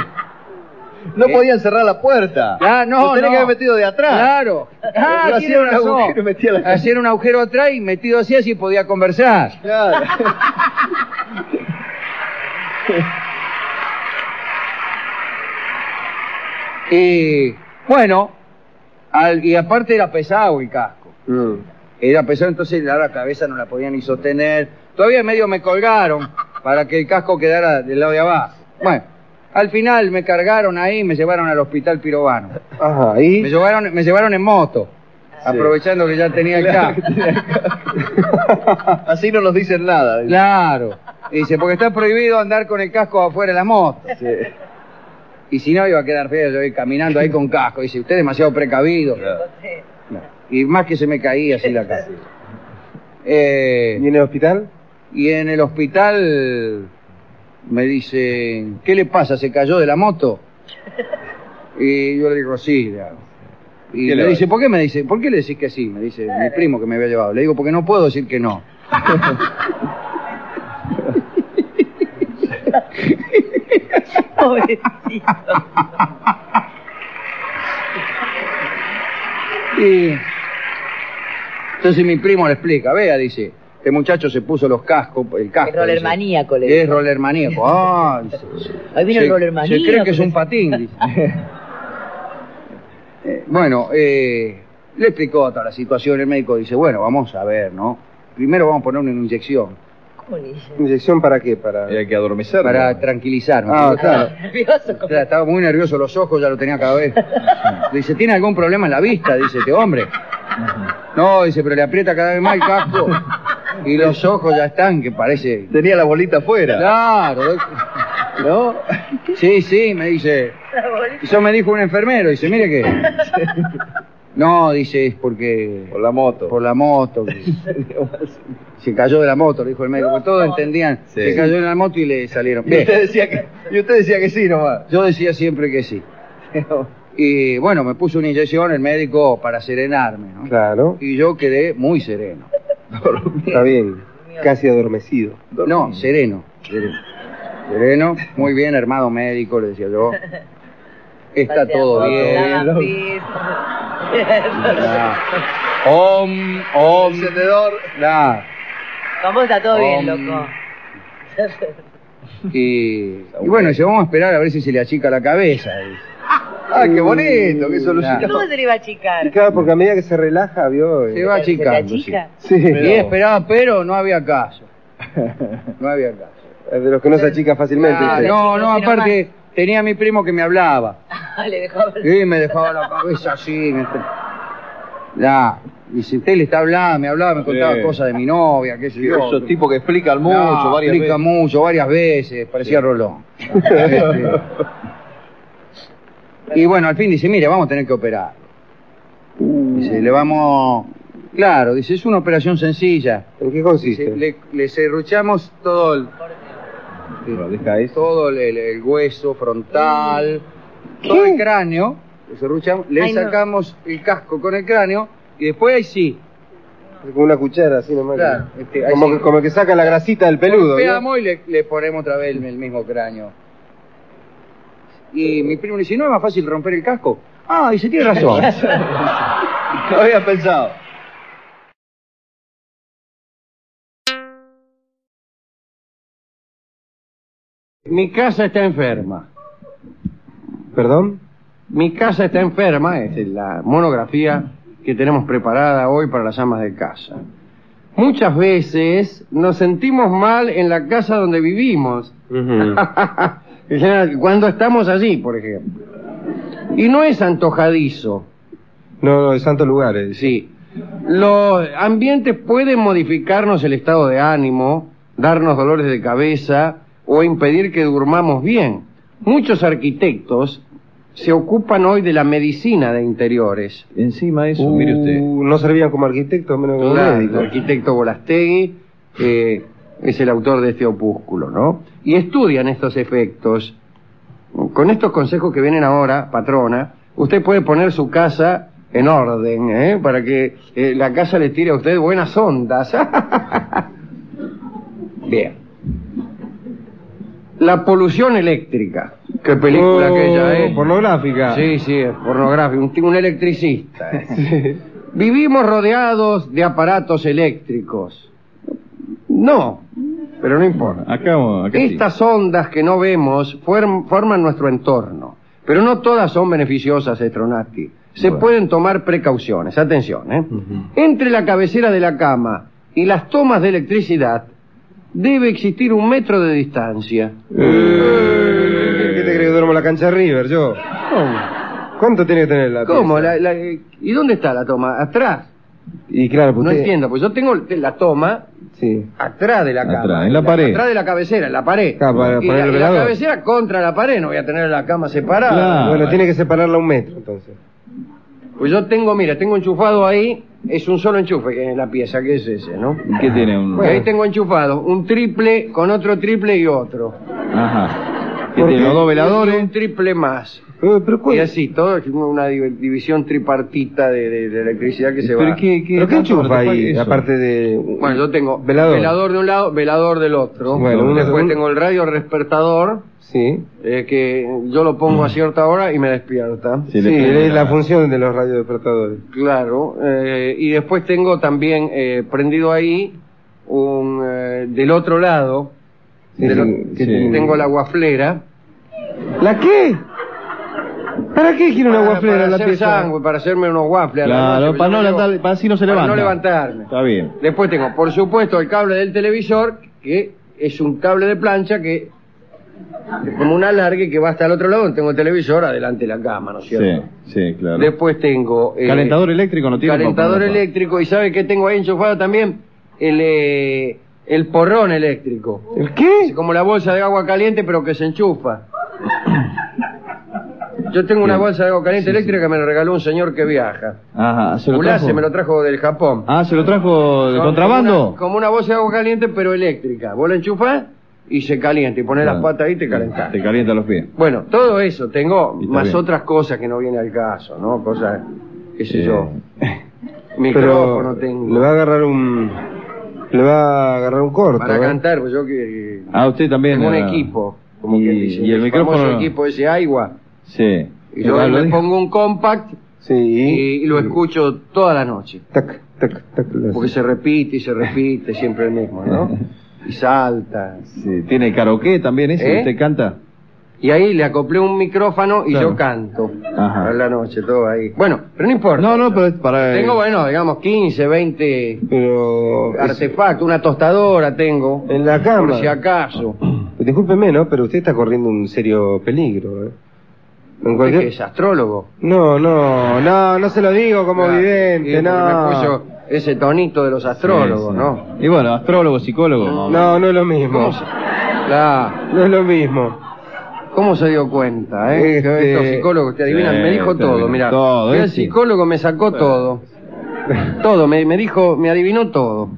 Speaker 2: No
Speaker 1: ¿Eh?
Speaker 2: podían cerrar la puerta.
Speaker 1: Ah, no,
Speaker 2: Lo tenía
Speaker 1: no.
Speaker 2: que haber metido de atrás.
Speaker 1: Claro. Ah, tiene
Speaker 2: Yo hacía un
Speaker 1: razón.
Speaker 2: agujero y metía la-
Speaker 1: Hacía un agujero atrás y metido así, así podía conversar.
Speaker 2: Claro.
Speaker 1: Y bueno, al- y aparte era pesado el casco.
Speaker 3: Mm.
Speaker 1: era pesado, entonces la la cabeza no la podía ni sostener. Todavía medio me colgaron para que el casco quedara del lado de abajo. Bueno, al final me cargaron ahí y me llevaron al hospital pirobano.
Speaker 3: Ajá, ¿y?
Speaker 1: Me llevaron, me llevaron en moto, aprovechando que ya tenía el casco.
Speaker 2: Así no nos dicen nada. dice.
Speaker 1: Claro. Dice, porque está prohibido andar con el casco afuera de la moto. Y si no, iba a quedar feo yo ir caminando ahí con casco. Dice, usted es demasiado precavido. Y más que se me caía así la casa. Eh,
Speaker 3: ¿Y en el hospital?
Speaker 1: y en el hospital me dicen, ¿qué le pasa? ¿Se cayó de la moto? Y yo le digo, sí. le hago. Y
Speaker 2: ¿Qué le
Speaker 1: le
Speaker 2: va a
Speaker 1: dice,
Speaker 2: decir?
Speaker 1: ¿por qué me dice? ¿Por qué le decís que sí? Me dice mi primo que me había llevado. Le digo, porque no puedo decir que no.
Speaker 4: Pobrecito.
Speaker 1: Y entonces mi primo le explica, vea, dice, este muchacho se puso los cascos, el casco.
Speaker 4: Es roller
Speaker 1: dice.
Speaker 4: maníaco, le
Speaker 1: Es
Speaker 4: digo.
Speaker 1: roller maníaco. Ah, dice.
Speaker 4: Ahí vino
Speaker 1: Se-
Speaker 4: el roller maníaco.
Speaker 1: Se cree que es un patín. dice. Eh, bueno, eh, le explicó toda la situación. El médico dice, bueno, vamos a ver, ¿no? Primero vamos a poner una inyección
Speaker 4: ¿Cómo le dice?
Speaker 3: ¿Inyección para qué? Para...
Speaker 2: Y hay que adormecer.
Speaker 1: para
Speaker 2: ¿no?
Speaker 1: tranquilizarme.
Speaker 3: Ah,
Speaker 1: Digo,
Speaker 3: claro.
Speaker 4: Nervioso.
Speaker 1: o
Speaker 4: como-
Speaker 1: sea, estaba muy nervioso los ojos, ya lo tenía cada vez. Dice, ¿tiene algún problema en la vista? Dice este hombre. No, dice, pero le aprieta cada vez más el casco y los ojos ya están, que parece...
Speaker 2: Tenía la bolita afuera.
Speaker 1: Claro, ¿no? Sí, sí, me dice,
Speaker 4: La bolita.
Speaker 1: Eso me dijo un enfermero, dice, mire que... No, dice, es porque...
Speaker 2: Por la moto.
Speaker 1: Por la moto. que- Se cayó de la moto, le dijo el médico. porque Todos
Speaker 4: No.
Speaker 1: entendían.
Speaker 2: Sí.
Speaker 1: Se cayó de la moto y le salieron.
Speaker 2: Y
Speaker 1: Bien,
Speaker 2: usted, decía que, y usted decía que sí nomás.
Speaker 1: yo decía siempre que sí. Y bueno, me puso una inyección el médico para serenarme, ¿no?
Speaker 3: Claro,
Speaker 1: Y yo quedé muy sereno.
Speaker 3: está bien. Casi adormecido.
Speaker 1: No, sereno. Sereno. Sereno, muy bien, armado médico, le decía yo. Está todo
Speaker 4: Paseamos,
Speaker 1: bien.
Speaker 4: daban pis.
Speaker 1: Ah. Om, om.
Speaker 2: Encendedor.
Speaker 1: Nah.
Speaker 4: Con vos está todo bien,
Speaker 1: Om.
Speaker 4: loco.
Speaker 1: Y, y bueno, dice, vamos a esperar a ver si se le achica la cabeza. dice.
Speaker 2: Ah, qué bonito, qué solución.
Speaker 1: Claro.
Speaker 4: ¿Cómo se le iba a achicar?
Speaker 3: Y claro, porque a medida que se relaja, vio... eh,
Speaker 1: Se va
Speaker 4: ¿Se le
Speaker 1: achicando. sí.
Speaker 4: achica?
Speaker 3: Sí,
Speaker 1: Y esperaba, pero no había caso. No había caso.
Speaker 3: de los que no se achica fácilmente.
Speaker 1: Ah,
Speaker 3: usted.
Speaker 1: no, no, aparte tenía a mi primo que me hablaba.
Speaker 4: le dejó ver.
Speaker 1: Y me dejaba la cabeza así. me- Nah, y si usted le está hablando, me hablaba, me contaba
Speaker 2: Sí.
Speaker 1: cosas de mi novia, qué sé yo.
Speaker 2: Esos tipos que explican mucho,
Speaker 1: No,
Speaker 2: varias
Speaker 1: explica
Speaker 2: veces.
Speaker 1: mucho, varias veces, parecía Rolón. Este, y bueno, al fin dice, mire, vamos a tener que operar. Dice, le vamos... Claro, dice, es una operación sencilla.
Speaker 3: ¿En qué
Speaker 1: Dice,
Speaker 3: consiste?
Speaker 1: le, le serruchamos todo el,
Speaker 2: Bueno, deja eso.
Speaker 1: todo el, el- el hueso frontal,
Speaker 2: Mm.
Speaker 1: todo el cráneo, le serruchamos, le
Speaker 4: Ay, no.
Speaker 1: sacamos el casco con el cráneo y después ahí sí,
Speaker 3: Con una cuchara, así nomás.
Speaker 1: Claro, este, ahí
Speaker 3: como,
Speaker 1: sí.
Speaker 3: que, como que saca la grasita del peludo. ¿vio?
Speaker 1: golpeamos y le, le ponemos otra vez el, el mismo cráneo. Y mi primo le dice, ¿no es más fácil romper el casco? Ah, dice, tiene razón.
Speaker 2: No había pensado.
Speaker 1: Mi casa está enferma.
Speaker 3: ¿Perdón?
Speaker 1: Mi casa está enferma, es la monografía que tenemos preparada hoy para las amas de casa. Muchas veces nos sentimos mal en la casa donde vivimos. Cuando estamos allí, por ejemplo. Y no es antojadizo.
Speaker 3: No, no, de santos lugares.
Speaker 1: Sí. Los ambientes pueden modificarnos el estado de ánimo, darnos dolores de cabeza o impedir que durmamos bien. Muchos arquitectos se ocupan hoy de la medicina de interiores.
Speaker 2: Encima eso,
Speaker 3: Uh,
Speaker 2: mire usted.
Speaker 3: No servían como arquitecto, menos como
Speaker 1: Claro, el
Speaker 3: médico.
Speaker 1: arquitecto Bolastegui eh, es el autor de este opúsculo, ¿no? Y estudian estos efectos. Con estos consejos que vienen ahora, patrona, usted puede poner su casa en orden, ¿eh? Para que eh, la casa le tire a usted buenas ondas. Bien. La polución eléctrica. Qué película
Speaker 3: Oh,
Speaker 1: aquella, ¿eh?
Speaker 3: Pornográfica.
Speaker 1: Sí, sí, es pornográfico, un, un electricista. ¿eh? Vivimos rodeados de aparatos eléctricos. No, pero no importa.
Speaker 3: Ah,
Speaker 2: Acá, acá sí.
Speaker 1: Estas ondas que no vemos fuer- forman nuestro entorno, pero no todas son beneficiosas, Estronati. se pueden tomar precauciones. Atención, ¿eh?
Speaker 3: Mm.
Speaker 1: Entre la cabecera de la cama y las tomas de electricidad debe existir un metro de distancia.
Speaker 3: Eh, ¿Qué te crees que duermo en la cancha de River, yo? ¿Cuánto tiene que tener la
Speaker 1: ¿Cómo?
Speaker 3: pieza?
Speaker 1: La- la- ¿Y dónde está la toma? Atrás.
Speaker 3: Y claro, pues
Speaker 1: No
Speaker 3: usted-
Speaker 1: entiendo, pues yo tengo la toma
Speaker 3: Sí.
Speaker 1: atrás de la cama.
Speaker 2: Atrás, en la pared.
Speaker 1: Atrás de la cabecera, en la pared.
Speaker 3: Ah, para
Speaker 1: y
Speaker 3: poner
Speaker 1: la,
Speaker 3: el
Speaker 1: y la
Speaker 3: velador.
Speaker 1: cabecera contra la pared, no voy a tener la cama separada.
Speaker 2: Claro. Ah,
Speaker 3: bueno,
Speaker 2: vale.
Speaker 3: tiene que separarla un metro, entonces.
Speaker 1: Pues yo tengo, mira, tengo enchufado ahí, es un solo enchufe que es la pieza, que es ese, ¿no?
Speaker 2: ¿Y ¿Qué tiene un.?
Speaker 1: Y ahí tengo enchufado un triple con otro triple y otro.
Speaker 2: Ajá. ¿Qué
Speaker 3: ¿Por
Speaker 2: tiene
Speaker 3: qué?
Speaker 2: los dos
Speaker 1: Y
Speaker 2: veladores?
Speaker 1: un triple más.
Speaker 3: Eh, pero ¿cuál-
Speaker 1: Y así, todo es una div- división tripartita de, de- de electricidad que se va.
Speaker 2: ¿Pero qué, qué,
Speaker 3: ¿Pero qué
Speaker 2: tanto
Speaker 3: enchufa
Speaker 2: te
Speaker 3: ahí,
Speaker 2: eso?
Speaker 3: aparte de...
Speaker 1: Bueno, yo tengo
Speaker 3: Velador.
Speaker 1: de un lado, velador del otro.
Speaker 3: Sí, bueno, uno-
Speaker 1: Después
Speaker 3: un-
Speaker 1: tengo el radio despertador,
Speaker 3: Sí.
Speaker 1: eh, que yo lo pongo a cierta hora y me despierta.
Speaker 3: Sí,
Speaker 2: Sí, le prende
Speaker 3: es
Speaker 2: la-
Speaker 3: la función de los radiodespertadores.
Speaker 1: Claro, eh, y después tengo también eh, prendido ahí un eh, del otro lado,
Speaker 3: Sí,
Speaker 1: del
Speaker 3: sí,
Speaker 1: o-
Speaker 3: sí.
Speaker 1: tengo la guaflera.
Speaker 3: ¿La qué? ¿Para qué quiere una
Speaker 1: Para-
Speaker 3: guaflera
Speaker 1: para
Speaker 3: la
Speaker 1: hacer
Speaker 3: pieza?
Speaker 1: sándwich, para hacerme unos waffles. a la
Speaker 2: Claro,
Speaker 1: noche,
Speaker 2: para
Speaker 1: yo
Speaker 2: no
Speaker 1: llego-
Speaker 2: levantar- para así no se
Speaker 1: para
Speaker 2: levanta.
Speaker 1: no levantarme.
Speaker 2: Está bien.
Speaker 1: Después tengo, por supuesto, el cable del televisor, que es un cable de plancha que es como un alargue que va hasta el otro lado. Tengo el televisor adelante de la cama, ¿no es cierto?
Speaker 2: Sí, sí, claro.
Speaker 1: Después tengo... eh,
Speaker 2: calentador eléctrico no tiene. para
Speaker 1: calentador
Speaker 2: ponerlo.
Speaker 1: eléctrico. ¿Y sabe qué tengo ahí enchufado también? El, eh, el porrón eléctrico.
Speaker 3: ¿El
Speaker 1: Es
Speaker 3: qué?
Speaker 1: como la bolsa de agua caliente, pero que se enchufa. Yo tengo una
Speaker 2: Bien.
Speaker 1: bolsa de agua caliente eléctrica que me la regaló un señor que viaja.
Speaker 2: Ajá, se lo
Speaker 1: Ulase
Speaker 2: trajo.
Speaker 1: me lo trajo del Japón.
Speaker 2: Ah, se lo trajo de
Speaker 1: Son Como
Speaker 2: contrabando.
Speaker 1: una, como una bolsa de agua caliente, pero eléctrica. Vos la enchufás y se calienta. Y ponés
Speaker 2: Claro.
Speaker 1: las patas ahí y te calentás.
Speaker 2: Te calienta los pies.
Speaker 1: Bueno, todo eso tengo,
Speaker 2: Y está
Speaker 1: más
Speaker 2: bien.
Speaker 1: otras cosas que no vienen al caso, ¿no? Cosas, qué sé
Speaker 2: Eh,
Speaker 1: yo.
Speaker 3: Pero
Speaker 1: Micrófono tengo.
Speaker 3: le va a agarrar un... Le va a agarrar un corto.
Speaker 1: Para
Speaker 3: ¿eh?
Speaker 1: cantar, pues yo que.
Speaker 2: Ah, usted también.
Speaker 1: tengo un
Speaker 2: era-
Speaker 1: equipo. Como
Speaker 2: y,
Speaker 1: quien dice,
Speaker 2: y el micrófono.
Speaker 1: famoso equipo ese Aiwa.
Speaker 2: Sí.
Speaker 1: Y yo
Speaker 2: Ah, lo
Speaker 1: le
Speaker 2: dijo.
Speaker 1: pongo un compact
Speaker 3: Sí.
Speaker 1: y, lo escucho toda la noche.
Speaker 3: Tac, tac, tac. lo hace.
Speaker 1: Porque se repite y se repite siempre el mismo, ¿no? Y salta.
Speaker 2: Sí, tiene karaoke también ese,
Speaker 1: ¿Eh?
Speaker 2: usted canta.
Speaker 1: Y ahí le acoplé un micrófono y
Speaker 2: Claro.
Speaker 1: yo canto.
Speaker 2: Ajá.
Speaker 1: A la noche, todo ahí. Bueno, pero no importa.
Speaker 2: No, eh. no, pero es para
Speaker 1: Tengo, bueno, digamos, 15, 20
Speaker 3: Pero... es-
Speaker 1: artefactos, una tostadora tengo.
Speaker 3: En la
Speaker 1: Por
Speaker 3: cama.
Speaker 1: si acaso.
Speaker 3: Discúlpeme, ¿no? Pero usted está corriendo un serio peligro, ¿eh? En
Speaker 1: Usted
Speaker 3: cualquier...
Speaker 1: que es astrólogo.
Speaker 3: No, no, no, no se lo digo como
Speaker 1: Claro. Y
Speaker 3: vidente,
Speaker 1: porque
Speaker 3: no.
Speaker 1: Me puso ese tonito de los astrólogos,
Speaker 2: Sí, sí.
Speaker 1: ¿no?
Speaker 2: Y bueno, astrólogo, psicólogo. más o menos.
Speaker 3: No, no es lo mismo.
Speaker 1: ¿Cómo se, Claro.
Speaker 3: No es lo mismo.
Speaker 1: ¿Cómo se dio cuenta, eh?
Speaker 3: Este-
Speaker 1: Que Estos psicólogos te adivinan,
Speaker 2: Sí,
Speaker 1: me dijo
Speaker 2: te
Speaker 1: todo,
Speaker 2: adivinan
Speaker 1: mira.
Speaker 2: todo,
Speaker 1: el
Speaker 2: ¿eh? Sí.
Speaker 1: psicólogo me sacó todo. Todo, me, me dijo, me adivinó todo.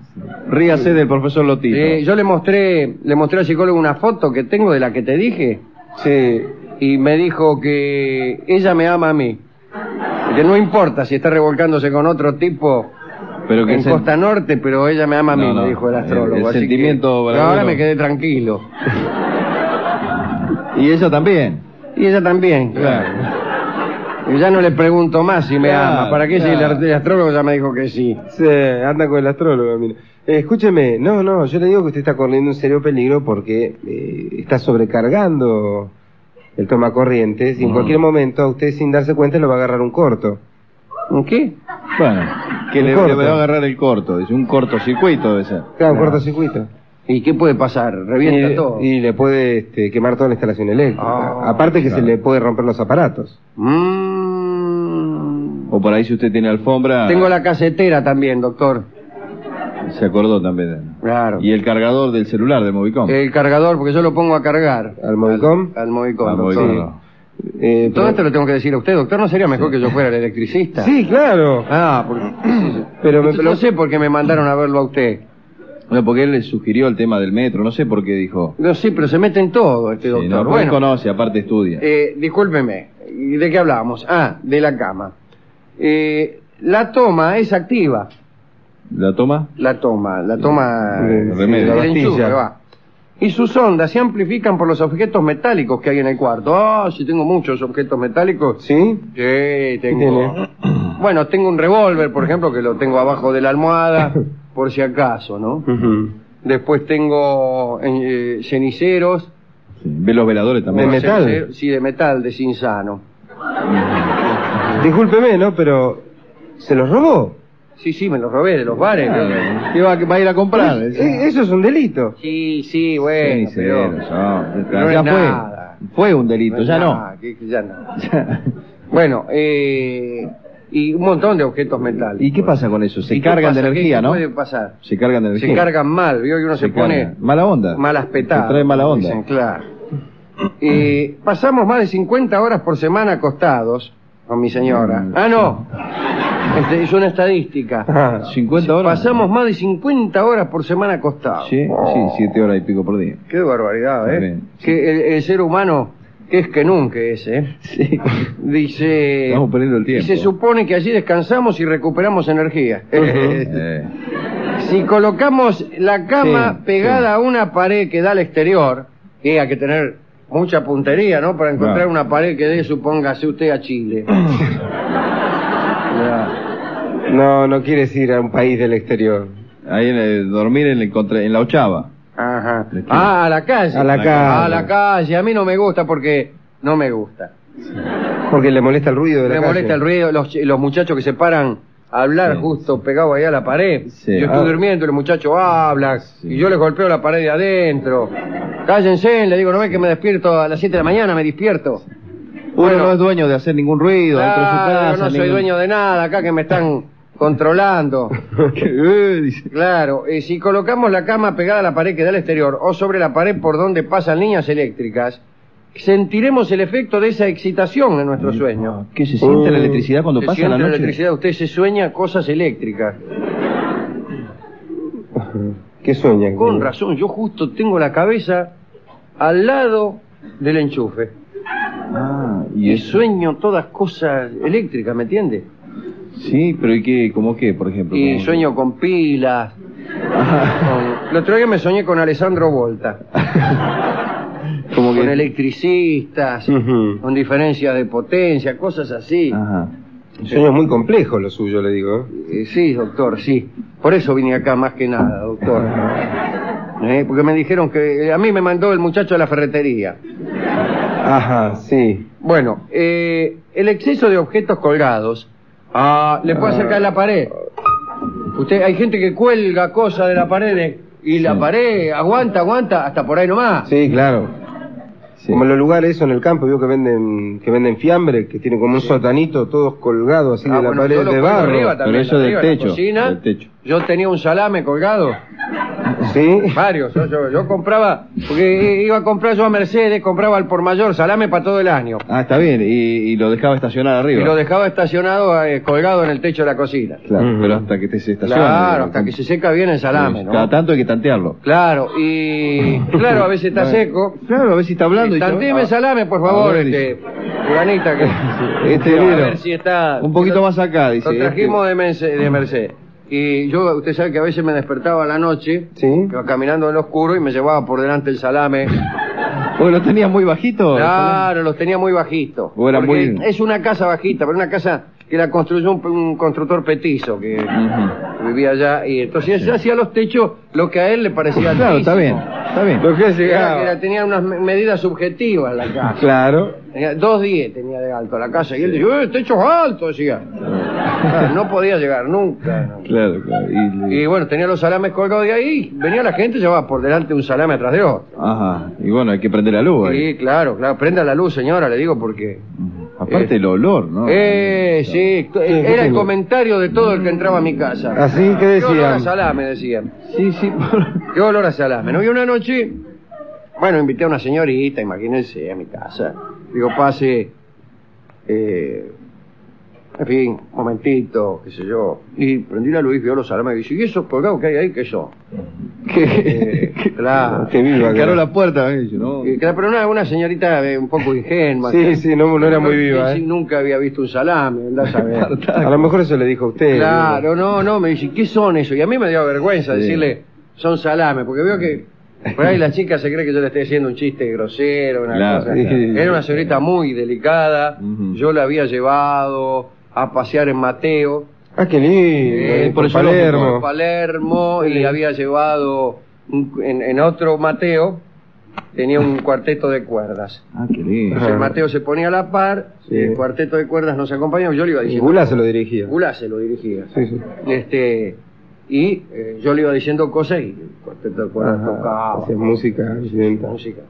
Speaker 2: Ríase del profesor Lotito.
Speaker 1: Eh, yo le mostré, le mostré al psicólogo una foto que tengo de la que te dije
Speaker 3: Sí.
Speaker 1: y me dijo que ella me ama a mí. Que no importa si está revolcándose con otro tipo
Speaker 2: pero que
Speaker 1: en
Speaker 2: se-
Speaker 1: Costa Norte, pero ella me ama a mí,
Speaker 2: No, no,
Speaker 1: me dijo el
Speaker 2: el-
Speaker 1: astrólogo.
Speaker 2: el
Speaker 1: así que-
Speaker 2: sentimiento
Speaker 1: pero ahora
Speaker 2: verdadero.
Speaker 1: me quedé tranquilo.
Speaker 2: Y ella también.
Speaker 1: Y ella también, claro. Y ya no le pregunto más si me
Speaker 2: Claro,
Speaker 1: ama. ¿Para qué si
Speaker 2: claro.
Speaker 1: el, el astrólogo ya me dijo que sí?
Speaker 3: Sí, anda con el astrólogo, mira. Eh, escúcheme, no, no, yo le digo que usted está corriendo un serio peligro porque eh, está sobrecargando el toma corrientes y en
Speaker 2: Mm.
Speaker 3: cualquier momento a usted sin darse cuenta lo va a agarrar un corto.
Speaker 1: ¿Un ¿Qué?
Speaker 2: Bueno, que
Speaker 3: Un
Speaker 2: le,
Speaker 3: corto.
Speaker 2: le va a agarrar el corto, dice, un cortocircuito debe ser.
Speaker 3: Claro, un cortocircuito.
Speaker 1: ¿Y qué puede pasar? Revienta
Speaker 3: Y-
Speaker 1: todo.
Speaker 3: Eh, Y le puede este, quemar toda la instalación eléctrica.
Speaker 1: Ah,
Speaker 3: Aparte que
Speaker 2: claro.
Speaker 3: se le puede romper los aparatos.
Speaker 1: Mm.
Speaker 2: O por ahí si usted tiene alfombra,
Speaker 1: Tengo la casetera también, doctor.
Speaker 2: se acordó también.
Speaker 1: Claro.
Speaker 2: Y el cargador del celular del Movicom. Ah,
Speaker 1: El cargador, porque yo lo pongo a cargar.
Speaker 3: Al Movicom.
Speaker 1: Al Movicom,
Speaker 2: Ah,
Speaker 1: doctor.
Speaker 2: Movicom, no.
Speaker 3: Eh,
Speaker 1: Todo
Speaker 3: pero-
Speaker 1: esto lo tengo que decir a usted, doctor. ¿No sería mejor que yo fuera el electricista?
Speaker 3: Sí, claro.
Speaker 1: Ah, porque...
Speaker 3: Pero me,
Speaker 1: Entonces, no sé por qué me mandaron a verlo a usted.
Speaker 2: No, porque él le sugirió el tema del metro, no sé por qué dijo.
Speaker 1: No, sí, pero se mete en todo este
Speaker 2: Sí,
Speaker 1: doctor.
Speaker 2: no, porque él
Speaker 1: bueno,
Speaker 2: conoce, aparte estudia.
Speaker 1: Eh, discúlpeme, ¿y ¿de qué hablábamos? Ah, de la cama. Eh, la toma es activa.
Speaker 2: ¿La toma?
Speaker 1: La toma, la toma.
Speaker 3: Sí,
Speaker 1: eh,
Speaker 2: remedio.
Speaker 1: del
Speaker 3: La pastilla.
Speaker 1: enchufe, va. Y sus ondas se amplifican por los objetos metálicos que hay en el cuarto. Ah, si tengo muchos objetos metálicos.
Speaker 3: ¿Sí?
Speaker 1: Sí,
Speaker 3: tiene?
Speaker 1: tengo. Bueno, tengo un revólver, por ejemplo, que lo tengo abajo de la almohada, por si acaso, ¿no? Después tengo eh, ceniceros.
Speaker 2: Sí. ¿Ve los veladores
Speaker 3: ¿De
Speaker 2: también?
Speaker 1: Bueno,
Speaker 3: metal?
Speaker 1: ceniceros- Sí, de metal, de cinzano.
Speaker 3: Discúlpeme, ¿no? Pero. ¿Se los robó?
Speaker 1: Sí, sí, me los robé de los bares. pero-
Speaker 2: ¿Qué va, que va a ir a comprar?
Speaker 3: Eh, Eso es un delito.
Speaker 1: Sí, sí, bueno.
Speaker 2: Sí,
Speaker 1: pero-
Speaker 2: sí, no,
Speaker 1: pero no
Speaker 2: ya
Speaker 1: es
Speaker 2: fue.
Speaker 1: nada.
Speaker 2: Fue un delito,
Speaker 1: es
Speaker 2: ya
Speaker 1: nada, que- que ya no. Bueno, eh, y un montón de objetos
Speaker 2: no.
Speaker 1: metálicos.
Speaker 2: ¿Y qué pasa con eso?
Speaker 1: ¿Y
Speaker 2: Se
Speaker 1: qué
Speaker 2: cargan de
Speaker 1: pasa? ¿Qué-
Speaker 2: energía,
Speaker 1: qué
Speaker 2: ¿no?
Speaker 1: puede pasar?
Speaker 2: Se cargan de energía.
Speaker 1: Se cargan mal, ¿vio? Y uno se, pone
Speaker 2: cargan. Mala onda.
Speaker 1: malas petadas.
Speaker 2: Se trae mala onda.
Speaker 1: dicen, claro. Eh, pasamos más de 50 horas por semana acostados con mi señora.
Speaker 2: Mm.
Speaker 1: Ah, no. Este, es una estadística.
Speaker 2: 50 horas.
Speaker 1: Pasamos más de 50 horas por semana acostados. Oh,
Speaker 2: Sí, sí, 7 horas y pico por día.
Speaker 1: Qué barbaridad, ¿eh?
Speaker 2: Bien, sí.
Speaker 1: Que el, el ser humano, que es que nunca es, ¿eh?
Speaker 2: Sí.
Speaker 1: Dice...
Speaker 2: Estamos perdiendo el
Speaker 1: Y
Speaker 2: tiempo.
Speaker 1: se supone que allí descansamos y recuperamos energía.
Speaker 2: Eh,
Speaker 1: si colocamos la cama
Speaker 2: Sí,
Speaker 1: pegada
Speaker 2: sí.
Speaker 1: a una pared que da al exterior, que hay que tener mucha puntería, ¿no? Para encontrar
Speaker 2: Claro.
Speaker 1: una pared que dé, supóngase usted, a Chile. Ya.
Speaker 3: No, no quieres ir a un país del exterior.
Speaker 2: ahí en el- dormir en, el contra- en la ochava.
Speaker 1: Ajá.
Speaker 2: ¿De qué?
Speaker 1: Ah, a la calle.
Speaker 3: A la
Speaker 1: A la
Speaker 3: calle.
Speaker 1: calle. A mí no me gusta porque no me gusta.
Speaker 3: Porque le molesta el ruido de la
Speaker 1: Me
Speaker 3: calle.
Speaker 1: molesta el ruido, los, chi- los muchachos que se paran a hablar
Speaker 2: Sí.
Speaker 1: justo pegado ahí a la pared.
Speaker 2: Sí.
Speaker 1: Yo estoy
Speaker 2: Ah.
Speaker 1: durmiendo, el muchacho habla, y yo le golpeo la pared de adentro. Cállense, le digo, no ve que me despierto a las 7 de la mañana, me despierto.
Speaker 2: Uno
Speaker 1: Bueno.
Speaker 2: no es dueño de hacer ningún ruido dentro de su
Speaker 1: Claro,
Speaker 2: casa.
Speaker 1: no soy
Speaker 2: ningún-
Speaker 1: dueño de nada, acá que me están controlando.
Speaker 2: Eh, dice.
Speaker 1: Claro, eh, si colocamos la cama pegada a la pared que da al exterior o sobre la pared por donde pasan líneas eléctricas, sentiremos el efecto de esa excitación en nuestro sueño.
Speaker 2: Ah, ¿Qué se siente la
Speaker 3: Uh,
Speaker 2: electricidad cuando
Speaker 1: Se
Speaker 2: pasa la
Speaker 1: siente
Speaker 2: noche?
Speaker 1: electricidad, usted se sueña cosas eléctricas.
Speaker 3: ¿Qué sueñan?
Speaker 1: Con razón, yo justo tengo la cabeza al lado del enchufe.
Speaker 2: Ah, y
Speaker 1: Y
Speaker 2: eso.
Speaker 1: sueño todas cosas eléctricas, ¿me entiende?
Speaker 2: Sí, pero ¿y qué? ¿Cómo qué, por ejemplo?
Speaker 1: Y
Speaker 2: ¿Cómo-
Speaker 1: sueño con pilas. con- El otro día me soñé con Alessandro Volta,
Speaker 2: Ah, ¿Cómo
Speaker 1: con
Speaker 2: que-
Speaker 1: electricistas,
Speaker 3: Ujú.
Speaker 1: con diferencias de potencia, cosas así.
Speaker 2: Ajá.
Speaker 3: Sueños muy complejos lo suyo, le digo. ¿eh?
Speaker 1: Eh, sí, doctor, sí. Por eso vine acá más que nada, doctor. Eh, porque me dijeron que eh, a mí me mandó el muchacho a la ferretería.
Speaker 3: Ajá, sí.
Speaker 1: Bueno, eh, el exceso de objetos colgados ah, le puede acercar la pared. Usted, hay gente que cuelga cosas de la pared eh, y la
Speaker 2: Sí.
Speaker 1: pared aguanta, aguanta, hasta por ahí nomás.
Speaker 3: Sí, claro.
Speaker 2: Sí.
Speaker 3: Como los lugares eso en el campo, veo que venden que venden fiambre, que tienen como un sotanito todos colgados así
Speaker 1: Ah,
Speaker 3: de la
Speaker 1: bueno, yo
Speaker 3: pared
Speaker 1: lo
Speaker 3: de
Speaker 1: cuelgo
Speaker 3: barro.
Speaker 1: arriba también,
Speaker 2: pero eso del
Speaker 1: arriba en la
Speaker 2: techo,
Speaker 1: cocina.
Speaker 2: del techo.
Speaker 1: Yo tenía un salame colgado,
Speaker 3: Sí.
Speaker 1: varios. Yo, yo- yo compraba, porque i- iba a comprar yo a Mercedes, compraba al por mayor salame para todo el año.
Speaker 2: Ah, está bien. Y, y lo dejaba estacionar arriba.
Speaker 1: Y lo dejaba estacionado, eh, colgado en el techo de la cocina.
Speaker 2: Claro,
Speaker 3: Ujú.
Speaker 2: pero hasta que te se estacione.
Speaker 1: Claro,
Speaker 2: digamos.
Speaker 1: hasta que se seca bien el salame, ¿no?
Speaker 2: Cada tanto hay que tantearlo.
Speaker 1: Claro, y claro, a veces está seco.
Speaker 2: Claro, a ver si está hablando. y te-
Speaker 1: Tanteame
Speaker 2: ah,
Speaker 1: el salame, por favor,
Speaker 2: a ver, dice.
Speaker 1: este, fulanita, que...
Speaker 2: Este
Speaker 1: a
Speaker 2: libro.
Speaker 1: ver si está...
Speaker 2: Un poquito más acá, dice. este.
Speaker 1: Lo trajimos de, Merce- de Merced. Y yo, usted sabe que a veces me despertaba a la noche,
Speaker 3: Sí.
Speaker 1: iba caminando en lo oscuro y me llevaba por delante el salame.
Speaker 2: Porque lo tenía muy bajito.
Speaker 1: Claro, los tenía muy bajitos.
Speaker 2: O era
Speaker 1: Porque
Speaker 2: muy-
Speaker 1: Es una casa bajita, pero una casa que la construyó un, un constructor petizo que
Speaker 2: Ujú.
Speaker 1: vivía allá. Y entonces él hacía los techos lo que a él le parecía
Speaker 2: Ah, Claro, está
Speaker 1: altísimo.
Speaker 2: bien. Está bien.
Speaker 3: Lo que
Speaker 1: Era que la
Speaker 3: llegaba.
Speaker 1: tenía unas me- medidas subjetivas la casa.
Speaker 3: Claro.
Speaker 1: Tenía dos diez tenía de alto la casa y él decía, ¡eh, techos altos! Decía. Claro, no podía llegar nunca. no.
Speaker 2: Claro, claro. Y,
Speaker 1: Y bueno, tenía los salames colgados de ahí, venía la gente y llevaba por delante un salame atrás de otro.
Speaker 2: Ajá. Y bueno, hay que prender la luz ahí.
Speaker 1: Sí, claro, claro, prenda la luz, señora, le digo, porque...
Speaker 2: Ujú. Aparte
Speaker 1: Eh.
Speaker 2: el olor, ¿no?
Speaker 1: eh,
Speaker 2: Claro.
Speaker 1: sí, t-
Speaker 3: ¿qué
Speaker 1: era el
Speaker 3: tiene?
Speaker 1: comentario de todo el que entraba a mi casa.
Speaker 3: Así que
Speaker 1: ¿Qué olor a
Speaker 3: decían.
Speaker 1: salame? Decían.
Speaker 2: Sí, sí. por-
Speaker 1: ¿Qué olor a salame? No, y una noche, bueno, invité a una señorita, imagínense, a mi casa. Digo, pase, eh, en fin, un momentito, qué sé yo. Y prendí la luz y vio los salames. Y dice, ¿y esos colgados que hay ahí qué son?
Speaker 2: Que,
Speaker 1: Eh, claro.
Speaker 3: Que viva.
Speaker 2: que encaró
Speaker 3: claro.
Speaker 2: la puerta, me dice, ¿no?
Speaker 1: Eh, claro, pero una, una señorita eh, un poco ingenua.
Speaker 3: Sí, sí, no, no era muy viva,
Speaker 1: Sí,
Speaker 3: ¿eh?
Speaker 1: Nunca había visto un salame, andá a saber.
Speaker 3: A lo mejor eso le dijo a usted.
Speaker 1: Claro, no, no, me dice, ¿qué son eso? Y a mí me dio vergüenza
Speaker 2: Sí.
Speaker 1: decirle, son salame, porque veo que por ahí la chica se cree que yo le estoy haciendo un chiste grosero, una
Speaker 2: Claro,
Speaker 1: cosa.
Speaker 2: sí, sí,
Speaker 1: Era una señorita muy delicada,
Speaker 2: Ujú.
Speaker 1: yo la había llevado a pasear en Mateo,
Speaker 3: Ah, qué lindo.
Speaker 1: eh,
Speaker 3: por
Speaker 2: por
Speaker 1: por
Speaker 3: Palermo.
Speaker 1: Palermo, y la había llevado un- en, en otro Mateo, tenía un cuarteto de cuerdas.
Speaker 2: Ah, qué lindo.
Speaker 1: Entonces Mateo se ponía a la par,
Speaker 2: Sí.
Speaker 1: el cuarteto de cuerdas nos acompañaba, yo le iba
Speaker 3: Y
Speaker 1: diciendo.
Speaker 3: Gula se lo dirigía.
Speaker 1: Gula se lo dirigía.
Speaker 2: Sí, sí.
Speaker 1: Este, y eh, yo le iba diciendo cosas y el cuarteto de cuerdas
Speaker 3: Ajá,
Speaker 1: tocaba.
Speaker 3: hacía música ¿Ah, incidental.
Speaker 1: música.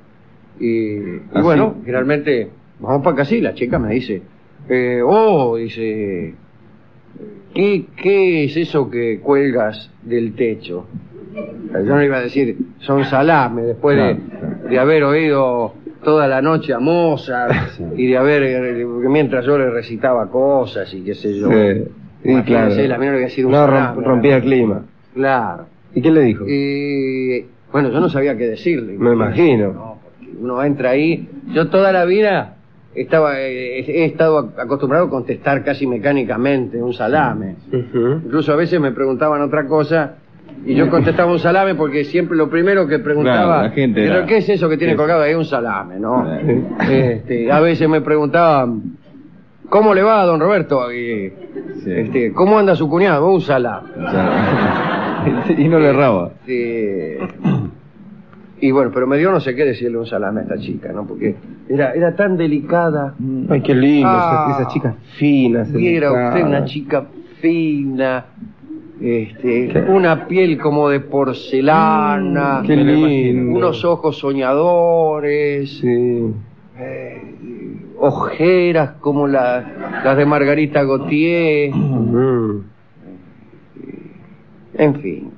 Speaker 1: Y, y
Speaker 3: Así.
Speaker 1: bueno, generalmente vamos para casi la chica me dice, eh, oh, dice, ¿qué, ¿qué es eso que cuelgas del techo? Yo no iba a decir, son salame, después de, de haber oído toda la noche a Mozart y de haber, eh, mientras yo le recitaba cosas y qué sé yo.
Speaker 3: Sí, sí, claro.
Speaker 1: Imagínense, la menor que ha sido un
Speaker 3: No,
Speaker 1: salame,
Speaker 3: romp- rompía el clima.
Speaker 1: Claro.
Speaker 3: ¿Y qué le dijo?
Speaker 1: Y bueno, yo no sabía qué decirle.
Speaker 3: Me imagino.
Speaker 1: No, porque uno entra ahí. Yo toda la vida estaba eh, he estado acostumbrado a contestar casi mecánicamente un salame.
Speaker 3: Ujú.
Speaker 1: Incluso a veces me preguntaban otra cosa y yo contestaba un salame porque siempre lo primero que preguntaba,
Speaker 2: Claro, la gente
Speaker 1: ¿pero
Speaker 2: era-
Speaker 1: qué es eso que tiene
Speaker 2: Sí.
Speaker 1: colgado ahí? Un salame, ¿no?
Speaker 2: Sí.
Speaker 1: Este, a veces me preguntaban, ¿cómo le va a don Roberto? Y,
Speaker 2: Sí.
Speaker 1: este, ¿Cómo anda su cuñado? Un salame.
Speaker 2: O sea, y no le erraba.
Speaker 1: Este, y bueno, pero me dio no sé qué decirle un salame a esta chica, ¿no? Porque era, era tan delicada.
Speaker 3: Ay, qué lindo,
Speaker 1: Ah.
Speaker 3: esas, esas chicas finas.
Speaker 1: Y era usted
Speaker 3: educadas.
Speaker 1: una chica fina, este, una piel como de porcelana,
Speaker 3: Mm, Qué
Speaker 1: me lo imagino,
Speaker 3: lindo.
Speaker 1: unos ojos soñadores,
Speaker 3: Sí.
Speaker 1: eh, ojeras como la- las de Margarita Gautier,
Speaker 3: Mm.
Speaker 1: en fin,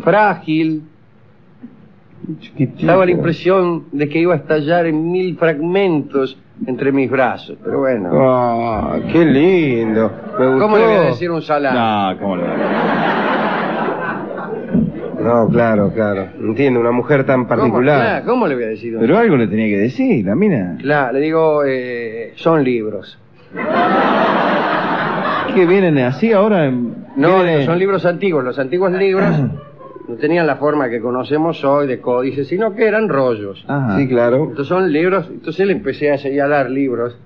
Speaker 1: frágil.
Speaker 3: Chiquitita.
Speaker 1: Daba la impresión de que iba a estallar en mil fragmentos entre mis brazos, pero bueno.
Speaker 3: Ah, qué lindo. Me gustó.
Speaker 1: ¿Cómo le voy a decir un salame?
Speaker 2: No, ¿cómo le va?
Speaker 3: No, claro, claro. Entiendo, una mujer tan
Speaker 1: ¿Cómo?
Speaker 3: particular.
Speaker 1: Claro, ¿Cómo le voy a decir un
Speaker 2: Pero algo le tenía que decir, la mina.
Speaker 1: Claro, le digo, eh, son libros.
Speaker 2: Que vienen así ahora en...
Speaker 1: No,
Speaker 2: vienen-
Speaker 1: no, son libros antiguos. Los antiguos libros no tenían la forma que conocemos hoy de códices, sino que eran rollos.
Speaker 2: Ajá.
Speaker 3: Sí, claro.
Speaker 1: Entonces son libros, entonces le empecé a señalar libros.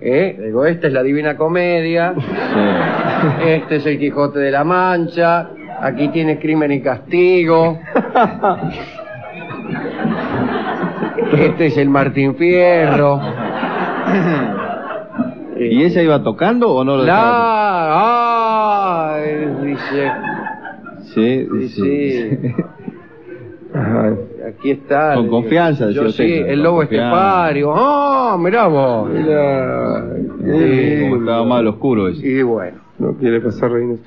Speaker 1: ¿eh? Le Digo, esta es la Divina Comedia,
Speaker 2: Sí.
Speaker 1: este es el Quijote de la Mancha, aquí tienes Crimen y Castigo. Este es el Martín Fierro.
Speaker 2: ¿Y ella iba tocando o no lo dejaba?
Speaker 1: La, ay, dice,
Speaker 2: Sí,
Speaker 1: sí,
Speaker 2: sí. sí.
Speaker 1: sí,
Speaker 3: Ajá.
Speaker 1: aquí está.
Speaker 2: Con
Speaker 1: le digo.
Speaker 2: confianza, decía
Speaker 1: Yo
Speaker 2: usted,
Speaker 1: sí,
Speaker 2: claro,
Speaker 1: el
Speaker 2: con
Speaker 1: lobo
Speaker 2: confianza.
Speaker 1: estepario. Ah, mirá vos.
Speaker 3: Mira, qué
Speaker 2: Sí,
Speaker 3: lindo.
Speaker 2: como estaba mal oscuro ese.
Speaker 1: Y bueno,
Speaker 3: No quiere pasar reinos.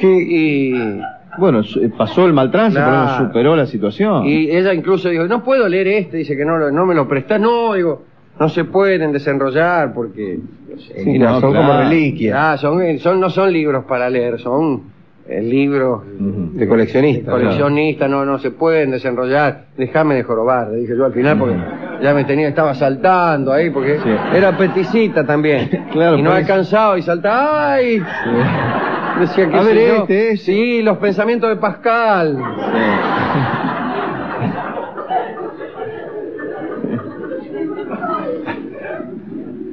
Speaker 1: y,
Speaker 2: Bueno, su- eh, pasó el mal tránsito,
Speaker 1: Claro.
Speaker 2: pero no superó la situación.
Speaker 1: y ella incluso dijo, no puedo leer este, dice que no, lo- no me lo prestás. No, digo, no se pueden desenrollar porque... no sé,
Speaker 3: Sí, no,
Speaker 2: no,
Speaker 3: son
Speaker 2: claro.
Speaker 3: como reliquias
Speaker 1: Ah, son, son, no son libros para leer, son eh, libros
Speaker 2: Ujú.
Speaker 3: de coleccionista.
Speaker 1: coleccionistas, no, no se pueden desenrollar. Déjame de jorobar, le dije yo al final porque ya me tenía, estaba saltando ahí porque
Speaker 2: Sí.
Speaker 1: era peticita también.
Speaker 2: Claro,
Speaker 1: y no
Speaker 2: por eso.
Speaker 1: alcanzaba y saltaba. ¡Ay! Decía que
Speaker 2: A ver, este, este.
Speaker 1: Sí, los pensamientos de Pascal.
Speaker 2: Sí.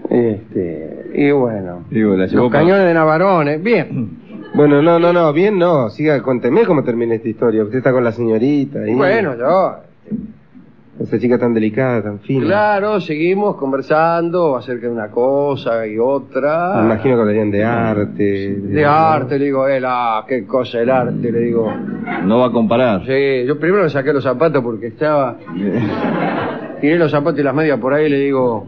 Speaker 1: Este, y bueno.
Speaker 2: Digo, la llevó
Speaker 1: Los
Speaker 2: pa-
Speaker 1: cañones de Navarones, bien.
Speaker 3: Bueno, no, no, no, bien no. Siga, conteme cómo termina esta historia. Usted está con la señorita.
Speaker 1: Y
Speaker 3: Y
Speaker 1: bueno, yo
Speaker 3: Esa chica tan delicada, tan fina.
Speaker 1: Claro, seguimos conversando acerca de una cosa y otra.
Speaker 3: Me imagino que hablarían de arte.
Speaker 1: De arte, le digo, él, ah, qué cosa el arte, le digo.
Speaker 2: No va a comparar.
Speaker 1: Sí, yo primero le saqué los zapatos porque estaba. Tiré los zapatos y las medias por ahí, le digo.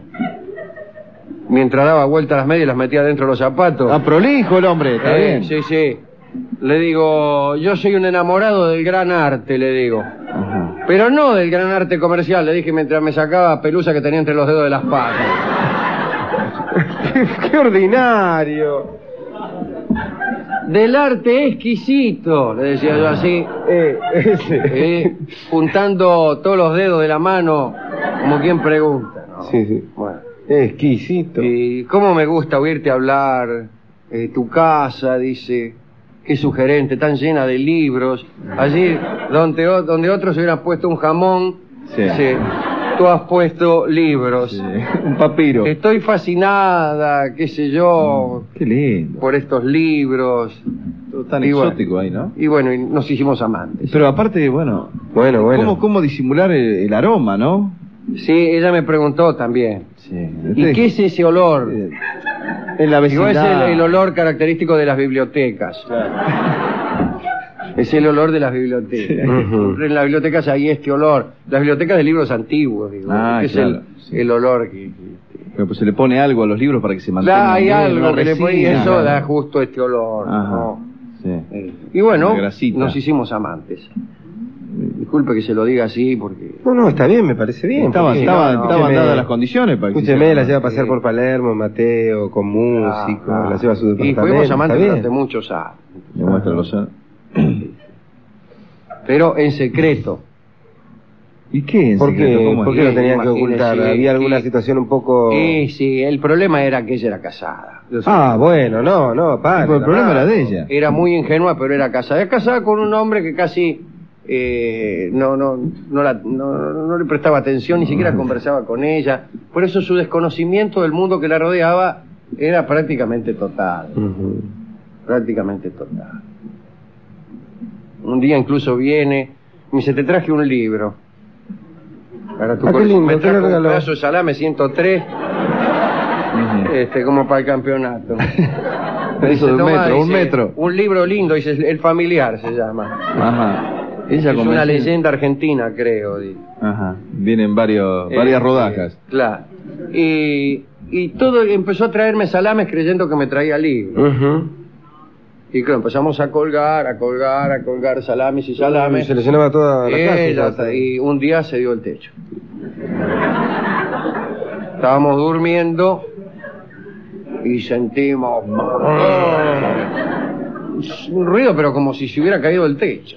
Speaker 1: Mientras daba vuelta las medias, las metía dentro de los zapatos.
Speaker 2: Ah, prolijo el hombre, está
Speaker 1: Eh,
Speaker 2: bien.
Speaker 1: Sí, sí. Le digo, yo soy un enamorado del gran arte, le digo.
Speaker 2: Ajá.
Speaker 1: Pero no del gran arte comercial, le dije mientras me sacaba pelusa que tenía entre los dedos de las patas.
Speaker 3: ¡Qué ordinario!
Speaker 1: Del arte exquisito, le decía yo así,
Speaker 3: Eh, ese.
Speaker 1: eh, juntando todos los dedos de la mano, como quien pregunta. ¿no?
Speaker 3: Sí, sí.
Speaker 1: Bueno,
Speaker 3: Exquisito.
Speaker 1: y cómo me gusta oírte hablar, eh, tu casa, dice, qué sugerente, tan llena de libros. Allí donde, o- donde otros hubieran puesto un jamón,
Speaker 2: Sí.
Speaker 1: dice, tú has puesto libros.
Speaker 2: Sí. Un papiro.
Speaker 1: Estoy fascinada, qué sé yo,
Speaker 2: Qué lindo.
Speaker 1: por estos libros.
Speaker 2: Todo tan
Speaker 1: Y bueno.
Speaker 2: exótico ahí, ¿no?
Speaker 1: Y bueno, y nos hicimos amantes.
Speaker 2: Pero aparte, bueno,
Speaker 3: Bueno, bueno.
Speaker 2: ¿cómo, cómo disimular el, el aroma, no?
Speaker 1: Sí, ella me preguntó también.
Speaker 2: Sí.
Speaker 1: ¿Y qué es ese olor?
Speaker 2: Eh, En la
Speaker 1: Digo,
Speaker 2: vecindad.
Speaker 1: es el, el olor característico de las bibliotecas. Es el olor de las bibliotecas.
Speaker 3: Ujú.
Speaker 1: En las bibliotecas hay este olor. Las bibliotecas de libros antiguos, digo.
Speaker 2: Ah,
Speaker 1: este
Speaker 2: claro,
Speaker 1: es el,
Speaker 2: sí.
Speaker 1: el olor que... que-
Speaker 2: Pero pues se le pone algo a los libros para que se mantengan.
Speaker 1: Da, hay
Speaker 2: bien, una
Speaker 1: algo que le ponía
Speaker 2: resina,
Speaker 1: eso, da
Speaker 2: claro.
Speaker 1: justo este olor.
Speaker 2: Ajá.
Speaker 1: ¿no?
Speaker 2: Sí.
Speaker 1: Eh, Y bueno,
Speaker 2: Una grasita.
Speaker 1: nos hicimos amantes. Disculpe que se lo diga así porque...
Speaker 3: No, no, está bien, me parece bien.
Speaker 2: Estaban,
Speaker 3: porque-
Speaker 2: estaban,
Speaker 3: no, no,
Speaker 2: estaban
Speaker 3: escúcheme,
Speaker 2: dadas las condiciones para que
Speaker 3: Escúcheme,
Speaker 2: se-
Speaker 3: la lleva a pasear por Palermo, Mateo, con músicos,
Speaker 1: Ah,
Speaker 3: la lleva a su
Speaker 1: Y
Speaker 3: departamento.
Speaker 1: fuimos amantes
Speaker 3: está
Speaker 1: durante
Speaker 3: bien.
Speaker 1: muchos años.
Speaker 2: Le muestra los-
Speaker 1: Pero en secreto.
Speaker 2: ¿Y qué? en
Speaker 3: ¿Por
Speaker 2: secreto?
Speaker 3: qué,
Speaker 2: ¿Cómo
Speaker 3: ¿Por
Speaker 2: es?
Speaker 3: qué lo
Speaker 1: Sí,
Speaker 3: tenían que
Speaker 1: imagínese,
Speaker 3: ocultar? ¿Había alguna
Speaker 1: y-
Speaker 3: situación un poco...?
Speaker 1: Y sí, el problema era que ella era casada. Yo sé.
Speaker 3: Oh. Ah, bueno, no, no, para.
Speaker 2: Pero el problema era de ella.
Speaker 1: pues, Era muy ingenua, pero era casada. Era casada con un hombre que casi eh, no, no, no, la- no- no le prestaba atención, ni
Speaker 2: Ah.
Speaker 1: siquiera conversaba con ella. Por eso su desconocimiento del mundo que la rodeaba era prácticamente total.
Speaker 3: Ujú.
Speaker 1: Prácticamente total. Un día incluso viene, me dice, te traje un libro. Para tu
Speaker 3: Ah, qué
Speaker 1: colección".
Speaker 3: lindo,
Speaker 1: me
Speaker 3: ¿qué le
Speaker 1: trajo un
Speaker 3: regaló?
Speaker 1: pedazo de salame 103.
Speaker 2: Ujú.
Speaker 1: Este, como para el campeonato.
Speaker 2: Eso
Speaker 1: Dice,
Speaker 2: de un
Speaker 1: "Tomá",
Speaker 2: metro, un
Speaker 1: dice,
Speaker 2: metro.
Speaker 1: Un libro lindo, dice, El familiar se llama.
Speaker 2: Ajá. Ella
Speaker 1: es
Speaker 2: convencida.
Speaker 1: una leyenda argentina, creo. dice.
Speaker 2: Ajá. Vienen varios,
Speaker 1: Eh,
Speaker 2: varias rodajas.
Speaker 1: eh, claro. Y, y todo empezó a traerme salames creyendo que me traía libro.
Speaker 3: Ujú.
Speaker 1: Y claro, empezamos a colgar, a colgar, a colgar salames y salames.
Speaker 3: Se le llenaba toda la casa.
Speaker 1: Ella,
Speaker 3: ya está.
Speaker 1: y un día se dio el techo. Estábamos durmiendo y sentimos un ruido, pero como si se hubiera caído el techo.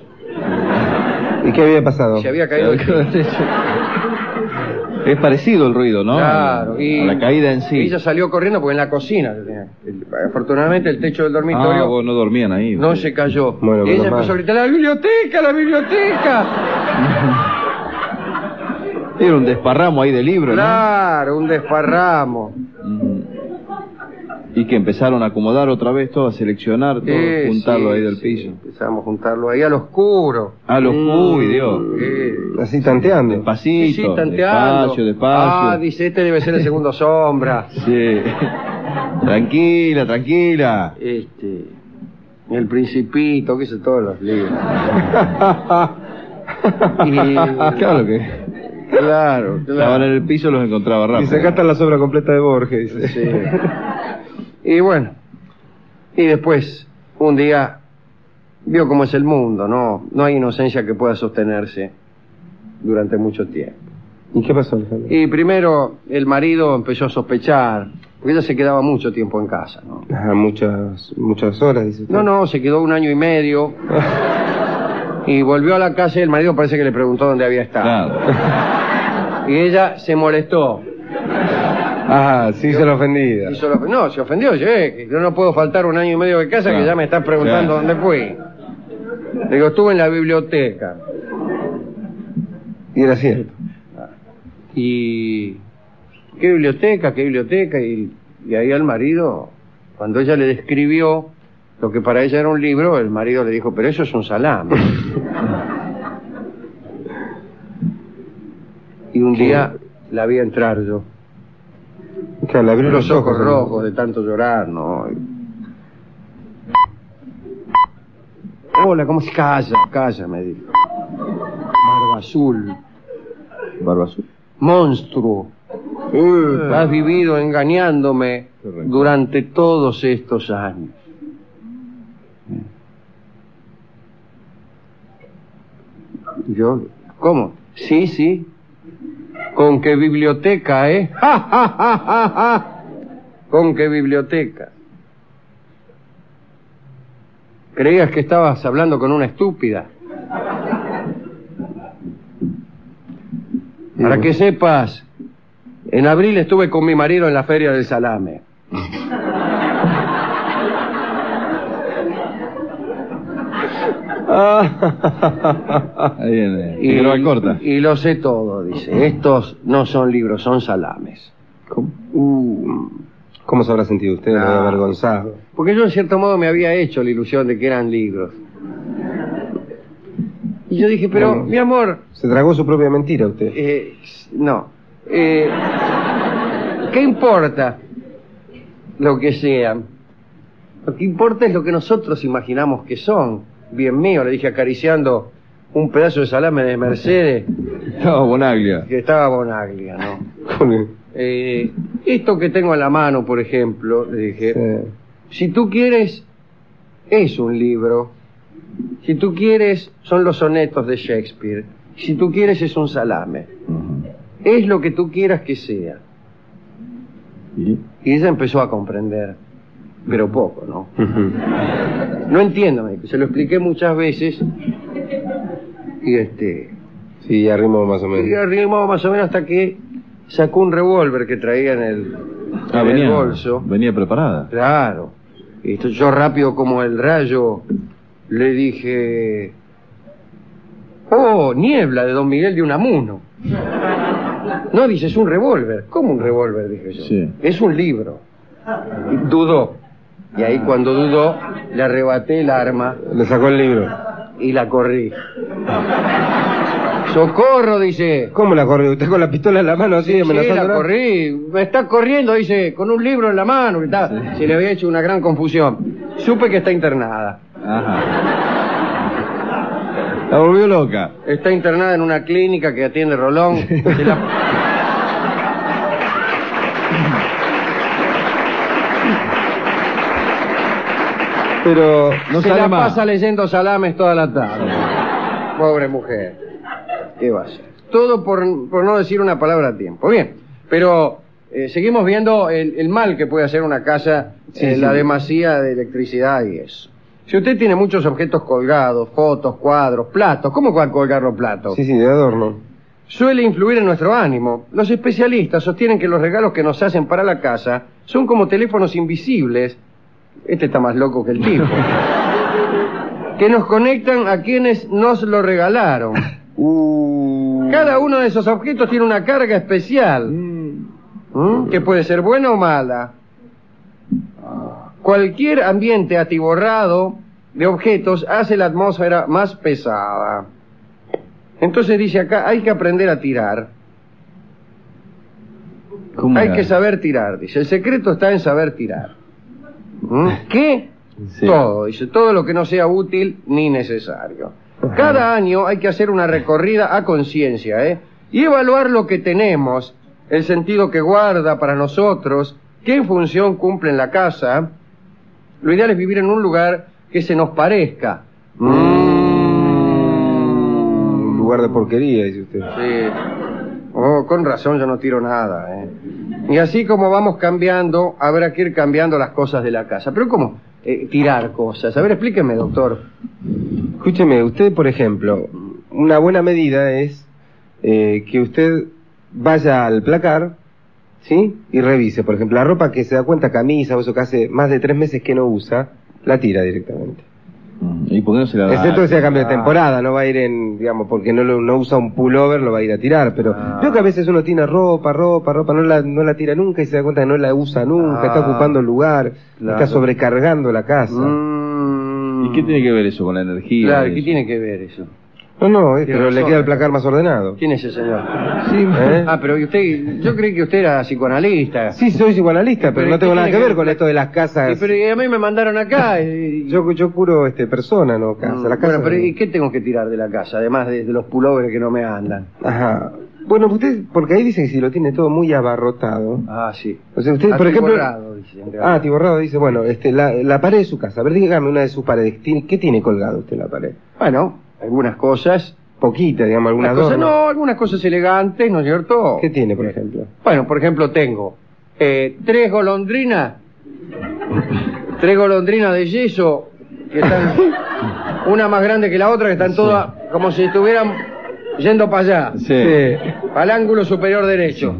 Speaker 3: ¿Y qué había pasado?
Speaker 1: Se había caído el techo.
Speaker 2: Es parecido el ruido, ¿no?
Speaker 1: Claro, y
Speaker 2: A la caída en sí.
Speaker 1: Ella salió corriendo porque en la cocina. tenía. Afortunadamente el techo del
Speaker 2: Ah,
Speaker 1: dormitorio
Speaker 2: vos no dormían ahí.
Speaker 1: no se cayó.
Speaker 3: Bueno,
Speaker 1: ella
Speaker 3: menos mal.
Speaker 1: empezó a gritar, la biblioteca, la biblioteca.
Speaker 2: Era un desparramo ahí de libros,
Speaker 1: Claro, un desparramo.
Speaker 2: ¿no? Ujú. Y que empezaron a acomodar otra vez todo, a seleccionar todo,
Speaker 1: Sí,
Speaker 2: juntarlo
Speaker 1: sí,
Speaker 2: ahí del
Speaker 1: sí,
Speaker 2: piso.
Speaker 1: Empezamos a juntarlo ahí al oscuro.
Speaker 2: A los uy, Dios.
Speaker 1: Eh,
Speaker 3: Así tanteando.
Speaker 2: Despacito,
Speaker 1: sí, tanteando.
Speaker 2: despacio, despacio.
Speaker 1: Ah, dice, este debe ser el segundo sombra.
Speaker 2: Sí. Tranquila, tranquila.
Speaker 1: Este, el principito, que hizo todos los libros. Y-
Speaker 2: Claro que.
Speaker 1: Claro,
Speaker 2: Estaban
Speaker 1: claro.
Speaker 2: en el piso los encontraba rápido.
Speaker 3: Dice, acá está la sobra completa de Borges. dice.
Speaker 1: Sí. Y bueno, y después, un día, vio cómo es el mundo, ¿no? No hay inocencia que pueda sostenerse durante mucho tiempo.
Speaker 3: ¿Y qué pasó, Alejandro?
Speaker 1: Y primero el marido empezó a sospechar, porque ella se quedaba mucho tiempo en casa, ¿no?
Speaker 3: Ah, muchas, muchas horas, dice usted.
Speaker 1: No, no, se quedó un año y medio. Y volvió a la casa y el marido parece que le preguntó dónde había estado.
Speaker 2: Claro.
Speaker 1: Y ella se molestó.
Speaker 3: Ah, sí, se la ofendida.
Speaker 1: Y solo- no, se ofendió. Yo, eh, que yo no puedo faltar un año y medio de casa
Speaker 2: Claro.
Speaker 1: que ya me estás preguntando
Speaker 2: Claro.
Speaker 1: dónde fui. Le Digo, estuve en la biblioteca.
Speaker 3: Y era cierto.
Speaker 1: Y. ¿Qué biblioteca? ¿Qué biblioteca? Y, y ahí al marido, cuando ella le describió lo que para ella era un libro, el marido le dijo, pero eso es un salame. y un día la vi entrar yo.
Speaker 3: Claro, le abrió
Speaker 1: Los ojos
Speaker 3: ¿no?
Speaker 1: rojos de tanto llorar, ¿no? Hola, ¿cómo se Calla, calla, me dijo. Barba azul,
Speaker 2: Barba azul.
Speaker 1: monstruo. Has vivido engañándome
Speaker 2: Correcto.
Speaker 1: durante todos estos años. Yo, ¿cómo? Sí, sí. ¿Con qué biblioteca, eh? ¡Ja, ja, ja, ja, ja! ¿Con qué biblioteca? ¿Creías que estabas hablando con una estúpida? Para que sepas, en abril estuve con mi marido en la feria del salame.
Speaker 2: Ahí viene.
Speaker 1: Y,
Speaker 2: Y droga corta.
Speaker 1: y lo sé todo, dice. Estos no son libros, son salames.
Speaker 3: ¿Cómo?
Speaker 1: Uh,
Speaker 3: ¿Cómo se habrá sentido usted? Lo habrá avergonzado.
Speaker 1: porque yo en cierto modo me había hecho la ilusión de que eran libros. Y yo dije, pero
Speaker 3: Bueno.
Speaker 1: mi amor,
Speaker 3: Se tragó su propia mentira usted.
Speaker 1: eh, no. Eh, ¿Qué importa lo que sean? Lo que importa es lo que nosotros imaginamos que son. Bien mío, le dije acariciando un pedazo de salame de Mercedes
Speaker 2: No, Bonaglia.
Speaker 1: que estaba Bonaglia, ¿no?
Speaker 3: Con el-
Speaker 1: Eh, esto que tengo en la mano, por ejemplo, le dije, si
Speaker 3: Sí.
Speaker 1: tú quieres, es un libro. Si tú quieres, son los sonetos de Shakespeare. Si tú quieres, es un salame. Es lo que tú quieras que sea.
Speaker 2: ¿Y?
Speaker 1: Y ella empezó a comprender, pero poco, ¿no? No entiendo, me dijo, se lo expliqué muchas veces. Y este,
Speaker 3: Sí, arrimo más o
Speaker 1: y
Speaker 3: menos.
Speaker 1: arrimó más o menos hasta que sacó un revólver que traía en el,
Speaker 2: Ah,
Speaker 1: en el
Speaker 2: venía,
Speaker 1: bolso.
Speaker 2: venía preparada.
Speaker 1: Claro. Esto, yo rápido como el rayo le dije, oh, niebla de Don Miguel de Unamuno. No, dice, es un revólver. ¿Cómo un revólver? Dije yo.
Speaker 2: Sí.
Speaker 1: Es un libro. Y dudó. Y ahí cuando dudó, le arrebaté el arma
Speaker 3: Le sacó el libro.
Speaker 1: y la corrí. Socorro, dice.
Speaker 3: ¿Cómo la corrió? ¿Usted con la pistola en la mano así
Speaker 1: Sí, la
Speaker 3: amenazándola?
Speaker 1: corrí. Me está corriendo, dice, con un libro en la mano. que está- Se le había hecho una gran confusión. Supe que está internada.
Speaker 2: Ajá. La volvió loca.
Speaker 1: Está internada en una clínica que atiende Rolón. Se la,
Speaker 3: Pero
Speaker 2: No
Speaker 1: se
Speaker 2: sale
Speaker 1: la
Speaker 2: más.
Speaker 1: pasa leyendo salames toda la tarde. Pobre mujer. ¿Qué va a ser? Todo por, por no decir una palabra a tiempo. Bien, pero eh, seguimos viendo el, el mal que puede hacer una casa, eh, la demasía de electricidad y eso. Si usted tiene muchos objetos colgados, fotos, cuadros, platos, ¿cómo va a colgar los platos?
Speaker 3: Sí, sí, de adorno.
Speaker 1: suele influir en nuestro ánimo. Los especialistas sostienen que los regalos que nos hacen para la casa son como teléfonos invisibles. Este está más loco que el tipo. que nos conectan a quienes nos lo regalaron. Cada uno de esos objetos tiene una carga especial, ¿m? que puede ser buena o mala. Cualquier ambiente atiborrado de objetos hace la atmósfera más pesada. Entonces dice acá, hay que aprender a tirar.
Speaker 2: ¿Cómo
Speaker 1: Hay
Speaker 2: era?
Speaker 1: que saber tirar, dice. El secreto está en saber tirar. ¿Mm? ¿Qué?
Speaker 2: Sí.
Speaker 1: Todo, dice. Todo lo que no sea útil ni necesario. Cada año hay que hacer una recorrida a conciencia, ¿eh? Y evaluar lo que tenemos, el sentido que guarda para nosotros, qué función cumple en la casa. Lo ideal es vivir en un lugar que se nos parezca.
Speaker 3: Un lugar de porquería, dice usted.
Speaker 1: Sí. Oh, con razón yo no tiro nada, ¿eh? Y así como vamos cambiando, habrá que ir cambiando las cosas de la casa. Pero ¿cómo? eh, tirar cosas. A ver, explíqueme, doctor.
Speaker 3: Escúcheme, usted, por ejemplo, una buena medida es eh, que usted vaya al placar, ¿sí? Y revise, por ejemplo, la ropa que se da cuenta, camisa o eso que hace más de tres meses que no usa, la tira directamente.
Speaker 2: Ujú. ¿Y por qué no se la da?
Speaker 3: Excepto que sea cambio de
Speaker 1: ah.
Speaker 3: temporada, no va a ir en, digamos, porque no, lo- no usa un pullover, lo va a ir a tirar, pero
Speaker 1: Ah.
Speaker 3: veo que a veces uno tiene ropa, ropa, ropa, no la, no la tira nunca y se da cuenta que no la usa nunca,
Speaker 1: Ah.
Speaker 3: está ocupando lugar,
Speaker 1: Claro.
Speaker 3: está sobrecargando la casa.
Speaker 1: Mm.
Speaker 2: ¿Y qué tiene que ver eso con la energía?
Speaker 1: Claro,
Speaker 2: y
Speaker 1: ¿qué
Speaker 2: eso?
Speaker 1: tiene que ver eso?
Speaker 3: No, no, eh,
Speaker 1: Tiene
Speaker 3: pero le
Speaker 1: razón.
Speaker 3: queda el placar más ordenado.
Speaker 1: ¿Quién es ese señor?
Speaker 3: ¿Eh?
Speaker 1: Ah, pero usted, yo creí que usted era psicoanalista.
Speaker 3: Sí, soy psicoanalista, pero,
Speaker 1: Pero
Speaker 3: no tengo
Speaker 1: ¿qué
Speaker 3: nada que
Speaker 1: tiene que
Speaker 3: ver
Speaker 1: ver
Speaker 3: con
Speaker 1: la-
Speaker 3: esto de las
Speaker 1: Y,
Speaker 3: casas.
Speaker 1: pero y a mí me mandaron acá. y-
Speaker 3: Yo, yo curo este, persona, no casa.
Speaker 1: Mm,
Speaker 3: la casa
Speaker 1: bueno, pero ¿y qué tengo que tirar de la casa? Además de, de los pulobres que no me andan.
Speaker 3: Ajá. Bueno, usted, porque ahí dice que si lo tiene todo muy abarrotado.
Speaker 1: Ah, sí.
Speaker 3: O sea, usted, por ejemplo.
Speaker 1: Atiborrado, dicen.
Speaker 3: Ah, Tiborrado dice, bueno, este, la, la pared de su casa. A ver, dígame una de sus paredes. ¿Tiene- ¿Qué tiene colgado usted en la pared?
Speaker 1: Bueno, algunas cosas.
Speaker 3: Poquita, digamos, alguna
Speaker 1: algunas cosas
Speaker 3: adorno.
Speaker 1: no, algunas cosas elegantes, ¿no es cierto?
Speaker 3: ¿Qué tiene, por ejemplo?
Speaker 1: Bueno, por ejemplo, tengo eh, tres golondrinas, tres golondrinas de yeso, que están, una más grande que la otra, que están todas como si estuvieran yendo para allá,
Speaker 2: Sí.
Speaker 1: para el ángulo superior derecho,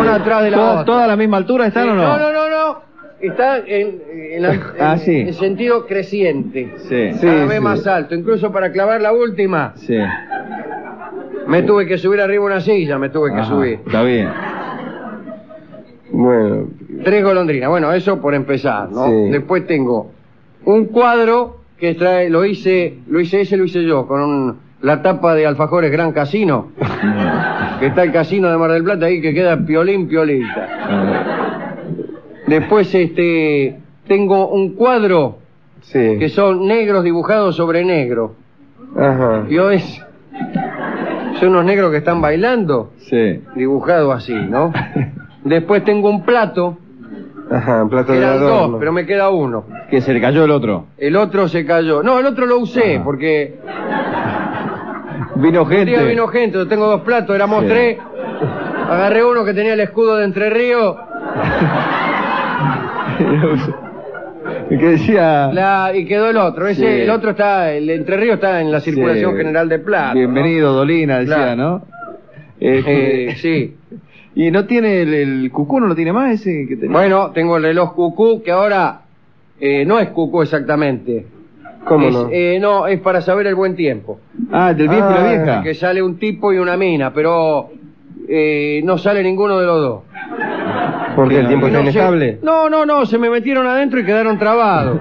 Speaker 1: una atrás de la
Speaker 2: ¿Toda-
Speaker 1: otra.
Speaker 2: toda a la misma altura están
Speaker 1: Sí,
Speaker 2: o no?
Speaker 1: No, no, no. Está en, en la-
Speaker 2: Ah,
Speaker 1: en-
Speaker 2: sí.
Speaker 1: en sentido creciente.
Speaker 2: Sí.
Speaker 3: Sí,
Speaker 1: Cada vez
Speaker 3: sí.
Speaker 1: más alto. Incluso para clavar la última,
Speaker 2: Sí.
Speaker 1: me tuve que subir arriba una silla, me tuve que
Speaker 2: Ajá,
Speaker 1: subir.
Speaker 2: Ah, Está bien.
Speaker 3: Bueno,
Speaker 1: Tres golondrinas. Bueno, eso por empezar, ¿no?
Speaker 3: Sí.
Speaker 1: Después tengo un cuadro que trae, lo hice, lo hice ese, lo hice yo, con un la tapa de Alfajores Gran Casino, que está el casino de Mar del Plata ahí que queda piolín, piolita. Después este, tengo un cuadro
Speaker 3: Sí.
Speaker 1: que son negros dibujados sobre negro.
Speaker 3: Ajá.
Speaker 1: Yo es. Son unos negros que están bailando,
Speaker 2: Sí.
Speaker 1: dibujados así, ¿no? Después tengo un plato,
Speaker 3: Ajá, un plato de
Speaker 1: quedan dos,
Speaker 3: adorno.
Speaker 1: pero me queda uno.
Speaker 2: Que se le cayó el otro.
Speaker 1: El otro se cayó. No, el otro lo usé,
Speaker 2: Ajá.
Speaker 1: porque
Speaker 2: Vino
Speaker 1: un día
Speaker 2: gente.
Speaker 1: vino gente, yo tengo dos platos, éramos
Speaker 2: Sí.
Speaker 1: tres. Agarré uno que tenía el escudo de Entre Ríos
Speaker 2: que decía.
Speaker 1: la- y quedó el otro. Ese,
Speaker 2: Ah. Sí.
Speaker 1: El otro está, el de Entre Ríos está en la circulación
Speaker 2: Sí.
Speaker 1: general de plata.
Speaker 2: Bienvenido, Dolina, decía,
Speaker 1: Claro.
Speaker 2: ¿no? Este,
Speaker 1: Eh, sí.
Speaker 2: ¿Y no tiene el, el cucú, no lo tiene más ese que tenía?
Speaker 1: Bueno, tengo el reloj cucú, que ahora eh, no es cucú exactamente.
Speaker 3: ¿Cómo
Speaker 1: es,
Speaker 3: no?
Speaker 1: eh, no, es para saber el buen tiempo.
Speaker 2: Ah, el del viejo y la
Speaker 3: Ah,
Speaker 2: vieja.
Speaker 1: Que sale un tipo y una mina, pero eh, no sale ninguno de los dos.
Speaker 3: Porque el
Speaker 2: no,
Speaker 3: tiempo
Speaker 1: Y
Speaker 3: está
Speaker 1: eh, no, se-
Speaker 3: inestable.
Speaker 1: no, no, no, se me metieron adentro y quedaron trabados.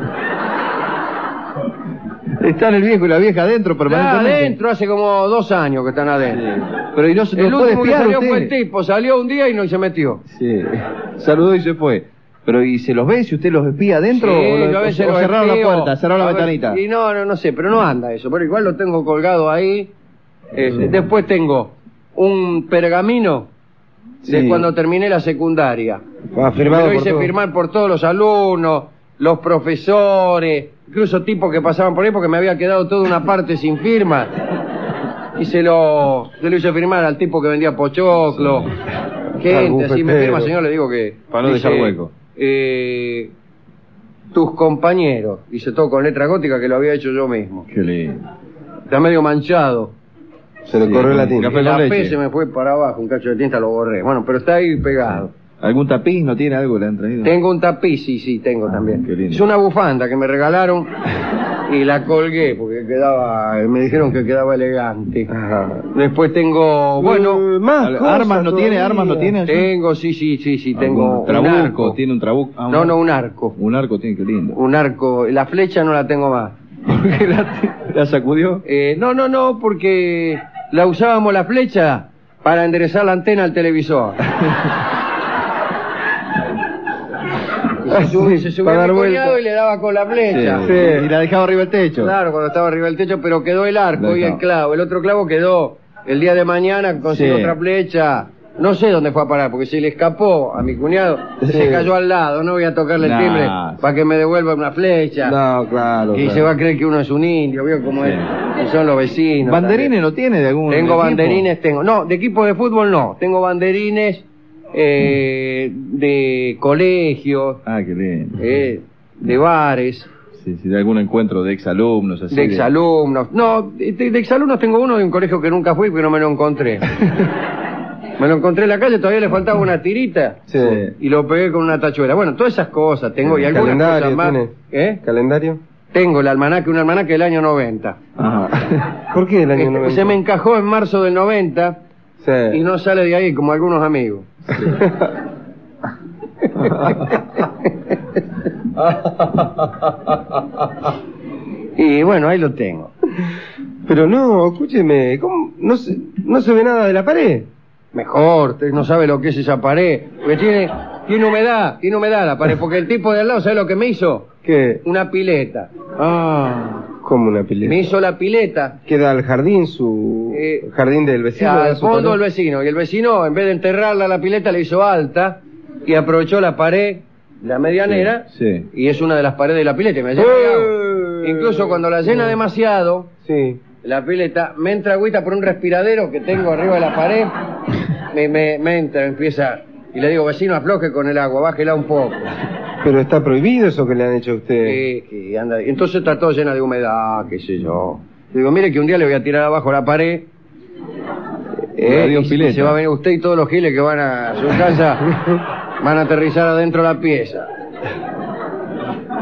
Speaker 2: Están el viejo y la vieja adentro
Speaker 1: Está
Speaker 2: permanentemente.
Speaker 1: adentro hace como dos años que están adentro.
Speaker 2: Pero y no se
Speaker 1: El
Speaker 2: no puede
Speaker 1: último que
Speaker 2: espiar
Speaker 1: salió
Speaker 2: usted.
Speaker 1: fue el tipo, salió un día y no se metió.
Speaker 2: Sí. Saludó y se fue. Pero ¿y se los ve si usted los espía adentro
Speaker 1: Sí,
Speaker 2: o, lo-
Speaker 1: yo a veces
Speaker 2: o
Speaker 1: lo
Speaker 2: cerraron
Speaker 1: espío,
Speaker 2: la puerta, cerraron
Speaker 1: a
Speaker 2: la
Speaker 1: ver-
Speaker 2: ventanita?
Speaker 1: Y no, no, no sé, pero no anda eso. Pero igual lo tengo colgado ahí. Eh,
Speaker 2: Sí.
Speaker 1: Después tengo un pergamino de
Speaker 2: Sí.
Speaker 1: cuando terminé la secundaria.
Speaker 3: Ah,
Speaker 1: Me
Speaker 3: firmado
Speaker 1: lo
Speaker 3: por
Speaker 1: hice
Speaker 3: todos.
Speaker 1: firmar por todos los alumnos, los profesores, incluso tipos que pasaban por ahí porque me había quedado toda una parte sin firma. Y se lo, se lo hice firmar al tipo que vendía pochoclo. Gente, así me
Speaker 3: bufetero.
Speaker 1: firma, señor, le digo que.
Speaker 2: Para no dejar hueco.
Speaker 1: eh, tus compañeros. Dice todo con letra gótica que lo había hecho yo mismo.
Speaker 2: Qué lindo.
Speaker 1: Está medio manchado.
Speaker 3: Se le
Speaker 2: Sí,
Speaker 3: corrió la
Speaker 2: un
Speaker 3: tinta.
Speaker 2: café
Speaker 1: la P
Speaker 2: con leche.
Speaker 1: se me fue para abajo, un cacho de tinta lo borré. Bueno, pero está ahí pegado.
Speaker 2: ¿Algún tapiz? ¿No tiene algo? ¿Le han traído?
Speaker 1: Tengo un tapiz, sí, sí, tengo
Speaker 2: Ah,
Speaker 1: también.
Speaker 2: qué lindo.
Speaker 1: Es una bufanda que me regalaron y la colgué porque quedaba, me dijeron que quedaba elegante.
Speaker 3: Ajá.
Speaker 1: Después tengo, bueno,
Speaker 3: Eh, más
Speaker 2: Al-
Speaker 3: cosas
Speaker 2: ¿Armas no tiene?
Speaker 3: todavía.
Speaker 2: ¿Armas no tiene? allí?
Speaker 1: tengo, sí, sí, sí, sí,
Speaker 2: ¿Algún
Speaker 1: tengo un
Speaker 2: trabuco,
Speaker 1: arco.
Speaker 2: tiene un trabuco. Ah, un
Speaker 1: No, no,
Speaker 2: arco.
Speaker 1: un arco.
Speaker 2: Un arco tiene, qué lindo.
Speaker 1: Un arco, la flecha no la tengo más.
Speaker 2: ¿Por qué la, la sacudió?
Speaker 1: Eh, no, no, no, porque la usábamos la flecha para enderezar la antena al televisor. Y se sub- Ah, se subía
Speaker 3: para dar
Speaker 1: mi
Speaker 3: vuelta.
Speaker 1: cuñado y le daba con la flecha.
Speaker 2: Sí. Y la dejaba arriba del techo.
Speaker 1: Claro, cuando estaba arriba del techo, pero quedó el arco
Speaker 2: Dejado.
Speaker 1: y el clavo. El otro clavo quedó el día de mañana, consiguió
Speaker 2: Sí.
Speaker 1: otra flecha. No sé dónde fue a parar, porque se le escapó a mi cuñado, se cayó al lado. No voy a tocarle
Speaker 2: Nah.
Speaker 1: el timbre para que me devuelva una flecha.
Speaker 3: No, claro.
Speaker 1: Y
Speaker 3: claro.
Speaker 1: se va a creer que uno es un indio, ¿vio cómo
Speaker 2: Sí.
Speaker 1: es? Y son los vecinos.
Speaker 2: ¿Banderines
Speaker 1: también.
Speaker 2: no tiene de algún
Speaker 1: Tengo
Speaker 2: equipo?
Speaker 1: banderines, tengo. No, de equipo de fútbol no. Tengo banderines eh,
Speaker 2: Mm.
Speaker 1: de colegios,
Speaker 2: Ah, qué lindo.
Speaker 1: eh, de bares.
Speaker 2: Sí, sí, de algún encuentro de exalumnos,
Speaker 3: Pues
Speaker 2: así.
Speaker 1: de exalumnos. No, de, de exalumnos tengo uno de un colegio que nunca fui, pero no me lo encontré. me lo encontré en la calle, todavía le faltaba una tirita
Speaker 3: Sí.
Speaker 1: y lo pegué con una tachuela. Bueno, todas esas cosas tengo y
Speaker 3: El
Speaker 1: algunas cosas
Speaker 3: calendario
Speaker 1: más.
Speaker 3: tiene.
Speaker 1: ¿Eh?
Speaker 3: ¿Calendario?
Speaker 1: Tengo el almanaque, un almanaque del año 90.
Speaker 2: Ajá.
Speaker 3: ¿Por qué el año
Speaker 1: Este,
Speaker 3: 90?
Speaker 1: Se me encajó en marzo del 90
Speaker 3: Sí.
Speaker 1: y no sale de ahí como algunos amigos. y bueno, ahí lo tengo.
Speaker 3: Pero no, escúcheme, ¿cómo? No, se, no se ve nada de la pared.
Speaker 1: Mejor, usted no sabe lo que es esa pared. Porque tiene, tiene humedad, tiene humedad la pared. Porque el tipo de al lado, ¿sabe lo que me hizo?
Speaker 3: ¿Qué?
Speaker 1: Una pileta.
Speaker 3: Ah, como una
Speaker 1: Me
Speaker 3: pileta.
Speaker 1: hizo la pileta
Speaker 3: Queda al jardín, su
Speaker 1: Eh,
Speaker 3: jardín del vecino.
Speaker 1: al
Speaker 3: de su
Speaker 1: fondo el
Speaker 3: pared.
Speaker 1: vecino. Y el vecino, en vez de enterrarla la pileta, la hizo alta y aprovechó la pared, la medianera,
Speaker 2: Sí.
Speaker 1: y es una de las paredes de la pileta. y me llena de agua.
Speaker 3: ¡Eh!
Speaker 1: Incluso cuando la llena demasiado,
Speaker 3: Sí.
Speaker 1: la pileta, me entra agüita por un respiradero que tengo arriba de la pared, me, me, me entra, empieza, y le digo, vecino, afloje con el agua, bájela un poco.
Speaker 3: Pero está prohibido eso que le han hecho a usted.
Speaker 1: Sí, sí, anda. Entonces está todo llena de humedad, qué sé yo. Le digo, mire que un día le voy a tirar abajo la pared. eh,
Speaker 2: Radio
Speaker 1: y- y
Speaker 2: Pileta.
Speaker 1: se va a venir usted y todos los giles que van a su casa van a aterrizar adentro de la pieza.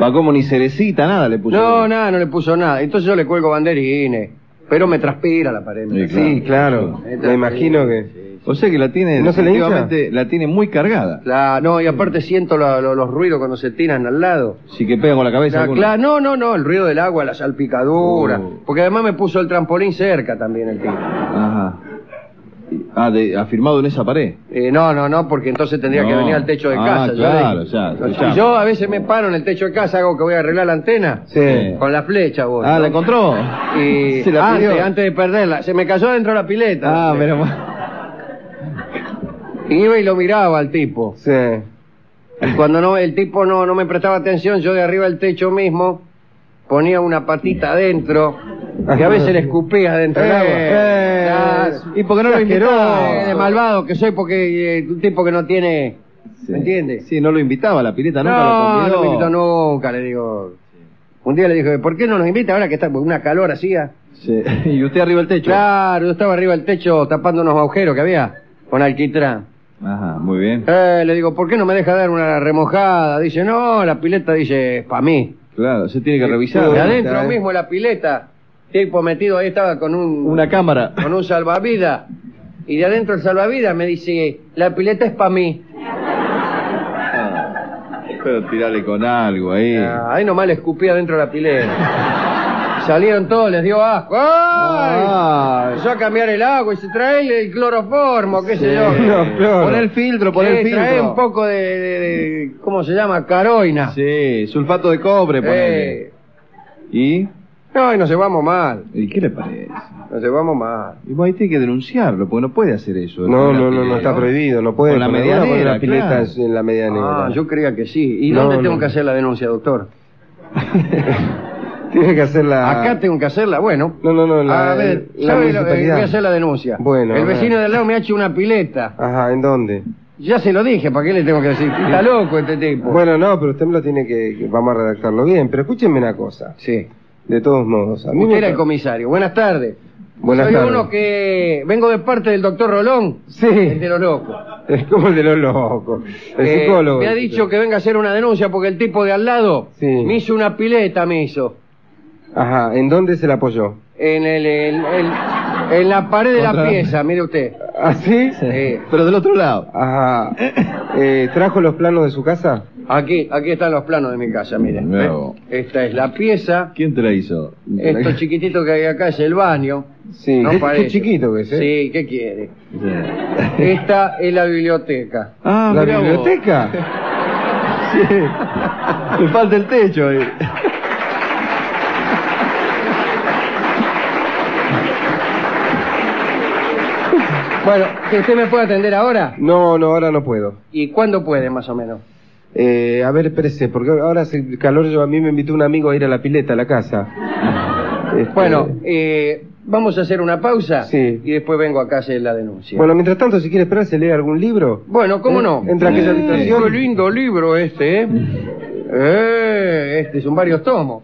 Speaker 2: Va como ni cerecita, nada le puso.
Speaker 1: No, nada, no le puso nada. Entonces yo le cuelgo banderines. Pero me transpira la pared. me
Speaker 2: Sí, claro.
Speaker 3: Sí, claro.
Speaker 1: Me
Speaker 3: Me imagino que.
Speaker 1: Sí.
Speaker 2: O sea que la tiene,
Speaker 3: ¿No se le hincha?
Speaker 2: definitivamente, la tiene muy cargada.
Speaker 1: La- no, y aparte siento la- lo- los ruidos cuando se tiran al lado.
Speaker 2: Sí que pega con la cabeza.
Speaker 1: La-
Speaker 2: alguno.
Speaker 1: claro, no, no, no, el ruido del agua, la salpicadura.
Speaker 2: Oh.
Speaker 1: Porque además me puso el trampolín cerca también el tipo.
Speaker 2: Ajá. Ah, de- afirmado en esa pared.
Speaker 1: Eh, no, no, no, porque entonces tendría que
Speaker 2: No.
Speaker 1: venir al techo de
Speaker 2: Ah,
Speaker 1: casa. yo
Speaker 2: claro,
Speaker 1: dije.
Speaker 2: ya,
Speaker 1: O sea,
Speaker 2: escuchame.
Speaker 1: yo a veces me paro en el techo de casa, hago que voy a arreglar la antena.
Speaker 2: Sí.
Speaker 1: Con la flecha, vos.
Speaker 2: Ah,
Speaker 1: ¿no?
Speaker 2: ¿la encontró?
Speaker 1: Y
Speaker 2: Se la
Speaker 1: antes,
Speaker 2: pidió.
Speaker 1: antes de perderla, se me cayó dentro de la pileta.
Speaker 2: Ah, menos mal.
Speaker 1: Y Iba y lo miraba al tipo.
Speaker 3: Sí.
Speaker 1: Y cuando no, el tipo no, no me prestaba atención, yo de arriba del techo mismo ponía una patita adentro y a veces le escupía dentro del agua.
Speaker 2: Eh,
Speaker 1: Ah,
Speaker 2: ¿Y por qué no lo
Speaker 1: eh, de
Speaker 2: invitó?
Speaker 1: malvado que soy porque eh, un tipo que no tiene...
Speaker 2: Sí.
Speaker 1: ¿Me entiendes?
Speaker 2: Sí, no lo invitaba, la pileta nunca
Speaker 1: no,
Speaker 2: lo
Speaker 1: no me
Speaker 2: convidó.
Speaker 1: invitó nunca, le digo. Un día le dije, ¿por qué no nos invita ahora que está con una calor ah?" hacía?
Speaker 2: Sí. ¿Y usted arriba del techo?
Speaker 1: Claro, yo estaba arriba del techo tapando unos agujeros que había con alquitrán.
Speaker 2: Ajá, muy bien.
Speaker 1: Eh, le digo, ¿por qué no me deja dar una remojada? Dice, no, la pileta dice, para mí.
Speaker 2: Claro, se tiene que
Speaker 1: Y
Speaker 2: revisar.
Speaker 1: adentro
Speaker 3: eh.
Speaker 1: mismo la pileta, tipo metido ahí estaba con un,
Speaker 2: Una cámara.
Speaker 1: con un salvavidas. Y de adentro el salvavidas me dice, la pileta es para mí.
Speaker 2: Pero Ah, tirarle con algo ahí.
Speaker 1: Ah, ahí nomás le escupía dentro de la pileta. Salieron todos, les dio asco. ¡Ay!
Speaker 2: Ah,
Speaker 1: Empezó a cambiar el agua y se trae el cloroformo, qué
Speaker 2: Eh,
Speaker 1: sé yo.
Speaker 3: No, claro.
Speaker 2: Poner el filtro, poner el
Speaker 1: Sí,
Speaker 2: filtro.
Speaker 1: Eh, trae un poco de, de- de- ¿cómo se llama? Caroina.
Speaker 2: Sí, sulfato de cobre, ponele.
Speaker 1: Eh,
Speaker 2: ¿Y?
Speaker 1: no, y nos llevamos mal,
Speaker 2: ¿Y qué le parece?
Speaker 1: nos llevamos mal.
Speaker 2: Y vos ahí tiene que denunciarlo, porque no puede hacer eso.
Speaker 3: No,
Speaker 2: Con la
Speaker 3: no, no, no,
Speaker 2: pileta.
Speaker 3: está prohibido, no puede.
Speaker 2: Con la
Speaker 3: Por
Speaker 2: medianera,
Speaker 3: ahora poner la pileta
Speaker 2: claro.
Speaker 3: es en la media negra.
Speaker 1: Ah, yo creía que sí. ¿Y
Speaker 3: No,
Speaker 1: dónde
Speaker 3: no.
Speaker 1: tengo que hacer la denuncia, doctor?
Speaker 3: Tiene que hacerla.
Speaker 1: Acá tengo que hacerla, bueno.
Speaker 3: No, no, no, Ah. la,
Speaker 1: a ver,
Speaker 3: la
Speaker 1: ¿sabe lo- eh,
Speaker 3: municipalidad.
Speaker 1: voy a hacer la denuncia.
Speaker 3: Bueno,
Speaker 1: el
Speaker 3: a ver.
Speaker 1: vecino de al lado me ha hecho una pileta.
Speaker 3: Ajá, ¿en dónde?
Speaker 1: Ya se lo dije, ¿para qué le tengo que decir? Está loco este tipo.
Speaker 3: Bueno, no, pero usted me lo tiene que, que- Vamos a redactarlo bien, pero escúchenme una cosa.
Speaker 1: sí.
Speaker 3: De todos modos, a mí
Speaker 1: Usted
Speaker 3: me
Speaker 1: era el
Speaker 3: pa-
Speaker 1: comisario. Buenas tardes.
Speaker 3: Buenas
Speaker 1: Soy
Speaker 3: tardes.
Speaker 1: uno que vengo de parte del doctor Rolón, Este el
Speaker 3: Sí,
Speaker 1: de los locos.
Speaker 3: es como el de los locos. El
Speaker 1: Eh,
Speaker 3: psicólogo.
Speaker 1: Me ha dicho que venga a hacer una denuncia porque el tipo de al lado
Speaker 3: Sí.
Speaker 1: me hizo una pileta, me hizo.
Speaker 3: Ajá, ¿en dónde se la apoyó?
Speaker 1: En, el, el- el- en la pared de
Speaker 2: Contra-
Speaker 1: la pieza, mire usted.
Speaker 3: ¿Ah, sí?
Speaker 1: Eh,
Speaker 2: Pero del otro lado.
Speaker 3: Ajá. Eh, ¿Trajo los planos de su casa?
Speaker 1: aquí, aquí están los planos de mi casa, mire.
Speaker 2: Bravo.
Speaker 1: Eh, Esta es la pieza.
Speaker 2: ¿Quién te la hizo?
Speaker 1: Esto chiquitito que hay acá es el baño.
Speaker 3: Sí,
Speaker 1: No
Speaker 3: qué,
Speaker 1: parece.
Speaker 3: qué chiquito que es, ¿eh?
Speaker 1: Sí, ¿qué quiere?
Speaker 2: Sí.
Speaker 1: Esta es la biblioteca.
Speaker 2: Ah,
Speaker 3: ¿La
Speaker 2: mirá vos.
Speaker 3: biblioteca?
Speaker 2: Le falta el techo ahí.
Speaker 1: Bueno, que usted me puede atender ahora.
Speaker 3: No, no, ahora no puedo.
Speaker 1: ¿Y cuándo puede, más o menos?
Speaker 3: Eh, a ver, espérese, porque ahora hace calor. Yo, a mí me invitó un amigo a ir a la pileta, a la casa. Este,
Speaker 1: Bueno, eh, vamos a hacer una pausa
Speaker 3: Sí.
Speaker 1: y después vengo acá a hacer la denuncia.
Speaker 3: Este, Bueno, mientras tanto, si quiere esperar, se lee algún libro.
Speaker 1: Bueno, ¿cómo no?
Speaker 3: Entra aquella
Speaker 1: Eh,
Speaker 3: habitación.
Speaker 1: Qué lindo libro este, ¿eh? Eh, este son varios tomos.